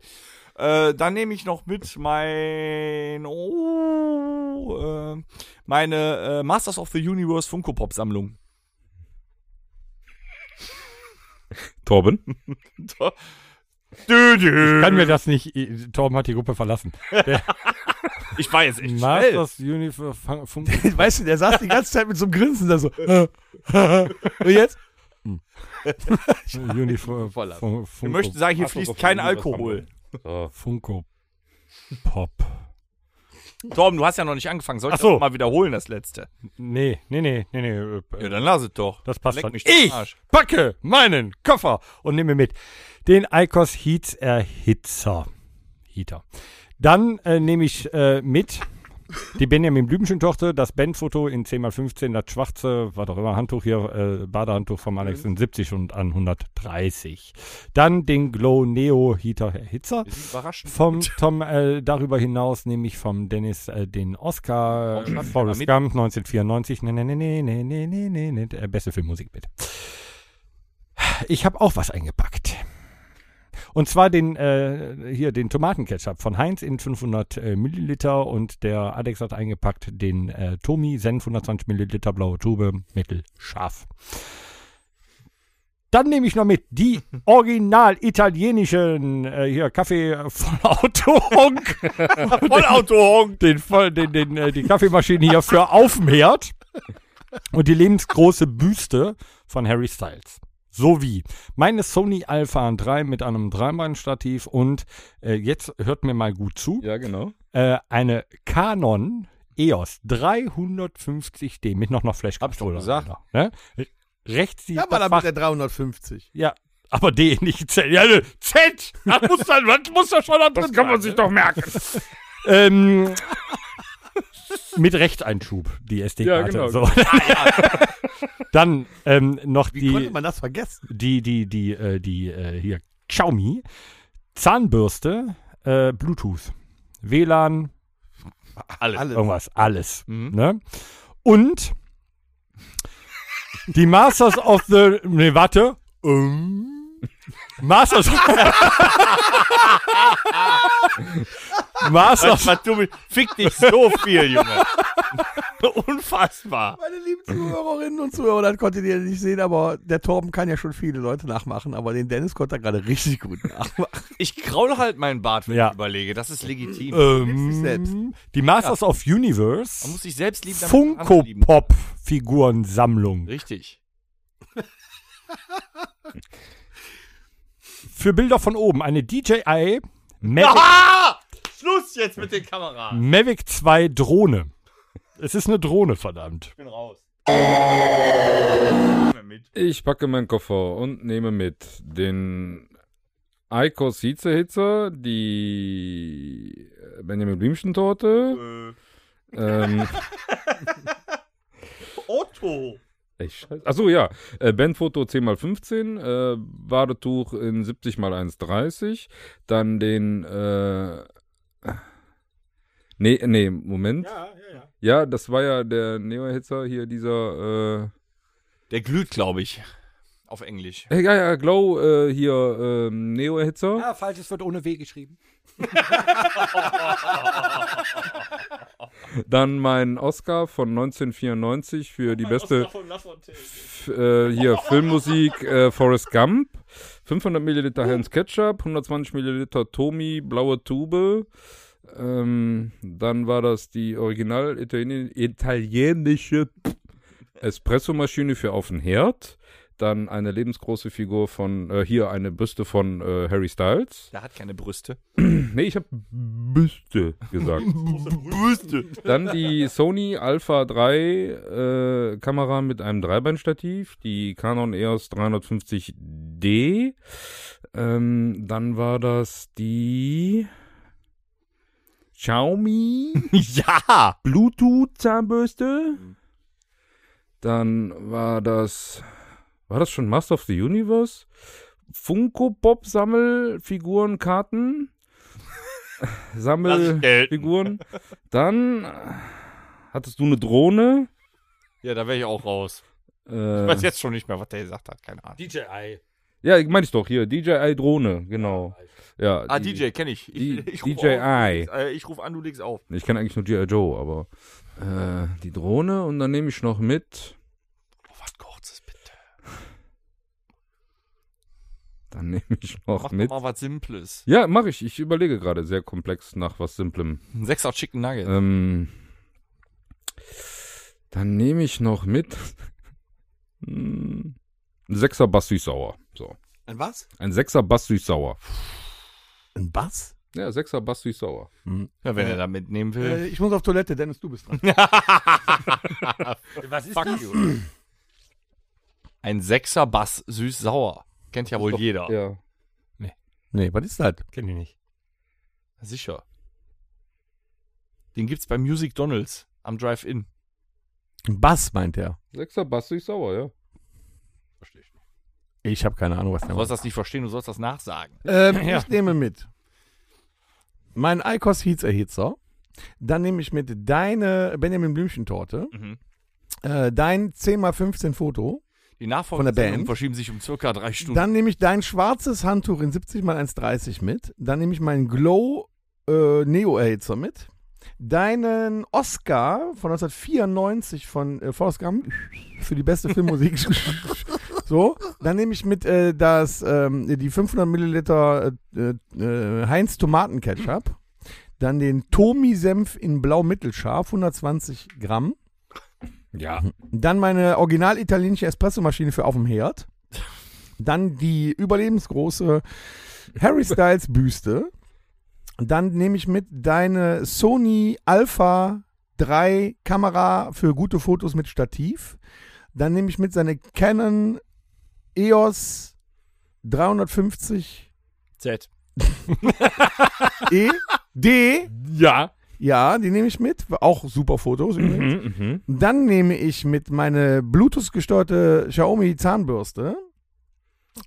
[SPEAKER 3] Äh, dann nehme ich noch mit mein oh, äh, meine äh, Masters of the Universe Funko Pop Sammlung.
[SPEAKER 4] Torben.
[SPEAKER 3] Dö, dö.
[SPEAKER 2] Kann mir das nicht. i- Torben hat die Gruppe verlassen.
[SPEAKER 3] Ich war jetzt echt schnell.
[SPEAKER 2] Masters Universe. Fun- Fun-
[SPEAKER 3] (laughs)
[SPEAKER 5] Weißt du, der saß die ganze Zeit mit so einem Grinsen da so. Und jetzt?
[SPEAKER 2] äh,
[SPEAKER 3] (laughs)
[SPEAKER 2] Universe. Fun-
[SPEAKER 3] Wir
[SPEAKER 2] Funko-
[SPEAKER 3] möchten sagen, hier fließt kein Alkohol.
[SPEAKER 4] So.
[SPEAKER 2] Funko Pop.
[SPEAKER 3] Torben, du hast ja noch nicht angefangen. Soll ich
[SPEAKER 2] Ach so.
[SPEAKER 3] das mal wiederholen, das letzte?
[SPEAKER 2] Nee, nee, nee, nee, nee. äh,
[SPEAKER 3] Ja, dann lass es doch.
[SPEAKER 2] Das passt
[SPEAKER 3] Leck
[SPEAKER 2] schon.
[SPEAKER 3] mich doch
[SPEAKER 2] ich
[SPEAKER 3] am Arsch.
[SPEAKER 2] packe meinen Koffer und nehme mit den Icos Heats Erhitzer. Heater. Dann äh, nehme ich äh, mit die Benjamin Blümchen-Tochter, das Bandfoto in 10x15, das schwarze, was auch immer, Handtuch hier, äh, Badehandtuch
[SPEAKER 3] Mhm.
[SPEAKER 2] vom Alex in 70 und an 130. Dann den Glow Neo Heater Erhitzer.
[SPEAKER 3] Überraschend.
[SPEAKER 2] Vom Tom, äh, darüber hinaus nehme ich vom Dennis äh, den Oscar
[SPEAKER 3] Warum schreibt
[SPEAKER 2] äh,
[SPEAKER 3] ihr
[SPEAKER 2] Forrest
[SPEAKER 3] da
[SPEAKER 2] Gump 1994. Nee, nee, nee, nee, nee, nee, nee, nee, nee, äh, beste Filmmusik bitte. Ich habe auch was eingepackt. Und zwar den, äh, hier, den Tomatenketchup von Heinz in 500 äh, Milliliter und der Alex hat eingepackt den äh, Tomi Senf 120 Milliliter blaue Tube, mittelscharf. Dann nehme ich noch mit die original italienischen äh, hier Kaffee (laughs) Vollautohung. Vollautohung. Den, voll, den, den, äh, die Kaffeemaschine hier für auf dem Herd. Und die lebensgroße Büste von Harry Styles. Sowie meine Sony Alpha 3 mit einem Dreibeinstativ und äh, jetzt hört mir mal gut zu
[SPEAKER 4] Ja, genau.
[SPEAKER 2] äh, eine Canon E EOS 350D mit noch noch Flash-Controller.
[SPEAKER 3] gesagt.
[SPEAKER 2] Ne? Re- Rechts die
[SPEAKER 5] Ja, aber damit der 350.
[SPEAKER 2] ja, aber D nicht Z. Ja, ne, Z! Das muss, dann, das muss doch schon da drin
[SPEAKER 4] Das kann man
[SPEAKER 2] sein,
[SPEAKER 4] sich doch merken.
[SPEAKER 2] ne? ähm, Mit Rechtseinschub, die SD-Karte.
[SPEAKER 4] Ja, genau.
[SPEAKER 2] so. (laughs) Dann ähm, noch
[SPEAKER 5] Wie
[SPEAKER 2] die
[SPEAKER 5] konnte man das vergessen?
[SPEAKER 2] die, die, die, äh, die, äh, hier, Xiaomi, Zahnbürste, äh, Bluetooth, WLAN,
[SPEAKER 3] Alles.
[SPEAKER 2] irgendwas, alles. Ne? Und die Masters of the, nee, warte, ähm, Masters Masters
[SPEAKER 3] Was du mit, fick dich so viel, Junge. (laughs) Unfassbar.
[SPEAKER 5] Meine lieben Zuhörerinnen und Zuhörer, das konntet ihr nicht sehen, aber der Torben kann ja schon viele Leute nachmachen, aber den Dennis konnte er gerade richtig gut nachmachen.
[SPEAKER 3] Ich kraul halt meinen Bart, wenn
[SPEAKER 2] Ja.
[SPEAKER 3] ich überlege. Das ist legitim.
[SPEAKER 5] dich selbst.
[SPEAKER 2] Ähm, die Masters of
[SPEAKER 3] Man
[SPEAKER 2] Universe
[SPEAKER 3] muss sich selbst lieben. damit man andere
[SPEAKER 2] Funko
[SPEAKER 3] lieben kann.
[SPEAKER 2] Pop Figurensammlung.
[SPEAKER 3] Richtig.
[SPEAKER 2] Für Bilder von oben eine DJI Mavic,
[SPEAKER 3] Ah! (laughs) Schluss jetzt mit den Kameraden.
[SPEAKER 2] Mavic 2 Drohne. Es ist eine Drohne, verdammt.
[SPEAKER 3] Ich bin raus.
[SPEAKER 4] Ich packe meinen Koffer und nehme mit den Eikos Hitzehitzer, die Benjamin Blümchen Torte. (laughs) Ähm,
[SPEAKER 6] Otto.
[SPEAKER 4] ey, scheiße. Achso, ja. Äh, Bandfoto 10x15, äh, Badetuch in 70x1,30. Dann den. Äh, nee, nee, Moment. Ja, ja, ja. Ja, das war ja der Neo-Hitzer hier, dieser. Äh,
[SPEAKER 3] Der glüht, glaube ich. Auf Englisch.
[SPEAKER 4] Äh, Ja, ja, Glow äh, hier ähm, Neo-Erhitzer.
[SPEAKER 2] Ja, falsch, es wird ohne W geschrieben.
[SPEAKER 4] (laughs) Dann mein Oscar von 1994 für die beste f, äh, hier Filmmusik äh, Forrest Gump. 500
[SPEAKER 2] Uh.
[SPEAKER 4] Milliliter Hans Ketchup, 120 Milliliter Tomi, blaue Tube. Ähm, dann war das die original Italien italienische Espressomaschine für auf den Herd. Dann eine lebensgroße Figur von, äh, hier eine Büste von äh, Harry Styles.
[SPEAKER 3] Der hat keine Brüste.
[SPEAKER 4] Nee, ich habe Büste gesagt.
[SPEAKER 6] Brüste.
[SPEAKER 4] Dann die Sony Alpha 3 äh, Kamera mit einem Dreibeinstativ, die Canon EOS 350D. Ähm, dann war das die Xiaomi
[SPEAKER 3] ja!
[SPEAKER 4] Bluetooth Zahnbürste. Dann war das war das schon Master of the Universe? Funko Pop Sammelfiguren Karten. Sammel Äh,
[SPEAKER 6] Das gelten.
[SPEAKER 4] Figuren. Dann äh, hattest du eine Drohne.
[SPEAKER 3] Ja, da wäre ich auch raus. Ich
[SPEAKER 4] Äh,
[SPEAKER 3] weiß jetzt schon nicht mehr, was der gesagt hat. Keine Ahnung.
[SPEAKER 2] DJI.
[SPEAKER 4] ja, ich meine ich doch hier DJI Drohne, genau. Ja,
[SPEAKER 3] ah,
[SPEAKER 4] die-
[SPEAKER 3] DJ kenne ich. Ich,
[SPEAKER 4] die-
[SPEAKER 3] ich ruf
[SPEAKER 4] DJI.
[SPEAKER 3] auf, äh, ich rufe an, du legst auf.
[SPEAKER 4] Ich kenne eigentlich nur GI Joe, aber äh, die Drohne und dann nehme ich noch mit.
[SPEAKER 3] Oh, was kurzes, bitte.
[SPEAKER 4] Dann nehme ich noch
[SPEAKER 3] Mach
[SPEAKER 4] mit.
[SPEAKER 3] doch mal was Simples.
[SPEAKER 4] Ja, mache ich. Ich überlege gerade sehr komplex nach was Simplem.
[SPEAKER 3] Ein Sechser Chicken Nugget.
[SPEAKER 4] Ähm, dann nehme ich noch mit (laughs) hm, ein Sechser Bass Süßsauer. So.
[SPEAKER 5] Ein was?
[SPEAKER 4] Ein Sechser Bass Süßsauer.
[SPEAKER 5] Ein Bass?
[SPEAKER 4] Ja, Sechser Bass Süßsauer.
[SPEAKER 3] Ja, wenn er da mitnehmen will.
[SPEAKER 5] Äh, ich muss auf Toilette, Dennis, du bist dran.
[SPEAKER 3] Was ist Fuck das? You. (clears throat) Ein Sechser Bass süß-sauer. Kennt ja wohl jeder.
[SPEAKER 4] Ja.
[SPEAKER 5] (laughs) Nee, was ist das?
[SPEAKER 2] Kenn ich nicht.
[SPEAKER 3] Sicher. Den gibt's bei Music Donalds am Drive-In.
[SPEAKER 5] Ein Bass, meint er.
[SPEAKER 4] Sechser Bass Süßsauer, ja.
[SPEAKER 5] Ich habe keine Ahnung, was der
[SPEAKER 3] Du
[SPEAKER 5] was
[SPEAKER 3] sollst das nicht verstehen, du sollst das nachsagen.
[SPEAKER 5] ähm,
[SPEAKER 2] Ja.
[SPEAKER 5] Ich nehme mit meinen Eikos Heatserhitzer. Dann nehme ich mit deine Benjamin Blümchen Torte.
[SPEAKER 3] Mhm.
[SPEAKER 5] Äh, dein 10x15 Foto.
[SPEAKER 3] Die
[SPEAKER 5] Von der
[SPEAKER 3] Nachfolgesendungen
[SPEAKER 5] Band?
[SPEAKER 3] verschieben sich um circa drei Stunden.
[SPEAKER 5] Dann nehme ich dein schwarzes Handtuch in 70x1,30 mit. Dann nehme ich meinen Glow äh, Neo Erhitzer mit. Deinen Oscar von 1994 von äh, Forrest Gump für die beste Filmmusik. so, dann nehme ich mit äh, das, ähm, die 500 Milliliter äh, äh, Heinz Tomatenketchup. Dann den Tomi-Senf in blau mittelscharf, 120 Gramm.
[SPEAKER 4] Ja.
[SPEAKER 5] Dann meine original italienische Espressomaschine für auf dem Herd. Dann die überlebensgroße Harry Styles Büste. Dann nehme ich mit deine Sony Alpha 3 Kamera für gute Fotos mit Stativ. Dann nehme ich mit seine Canon E EOS 350
[SPEAKER 3] Z.
[SPEAKER 5] E D.
[SPEAKER 4] Ja.
[SPEAKER 5] Ja, die nehme ich mit. Auch super Fotos übrigens.
[SPEAKER 4] Mhm, mhm.
[SPEAKER 5] Dann nehme ich mit meine Bluetooth gesteuerte Xiaomi Zahnbürste.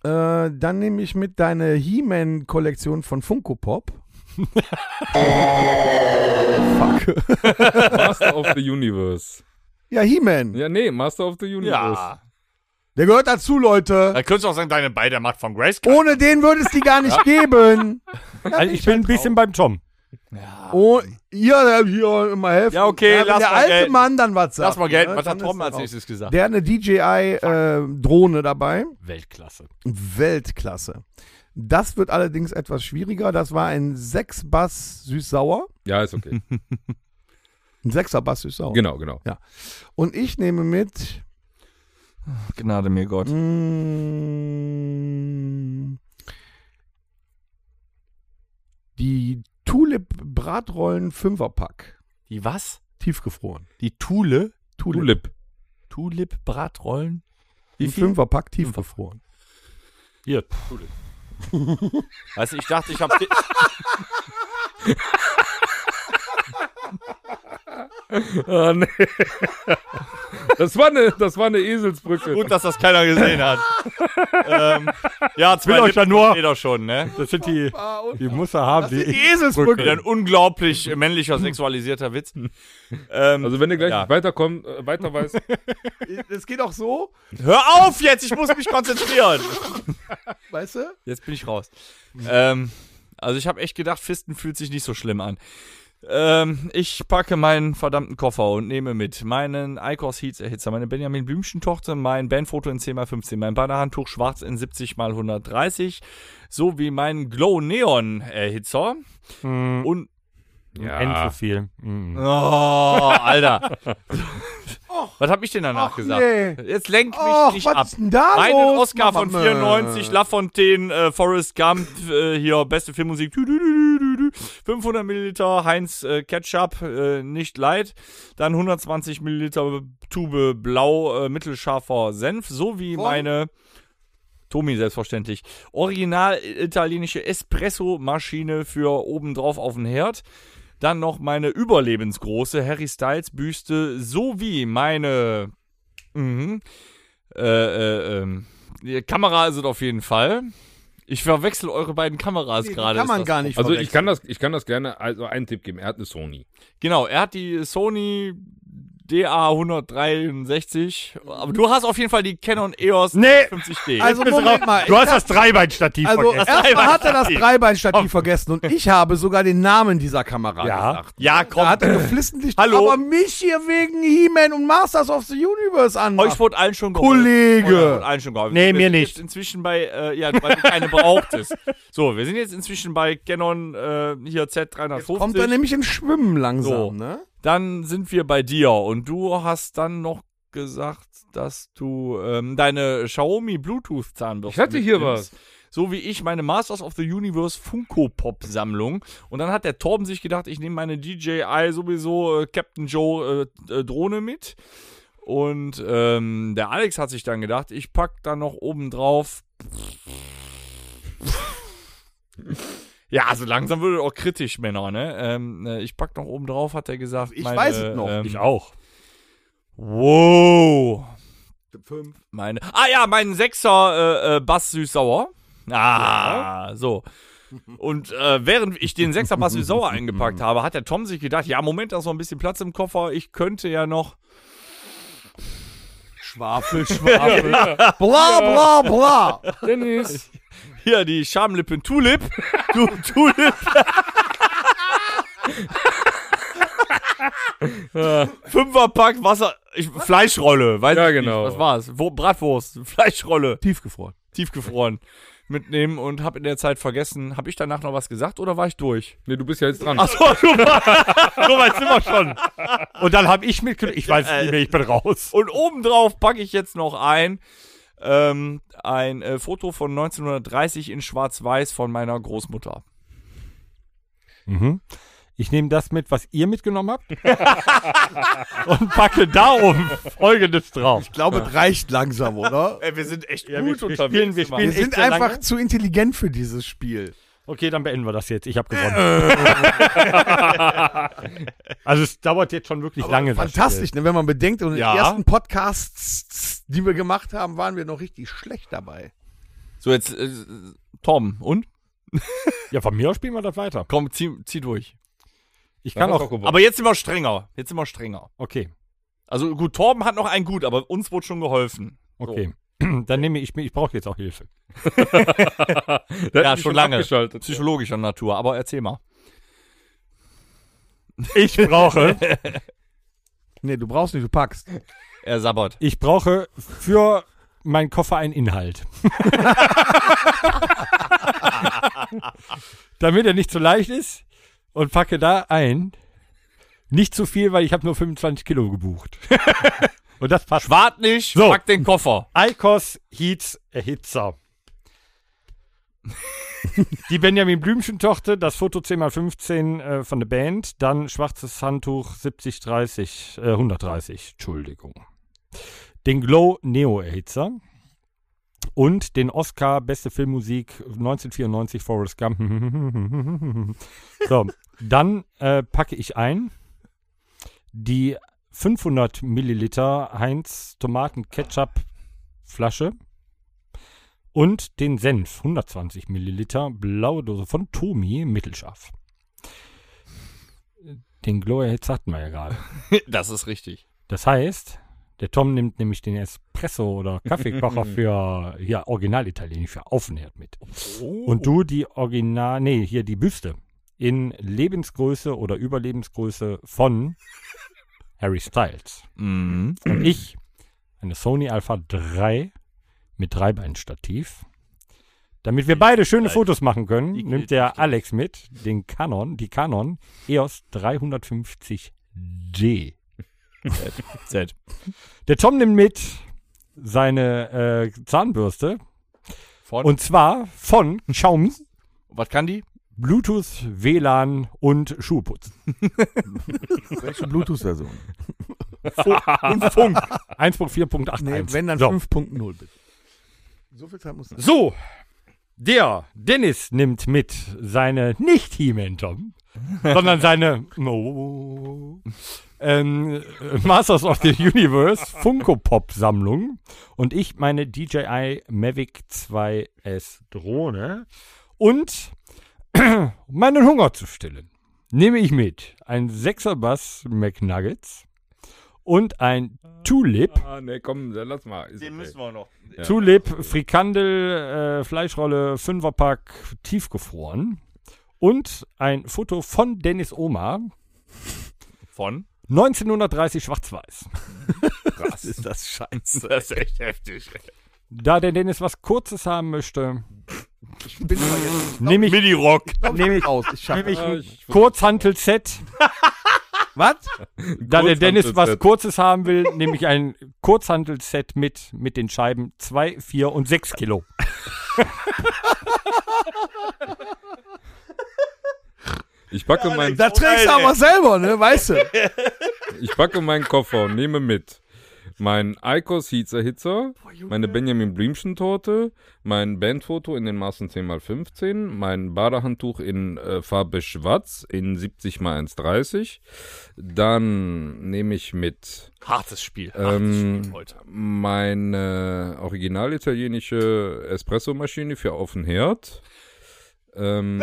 [SPEAKER 5] Äh, dann nehme ich mit deine He-Man-Kollektion von Funko Pop. Fuck.
[SPEAKER 4] Master of the Universe.
[SPEAKER 5] Ja, He-Man.
[SPEAKER 4] Ja, nee, Master of the Universe.
[SPEAKER 6] Ja.
[SPEAKER 5] Der gehört dazu, Leute.
[SPEAKER 6] Da könntest du auch sagen, deine beide macht von Grace.
[SPEAKER 8] (laughs)
[SPEAKER 5] Ohne den würde es die gar nicht geben.
[SPEAKER 8] Also
[SPEAKER 2] Also ich bin ein bisschen beim Tom.
[SPEAKER 8] Ja.
[SPEAKER 5] Oh, ihr, hier immer helfen.
[SPEAKER 8] Ja, okay,
[SPEAKER 5] wenn
[SPEAKER 8] lass
[SPEAKER 5] der
[SPEAKER 8] mal
[SPEAKER 5] alte
[SPEAKER 8] gelten.
[SPEAKER 5] Mann dann was sagt.
[SPEAKER 8] Lass mal gelten,
[SPEAKER 5] ne,
[SPEAKER 8] was hat
[SPEAKER 5] dann
[SPEAKER 8] Tom
[SPEAKER 5] ist
[SPEAKER 8] als
[SPEAKER 5] das
[SPEAKER 8] nächstes
[SPEAKER 5] auch-
[SPEAKER 8] gesagt?
[SPEAKER 5] Der hat eine DJI-Drohne äh, dabei.
[SPEAKER 2] Weltklasse.
[SPEAKER 5] Weltklasse. Das wird allerdings etwas schwieriger. Das war ein 6-Bass süß-sauer.
[SPEAKER 4] Ja, ist okay.
[SPEAKER 5] Ein 6er-Bass süß-sauer.
[SPEAKER 4] genau, genau.
[SPEAKER 5] Und ich nehme mit.
[SPEAKER 8] Gnade mir Gott.
[SPEAKER 5] mm, Die Tulip Bratrollen 5er Pack.
[SPEAKER 8] Die was?
[SPEAKER 5] Tiefgefroren.
[SPEAKER 8] Die Thule?
[SPEAKER 5] Tulip.
[SPEAKER 4] Tulip.
[SPEAKER 8] Tulip Bratrollen?
[SPEAKER 5] Ein 5er Pack (laughs) tiefgefroren.
[SPEAKER 2] Hier,
[SPEAKER 8] Weißt du, ich dachte, ich hab. die-
[SPEAKER 4] Ah, nee. (laughs) das, war eine, das war eine Eselsbrücke.
[SPEAKER 3] (laughs) Gut, dass das keiner gesehen hat. ähm, ja, zwei
[SPEAKER 2] will euch
[SPEAKER 3] Lippen
[SPEAKER 2] ja
[SPEAKER 3] (laughs)
[SPEAKER 2] nur-
[SPEAKER 3] steht doch schon, ne?
[SPEAKER 2] das sind die, die muss er haben. Die,
[SPEAKER 3] Wieder ein unglaublich männlicher, sexualisierter (laughs) Witz. Ähm,
[SPEAKER 4] Also wenn ihr gleich
[SPEAKER 3] Ja.
[SPEAKER 4] nicht weiterkommt, äh, weiter weißt,
[SPEAKER 5] Es geht auch so,
[SPEAKER 3] hör auf jetzt, ich muss mich (laughs) konzentrieren.
[SPEAKER 5] weißt du?
[SPEAKER 8] Jetzt bin ich raus.
[SPEAKER 3] ähm, also ich habe echt gedacht, Fisten fühlt sich nicht so schlimm an. Ähm, ich packe meinen verdammten Koffer und nehme mit meinen Icos Heats Erhitzer, meine Benjamin Blümchen Tochter, mein Bandfoto in 10x15, mein Badehandtuch schwarz in 70x130, sowie meinen Glow Neon Erhitzer und
[SPEAKER 4] Ja.
[SPEAKER 2] N zu viel. Mhm.
[SPEAKER 3] Oh, Alter. Was hab ich denn danach
[SPEAKER 5] (laughs) Och,
[SPEAKER 3] gesagt?
[SPEAKER 5] nee.
[SPEAKER 3] Jetzt lenk mich
[SPEAKER 5] Och,
[SPEAKER 3] nicht
[SPEAKER 5] was
[SPEAKER 3] ab.
[SPEAKER 5] ist denn da
[SPEAKER 3] Meinen
[SPEAKER 5] los,
[SPEAKER 3] Oscar von
[SPEAKER 5] Mama?
[SPEAKER 3] 94, Lafontaine, äh, Forrest Gump, äh, hier, beste Filmmusik, dü, dü, dü, dü, dü, dü. 500 Milliliter Heinz äh, Ketchup, äh, nicht light, dann 120 Milliliter Tube blau, äh, mittelscharfer Senf, sowie
[SPEAKER 5] Von?
[SPEAKER 3] meine, Tomi selbstverständlich, original italienische Espresso-Maschine für obendrauf auf den Herd, dann noch meine überlebensgroße Harry Styles Büste sowie meine mhm, äh, äh, ähm, die Kamera ist es auf jeden Fall. Ich verwechsel eure beiden Kameras
[SPEAKER 5] Nee, die
[SPEAKER 3] gerade.
[SPEAKER 5] kann
[SPEAKER 3] ist
[SPEAKER 5] man
[SPEAKER 3] das-
[SPEAKER 5] gar nicht
[SPEAKER 4] also ich kann das, ich kann das gerne, also einen Tipp geben, er hat eine Sony.
[SPEAKER 3] Genau, er hat die Sony DA 163, aber du hast auf jeden Fall die Canon E EOS
[SPEAKER 2] Nee.
[SPEAKER 3] 50D.
[SPEAKER 5] Also Moment mal,
[SPEAKER 2] Du hast das Dreibeinstativ
[SPEAKER 5] also
[SPEAKER 2] vergessen.
[SPEAKER 5] erstmal hat er das Dreibeinstativ vergessen und ich habe sogar den Namen dieser Kamera
[SPEAKER 2] Ja.
[SPEAKER 5] gesagt.
[SPEAKER 3] ja,
[SPEAKER 5] Da
[SPEAKER 3] komm,
[SPEAKER 5] hat er geflissentlich,
[SPEAKER 3] Hallo?
[SPEAKER 5] aber mich hier wegen He-Man und Masters of the Universe an.
[SPEAKER 3] euch wurde allen schon geholfen. Euch wurde
[SPEAKER 5] Kollege!
[SPEAKER 3] allen schon geholfen.
[SPEAKER 2] Nee,
[SPEAKER 3] Wir
[SPEAKER 2] mir
[SPEAKER 3] sind
[SPEAKER 2] nicht.
[SPEAKER 3] Jetzt inzwischen bei, äh, ja, weil
[SPEAKER 2] (laughs)
[SPEAKER 3] du keine brauchtest. So, wir sind jetzt inzwischen bei Canon äh, hier Z350.
[SPEAKER 5] Kommt er nämlich im Schwimmen langsam,
[SPEAKER 3] So.
[SPEAKER 5] ne?
[SPEAKER 3] Dann sind wir bei dir und du hast dann noch gesagt, dass du ähm, deine Xiaomi Bluetooth Zahnbürste.
[SPEAKER 4] Ich hatte hier
[SPEAKER 3] mitnimmst. So wie ich meine Masters of the Universe Funko Pop Sammlung. Und dann hat der Torben sich gedacht, ich nehme meine DJI sowieso äh, Captain Joe äh, äh, Drohne mit. Und ähm, der Alex hat sich dann gedacht, ich pack dann noch oben drauf. Ja, also langsam würde auch kritisch, Männer, ne? Ähm, äh, ich pack noch oben drauf, hat er gesagt.
[SPEAKER 5] Ich weiß es noch.
[SPEAKER 3] Ähm,
[SPEAKER 5] Ich
[SPEAKER 3] auch. Wow.
[SPEAKER 5] Fünf.
[SPEAKER 3] Meine. Ah ja, meinen Sechser äh, äh, Bass süß-sauer. Ah, so. Und äh, während ich den Sechser Bass süß-sauer
[SPEAKER 5] (laughs)
[SPEAKER 3] eingepackt habe, hat der Tom sich gedacht, ja, Moment, da ist noch ein bisschen Platz im Koffer. Ich könnte ja noch
[SPEAKER 5] Schwafel, Schwafel. Bla, bla, bla.
[SPEAKER 4] Dennis!
[SPEAKER 3] hier die Schamlippen Tulip.
[SPEAKER 4] (laughs)
[SPEAKER 3] Du Tulip. 5er-Pack Wasser, ich, Fleischrolle, weiß
[SPEAKER 4] Ja,
[SPEAKER 3] ich
[SPEAKER 4] genau.
[SPEAKER 3] nicht, was war's? Wo, Bratwurst, Fleischrolle.
[SPEAKER 5] Tiefgefroren.
[SPEAKER 3] tiefgefroren mitnehmen und habe in der Zeit vergessen, habe ich danach noch was gesagt oder war ich durch?
[SPEAKER 4] Nee, du bist ja jetzt dran.
[SPEAKER 2] Achso, so weit sind wir schon. Und dann habe ich mitgenommen. Ich weiß es nicht mehr, ich bin raus.
[SPEAKER 3] Und obendrauf packe ich jetzt noch ein ähm, ein äh, Foto von 1930 in Schwarz-Weiß von meiner Großmutter.
[SPEAKER 2] Mhm. Ich nehme das mit, was ihr mitgenommen habt. (laughs) und packe da oben folgendes drauf.
[SPEAKER 5] Ich glaube, es reicht langsam, (laughs) oder?
[SPEAKER 3] Ey, wir sind echt
[SPEAKER 2] wir
[SPEAKER 3] gut
[SPEAKER 2] spielen-
[SPEAKER 3] unterwegs.
[SPEAKER 2] wir
[SPEAKER 3] immer.
[SPEAKER 5] Wir
[SPEAKER 2] Bin
[SPEAKER 5] sind
[SPEAKER 2] ich sehr
[SPEAKER 5] einfach
[SPEAKER 2] lange?
[SPEAKER 5] zu intelligent für dieses Spiel.
[SPEAKER 2] Okay, dann beenden wir das jetzt. Ich habe gewonnen. (laughs) also es dauert jetzt schon wirklich lange. das
[SPEAKER 5] Fantastisch, ne? wenn man bedenkt, und
[SPEAKER 3] Ja.
[SPEAKER 5] die ersten Podcasts, die wir gemacht haben, waren wir noch richtig schlecht dabei.
[SPEAKER 3] So, jetzt äh, Tom, und?
[SPEAKER 2] Spiel. Ja, von mir aus spielen wir das weiter.
[SPEAKER 3] Komm, zieh, zieh durch.
[SPEAKER 2] Ich
[SPEAKER 4] Dann
[SPEAKER 2] kann
[SPEAKER 4] hast du
[SPEAKER 2] auch.
[SPEAKER 4] gewonnen.
[SPEAKER 3] Aber jetzt immer strenger. Jetzt immer strenger.
[SPEAKER 2] Okay,
[SPEAKER 3] Also gut, Torben hat noch einen gut, aber uns wurde schon geholfen.
[SPEAKER 2] okay. (clears throat) Dann nehme ich mir. Ich brauche jetzt auch Hilfe.
[SPEAKER 4] Der hat
[SPEAKER 3] ja,
[SPEAKER 4] mich
[SPEAKER 3] schon lange.
[SPEAKER 4] abgeschaltet.
[SPEAKER 3] Psychologischer Natur, aber erzähl mal.
[SPEAKER 2] Ich brauche,
[SPEAKER 5] Nee, du brauchst nicht, du packst.
[SPEAKER 3] Er sabbert.
[SPEAKER 2] ich brauche für meinen Koffer einen Inhalt. Damit er nicht zu leicht ist und packe da ein. Nicht zu viel, weil ich habe nur 25 Kilo gebucht. und das passt.
[SPEAKER 3] Wart nicht,
[SPEAKER 2] So.
[SPEAKER 3] pack den Koffer.
[SPEAKER 2] Eikos Heats Erhitzer. Die Benjamin Blümchen-Tochter, das Foto 10x15 äh, von der Band, dann schwarzes Handtuch 7030, äh, 130, Entschuldigung. Den Glow Neo Erhitzer und den Oscar Beste Filmmusik 1994 Forrest Gump. (laughs) so, dann äh, packe ich ein die 500 Milliliter Heinz Tomaten Ketchup Flasche und den Senf 120 Milliliter blaue Dose von Tomi mittelscharf. Den Glow Erhitzer hatten wir ja gerade.
[SPEAKER 3] (laughs) Das ist richtig.
[SPEAKER 2] Das heißt, der Tom nimmt nämlich den Espresso oder Kaffeekocher für ja original italienisch für Aufnähert mit. Und du die original nee, hier die Büste in Lebensgröße oder Überlebensgröße von Harry Styles.
[SPEAKER 3] Mhm.
[SPEAKER 2] Und ich eine Sony Alpha 3 mit Dreibeinstativ. Damit wir beide schöne Fotos machen können,
[SPEAKER 3] Die-
[SPEAKER 2] nimmt der Alex mit den Canon, die Canon E EOS 350D.
[SPEAKER 3] Z.
[SPEAKER 2] Der Tom nimmt mit seine äh, Zahnbürste
[SPEAKER 3] Von,
[SPEAKER 2] und zwar von Xiaomi,
[SPEAKER 3] was kann die?
[SPEAKER 2] Bluetooth, WLAN und Schuhputz.
[SPEAKER 5] Welche Bluetooth-Version?
[SPEAKER 2] Und Funk
[SPEAKER 5] (laughs)
[SPEAKER 2] 1.4.8.
[SPEAKER 5] Nee, wenn dann
[SPEAKER 2] so.
[SPEAKER 5] 5.0 bitte. So viel Zeit muss sein.
[SPEAKER 2] So, der Dennis nimmt mit seine nicht He-Man Tom, sondern seine no, ähm, äh, Masters of the Universe Funko Pop Sammlung und ich meine DJI Mavic 2S Drohne und (clears throat) meinen Hunger zu stillen nehme ich mit ein 6er Bass McNuggets und ein Tulip
[SPEAKER 4] Ah, ne, komm, dann lass mal. Ist okay.
[SPEAKER 3] wir noch.
[SPEAKER 4] Ja.
[SPEAKER 2] Tulip, Frikandel, äh, Fleischrolle, Fünferpack, tiefgefroren. Und ein Foto von Dennis Oma,
[SPEAKER 3] Von?
[SPEAKER 2] 1930 schwarz-weiß.
[SPEAKER 3] Krass. ist das scheiße. (laughs) Das ist echt heftig.
[SPEAKER 2] Da der Dennis was Kurzes haben möchte,
[SPEAKER 5] Ich bin aber jetzt
[SPEAKER 2] nehme ich,
[SPEAKER 3] Mini-Rock.
[SPEAKER 5] nehme ich raus. Ich schaffe
[SPEAKER 2] nehm
[SPEAKER 5] es.
[SPEAKER 4] Ah,
[SPEAKER 2] ich
[SPEAKER 4] ich-
[SPEAKER 2] ein
[SPEAKER 4] (laughs)
[SPEAKER 2] Kurzhantelset.
[SPEAKER 5] Was?
[SPEAKER 2] Da der Dennis was
[SPEAKER 4] Kurzhantelset.
[SPEAKER 2] Kurzes haben will, nehme ich ein Kurzhantelset mit, mit den Scheiben 2, 4 und 6 Kilo.
[SPEAKER 4] Ich packe, mein,
[SPEAKER 5] Da trägst du aber selber, ne? (laughs) Weißt du?
[SPEAKER 4] ich packe meinen Koffer und nehme mit meinen Icos Heats Erhitzer, meine Benjamin Blümchen Torte, mein Bandfoto in den Maßen 10x15, mein Badehandtuch in äh, Farbe Schwarz in 70x130. Dann nehme ich mit
[SPEAKER 3] Hartes Spiel.
[SPEAKER 4] Ähm,
[SPEAKER 3] heute.
[SPEAKER 4] meine original italienische Espressomaschine für auf den Herd. Ähm,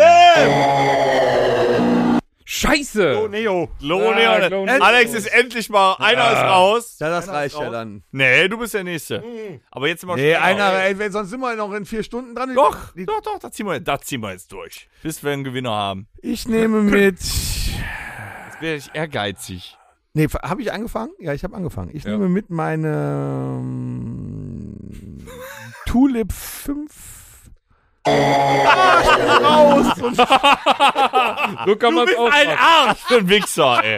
[SPEAKER 4] Scheiße!
[SPEAKER 3] Neo.
[SPEAKER 4] Ah, Low Neo.
[SPEAKER 3] Alex ist endlich mal. Einer ist raus.
[SPEAKER 5] Ja, das reicht ja dann.
[SPEAKER 3] Nee, du bist der Nächste. Aber jetzt mal
[SPEAKER 5] Nee, einer, ey, wenn- sonst sind wir noch in vier Stunden dran.
[SPEAKER 3] Doch,
[SPEAKER 5] Die-
[SPEAKER 3] doch, doch, da ziehen, wir, da ziehen wir jetzt durch. Bis wir einen Gewinner haben.
[SPEAKER 5] Ich (laughs) nehme mit.
[SPEAKER 3] Jetzt wäre ich ehrgeizig.
[SPEAKER 5] Nee, habe ich angefangen? Ja, ich habe angefangen. Ich
[SPEAKER 4] Ja.
[SPEAKER 5] nehme mit meine ähm, Tulip 5.
[SPEAKER 4] So kann man es auch
[SPEAKER 3] Ein
[SPEAKER 4] machen.
[SPEAKER 3] Arsch, du ein Wichser, ey.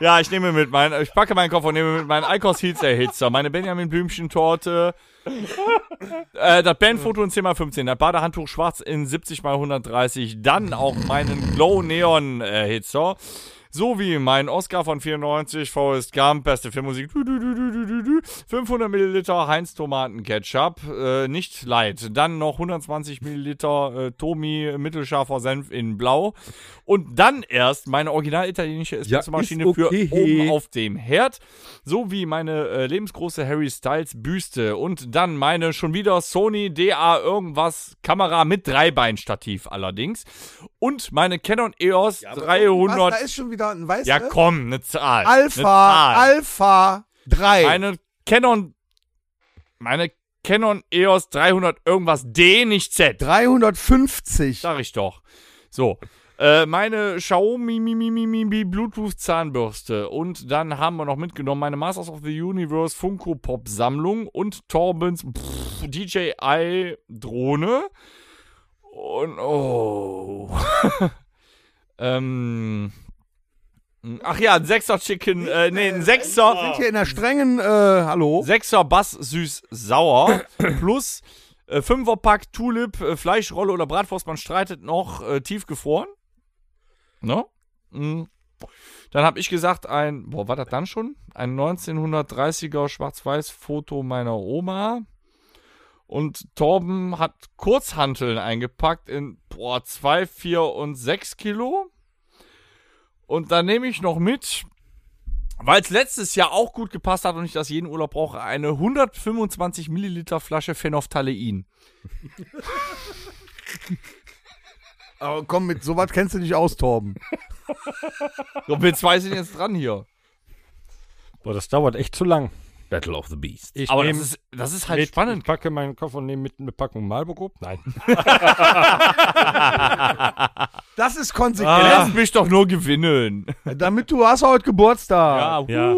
[SPEAKER 3] Ja, ich nehme mit meinen, ich packe meinen Koffer und nehme mit meinen Eikos Heats Erhitzer, meine Benjamin Blümchen Torte, äh, das Bandfoto in 10x15, das Badehandtuch schwarz in 70x130, dann auch meinen Glow Neon äh, Erhitzer, sowie meinen Oscar von 94, Forrest Gump, beste Filmmusik, du, du, du, du, du, du, du, 500 Milliliter Heinz Tomaten Ketchup, äh, nicht light, dann noch 120 Milliliter äh, Tomi mittelscharfer Senf in Blau und dann erst meine original italienische Espressomaschine
[SPEAKER 4] ist okay.
[SPEAKER 3] für oben auf dem Herd, sowie meine äh, lebensgroße Harry Styles Büste und dann meine schon wieder Sony DA irgendwas Kamera mit Dreibeinstativ allerdings und meine Canon E EOS
[SPEAKER 5] Was,
[SPEAKER 3] 300
[SPEAKER 5] da ist schon wieder ein weißer.
[SPEAKER 3] ja, komm, eine Zahl. eine
[SPEAKER 5] Alpha,
[SPEAKER 3] Zahl.
[SPEAKER 5] Alpha 3.
[SPEAKER 3] Meine Canon. Meine Canon E EOS 300 irgendwas D, nicht Z.
[SPEAKER 5] 350.
[SPEAKER 3] Sag ich doch. So. Äh, meine Xiaomi Mi, Mi, Mi, Mi, Mi Bluetooth Zahnbürste. Und dann haben wir noch mitgenommen meine Masters of the Universe Funko Pop Sammlung und Torbens pff, DJI Drohne. Und oh. (laughs) ähm. Ach ja, ein Sechser Chicken, äh, nee, ein Sechser,
[SPEAKER 5] Hier in der strengen, äh, hallo.
[SPEAKER 3] Sechser Bass süß sauer plus äh, Fünferpack Tulip, äh, Fleischrolle oder Bratwurst, man streitet noch äh, tiefgefroren. Ne? Mm. Dann habe ich gesagt, ein, boah, war das dann schon? Ein 1930er Schwarz-Weiß-Foto meiner Oma. Und Torben hat Kurzhanteln eingepackt in, boah, 2, 4 und 6 Kilo. Und dann nehme ich noch mit, weil es letztes Jahr auch gut gepasst hat und ich das jeden Urlaub brauche, eine 125 Milliliter Flasche Phenophthalein.
[SPEAKER 5] Aber komm, mit sowas kennst du dich aus, Torben.
[SPEAKER 3] Und wir zwei sind jetzt dran hier.
[SPEAKER 2] Boah, das dauert echt zu lang.
[SPEAKER 4] Battle of the Beast.
[SPEAKER 2] Ich
[SPEAKER 3] Aber das
[SPEAKER 2] nehm
[SPEAKER 3] ist, das ist halt
[SPEAKER 2] mit,
[SPEAKER 3] spannend.
[SPEAKER 2] Ich packe meinen Koffer und nehme mit eine Packung Marlboro. Nein.
[SPEAKER 5] Das ist
[SPEAKER 3] Ah.
[SPEAKER 5] konsequent.
[SPEAKER 3] Lass mich doch nur gewinnen.
[SPEAKER 5] Damit du hast heute Geburtstag.
[SPEAKER 2] Ja.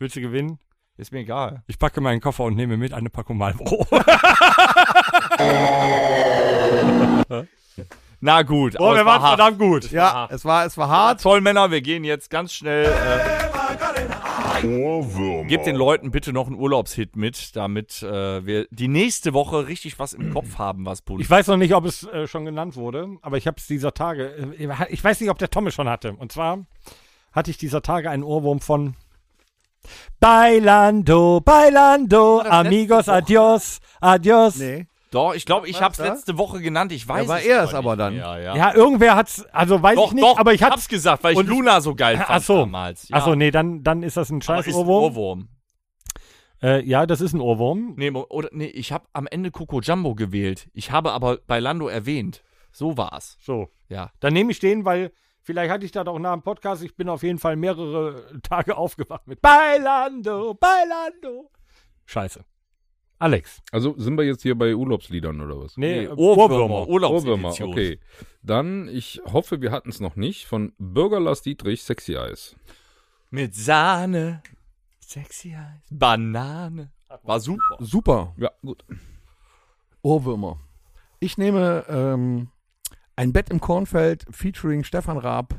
[SPEAKER 2] Willst du gewinnen?
[SPEAKER 3] Ist mir egal.
[SPEAKER 2] Ich packe meinen Koffer und nehme mit eine Packung Marlboro.
[SPEAKER 3] Na gut. aber es war hart.
[SPEAKER 2] verdammt gut.
[SPEAKER 5] Ja, es war, es war hart.
[SPEAKER 3] Toll, Männer, wir gehen jetzt ganz schnell. Äh,
[SPEAKER 1] Ohrwürmer.
[SPEAKER 3] gebt den Leuten bitte noch einen Urlaubshit mit, damit äh, wir die nächste Woche richtig was im Kopf haben, was
[SPEAKER 2] Ich
[SPEAKER 3] Bundes.
[SPEAKER 2] weiß noch nicht, ob es äh, schon genannt wurde, aber ich habe es dieser Tage. Äh, ich weiß nicht, ob der Tommy schon hatte. Und zwar hatte ich dieser Tage einen Ohrwurm von Bailando, Bailando, amigos, adios, adios.
[SPEAKER 5] Nee.
[SPEAKER 3] Doch, ich glaube, ich
[SPEAKER 5] Was,
[SPEAKER 3] hab's
[SPEAKER 5] da?
[SPEAKER 3] letzte Woche genannt. Ich weiß
[SPEAKER 5] Ja, war
[SPEAKER 3] es
[SPEAKER 5] er es
[SPEAKER 3] nicht
[SPEAKER 5] aber dann.
[SPEAKER 3] mehr, ja.
[SPEAKER 2] Ja, irgendwer hat's, also weiß
[SPEAKER 3] Doch,
[SPEAKER 2] ich nicht,
[SPEAKER 3] doch,
[SPEAKER 2] aber ich hab's.
[SPEAKER 3] hab's gesagt, weil ich
[SPEAKER 2] und-
[SPEAKER 3] Luna so geil fand
[SPEAKER 2] Ach so.
[SPEAKER 3] damals. Ja.
[SPEAKER 2] Achso, nee, dann, dann ist das ein
[SPEAKER 3] Aber
[SPEAKER 2] scheiß
[SPEAKER 3] ist ein
[SPEAKER 2] Ohrwurm.
[SPEAKER 3] Ohrwurm.
[SPEAKER 2] Äh, ja, das ist ein Ohrwurm.
[SPEAKER 3] Nee, mo- oder, nee, ich habe am Ende Coco Jumbo gewählt. Ich habe aber bei Lando erwähnt. So war's.
[SPEAKER 2] So.
[SPEAKER 3] Ja.
[SPEAKER 2] Dann nehme ich den, weil vielleicht hatte ich das auch nach dem Podcast. Ich bin auf jeden Fall mehrere (laughs) Tage aufgewacht mit Bailando, Bailando. Scheiße. Alex.
[SPEAKER 4] Also sind wir jetzt hier bei Urlaubsliedern oder was?
[SPEAKER 2] Nee, äh,
[SPEAKER 4] Ohrwürmer,
[SPEAKER 3] Urlaubsedition.
[SPEAKER 4] okay. Dann, ich hoffe, wir hatten es noch nicht, von Bürger Lars Dietrich, Sexy Eyes.
[SPEAKER 3] Mit Sahne, sexy Eis, Banane. War super.
[SPEAKER 5] Super.
[SPEAKER 4] Ja, gut.
[SPEAKER 5] Ohrwürmer. Ich nehme ähm, ein Bett im Kornfeld featuring Stefan Raab,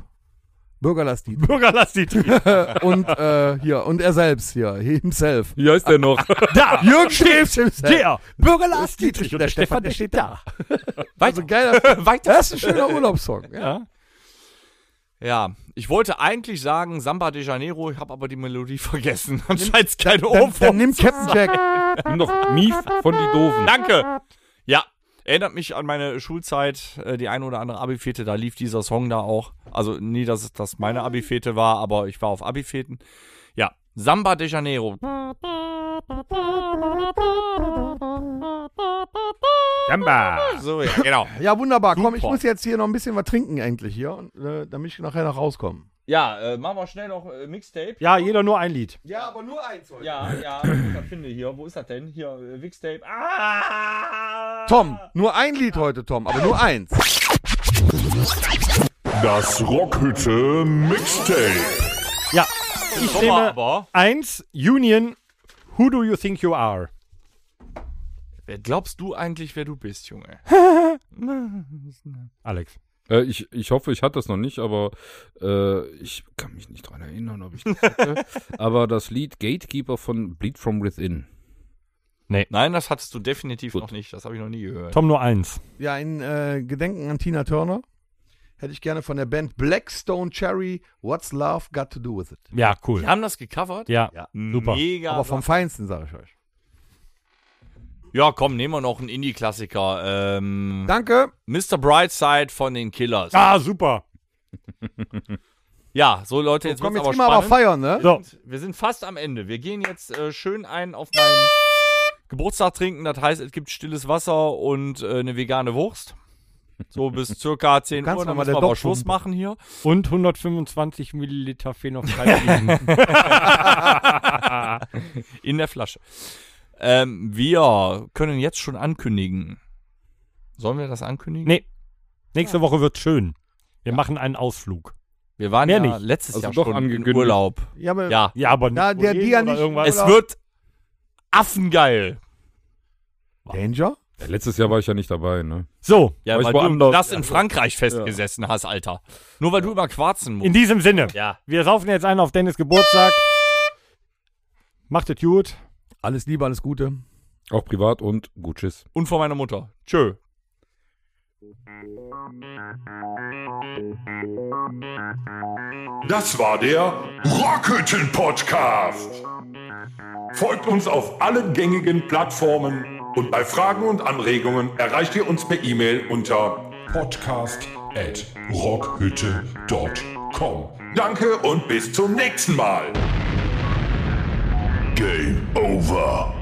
[SPEAKER 5] Bürgerlastit.
[SPEAKER 2] Bürger, lass die Tür.
[SPEAKER 5] (laughs) und äh, hier, und er selbst hier, himself.
[SPEAKER 4] Wie heißt der noch?
[SPEAKER 2] Da!
[SPEAKER 5] Jürgen Krebs himself.
[SPEAKER 2] Der!
[SPEAKER 5] Bürgerlast
[SPEAKER 2] Dietrich und der Stefan, der steht da.
[SPEAKER 5] Also geil.
[SPEAKER 3] Weiter.
[SPEAKER 5] Das ist ein schöner Urlaubssong. Ja.
[SPEAKER 2] Ja.
[SPEAKER 3] (laughs) Ja, ich wollte eigentlich sagen Samba de Janeiro, ich habe aber die Melodie vergessen. Dann scheint's keine Ohrwurm.
[SPEAKER 5] Dann nimm Captain Jack. (laughs)
[SPEAKER 4] Nimm doch Mief von die Doofen.
[SPEAKER 3] Danke. Ja, erinnert mich an meine Schulzeit, äh, die eine oder andere Abi-Fete, da lief dieser Song da auch. Also nie, dass es das meine Abi-Fete war, aber ich war auf Abi-Feten. Ja, Samba de Janeiro.
[SPEAKER 4] Jamba.
[SPEAKER 3] So, ja, genau.
[SPEAKER 5] Ja, wunderbar. Komm, ich
[SPEAKER 3] Super.
[SPEAKER 5] muss jetzt hier noch ein bisschen was trinken endlich hier, und, äh, damit ich nachher noch rauskomme.
[SPEAKER 3] Ja, äh, machen wir schnell noch äh, Mixtape.
[SPEAKER 2] ja, jeder nur ein Lied.
[SPEAKER 5] Ja, aber nur eins heute.
[SPEAKER 3] Ja, ja, ich finde hier, wo ist das denn? Hier, äh, Mixtape. Ah!
[SPEAKER 5] Tom, nur ein Lied heute, Tom, aber nur eins.
[SPEAKER 1] Das Rockhütte Mixtape.
[SPEAKER 2] Ja. Ich
[SPEAKER 3] Guck mal,
[SPEAKER 2] nehme
[SPEAKER 3] aber.
[SPEAKER 2] eins, Union, Who Do You Think You Are?
[SPEAKER 3] Wer glaubst du eigentlich, wer du bist, Junge?
[SPEAKER 2] Alex.
[SPEAKER 4] Äh, ich, ich hoffe, ich hatte das noch nicht, aber äh, ich kann mich nicht dran erinnern, ob ich das (laughs) hatte. aber das Lied Gatekeeper von Bleed From Within.
[SPEAKER 3] Nein, das hattest du definitiv noch nicht. Das habe ich noch nie gehört.
[SPEAKER 2] Tom nur eins.
[SPEAKER 5] Ja, in äh, Gedenken an Tina Turner hätte ich gerne von der Band Blackstone Cherry What's Love Got to Do With It.
[SPEAKER 2] Ja, cool.
[SPEAKER 3] Wir haben das gecovert?
[SPEAKER 2] Ja, super.
[SPEAKER 3] Mega.
[SPEAKER 5] Aber vom Feinsten, sage ich euch.
[SPEAKER 3] ja, komm, nehmen wir noch einen Indie-Klassiker. Ähm,
[SPEAKER 5] Danke.
[SPEAKER 3] Mr. Brightside von den Killers.
[SPEAKER 2] Ah, super.
[SPEAKER 3] Ja, so Leute, jetzt
[SPEAKER 5] Komm,
[SPEAKER 3] wird's
[SPEAKER 5] jetzt
[SPEAKER 3] aber
[SPEAKER 5] gehen wir aber
[SPEAKER 3] spannend.
[SPEAKER 5] feiern, ne?
[SPEAKER 2] So,
[SPEAKER 3] wir sind fast am Ende. Wir gehen jetzt äh, schön ein auf meinen Geburtstag trinken. Das heißt, es gibt stilles Wasser und äh, eine vegane Wurst.
[SPEAKER 5] (laughs)
[SPEAKER 3] So bis circa 10
[SPEAKER 5] kannst
[SPEAKER 3] Uhr. Dann
[SPEAKER 5] mal
[SPEAKER 3] müssen wir
[SPEAKER 5] der
[SPEAKER 3] aber
[SPEAKER 5] Doc
[SPEAKER 3] Schluss
[SPEAKER 5] pumpen.
[SPEAKER 3] machen hier.
[SPEAKER 2] und 125 Milliliter Phenophthalein. (laughs)
[SPEAKER 3] In der Flasche. Ähm, wir können jetzt schon ankündigen. Sollen wir das ankündigen?
[SPEAKER 2] Nee. Nächste Woche wird schön. Wir machen einen Ausflug.
[SPEAKER 3] Wir waren
[SPEAKER 2] Mehr
[SPEAKER 3] ja
[SPEAKER 2] nicht.
[SPEAKER 3] letztes
[SPEAKER 4] Hast du
[SPEAKER 3] Jahr
[SPEAKER 4] doch
[SPEAKER 3] schon im
[SPEAKER 4] angekündigt.
[SPEAKER 3] Urlaub.
[SPEAKER 5] Ja, aber
[SPEAKER 3] Ja,
[SPEAKER 2] Ja, aber
[SPEAKER 5] Ja, der- die ja
[SPEAKER 2] oder
[SPEAKER 5] nicht-
[SPEAKER 2] irgendwas.
[SPEAKER 3] es wird affengeil.
[SPEAKER 5] Danger?
[SPEAKER 4] Ja, Äh, letztes Jahr war ich ja nicht dabei, ne?
[SPEAKER 2] So,
[SPEAKER 3] Ja,
[SPEAKER 4] Weil
[SPEAKER 3] weil,
[SPEAKER 4] ich
[SPEAKER 3] du
[SPEAKER 4] woanders-
[SPEAKER 3] das in Frankreich festgesessen hast, Alter. Nur weil du immer quarzen musst.
[SPEAKER 2] in diesem Sinne.
[SPEAKER 3] ja.
[SPEAKER 2] Wir saufen jetzt einen auf Dennis Geburtstag. Macht es gut.
[SPEAKER 5] Alles Liebe, alles Gute.
[SPEAKER 4] Auch privat und gut, tschüss.
[SPEAKER 3] Und von meiner Mutter. Tschö.
[SPEAKER 1] Das war der Rockhütten Podcast. Folgt uns auf allen gängigen Plattformen und bei Fragen und Anregungen erreicht ihr uns per E-Mail unter podcast@rockhütte.com. Danke und bis zum nächsten Mal. Game over.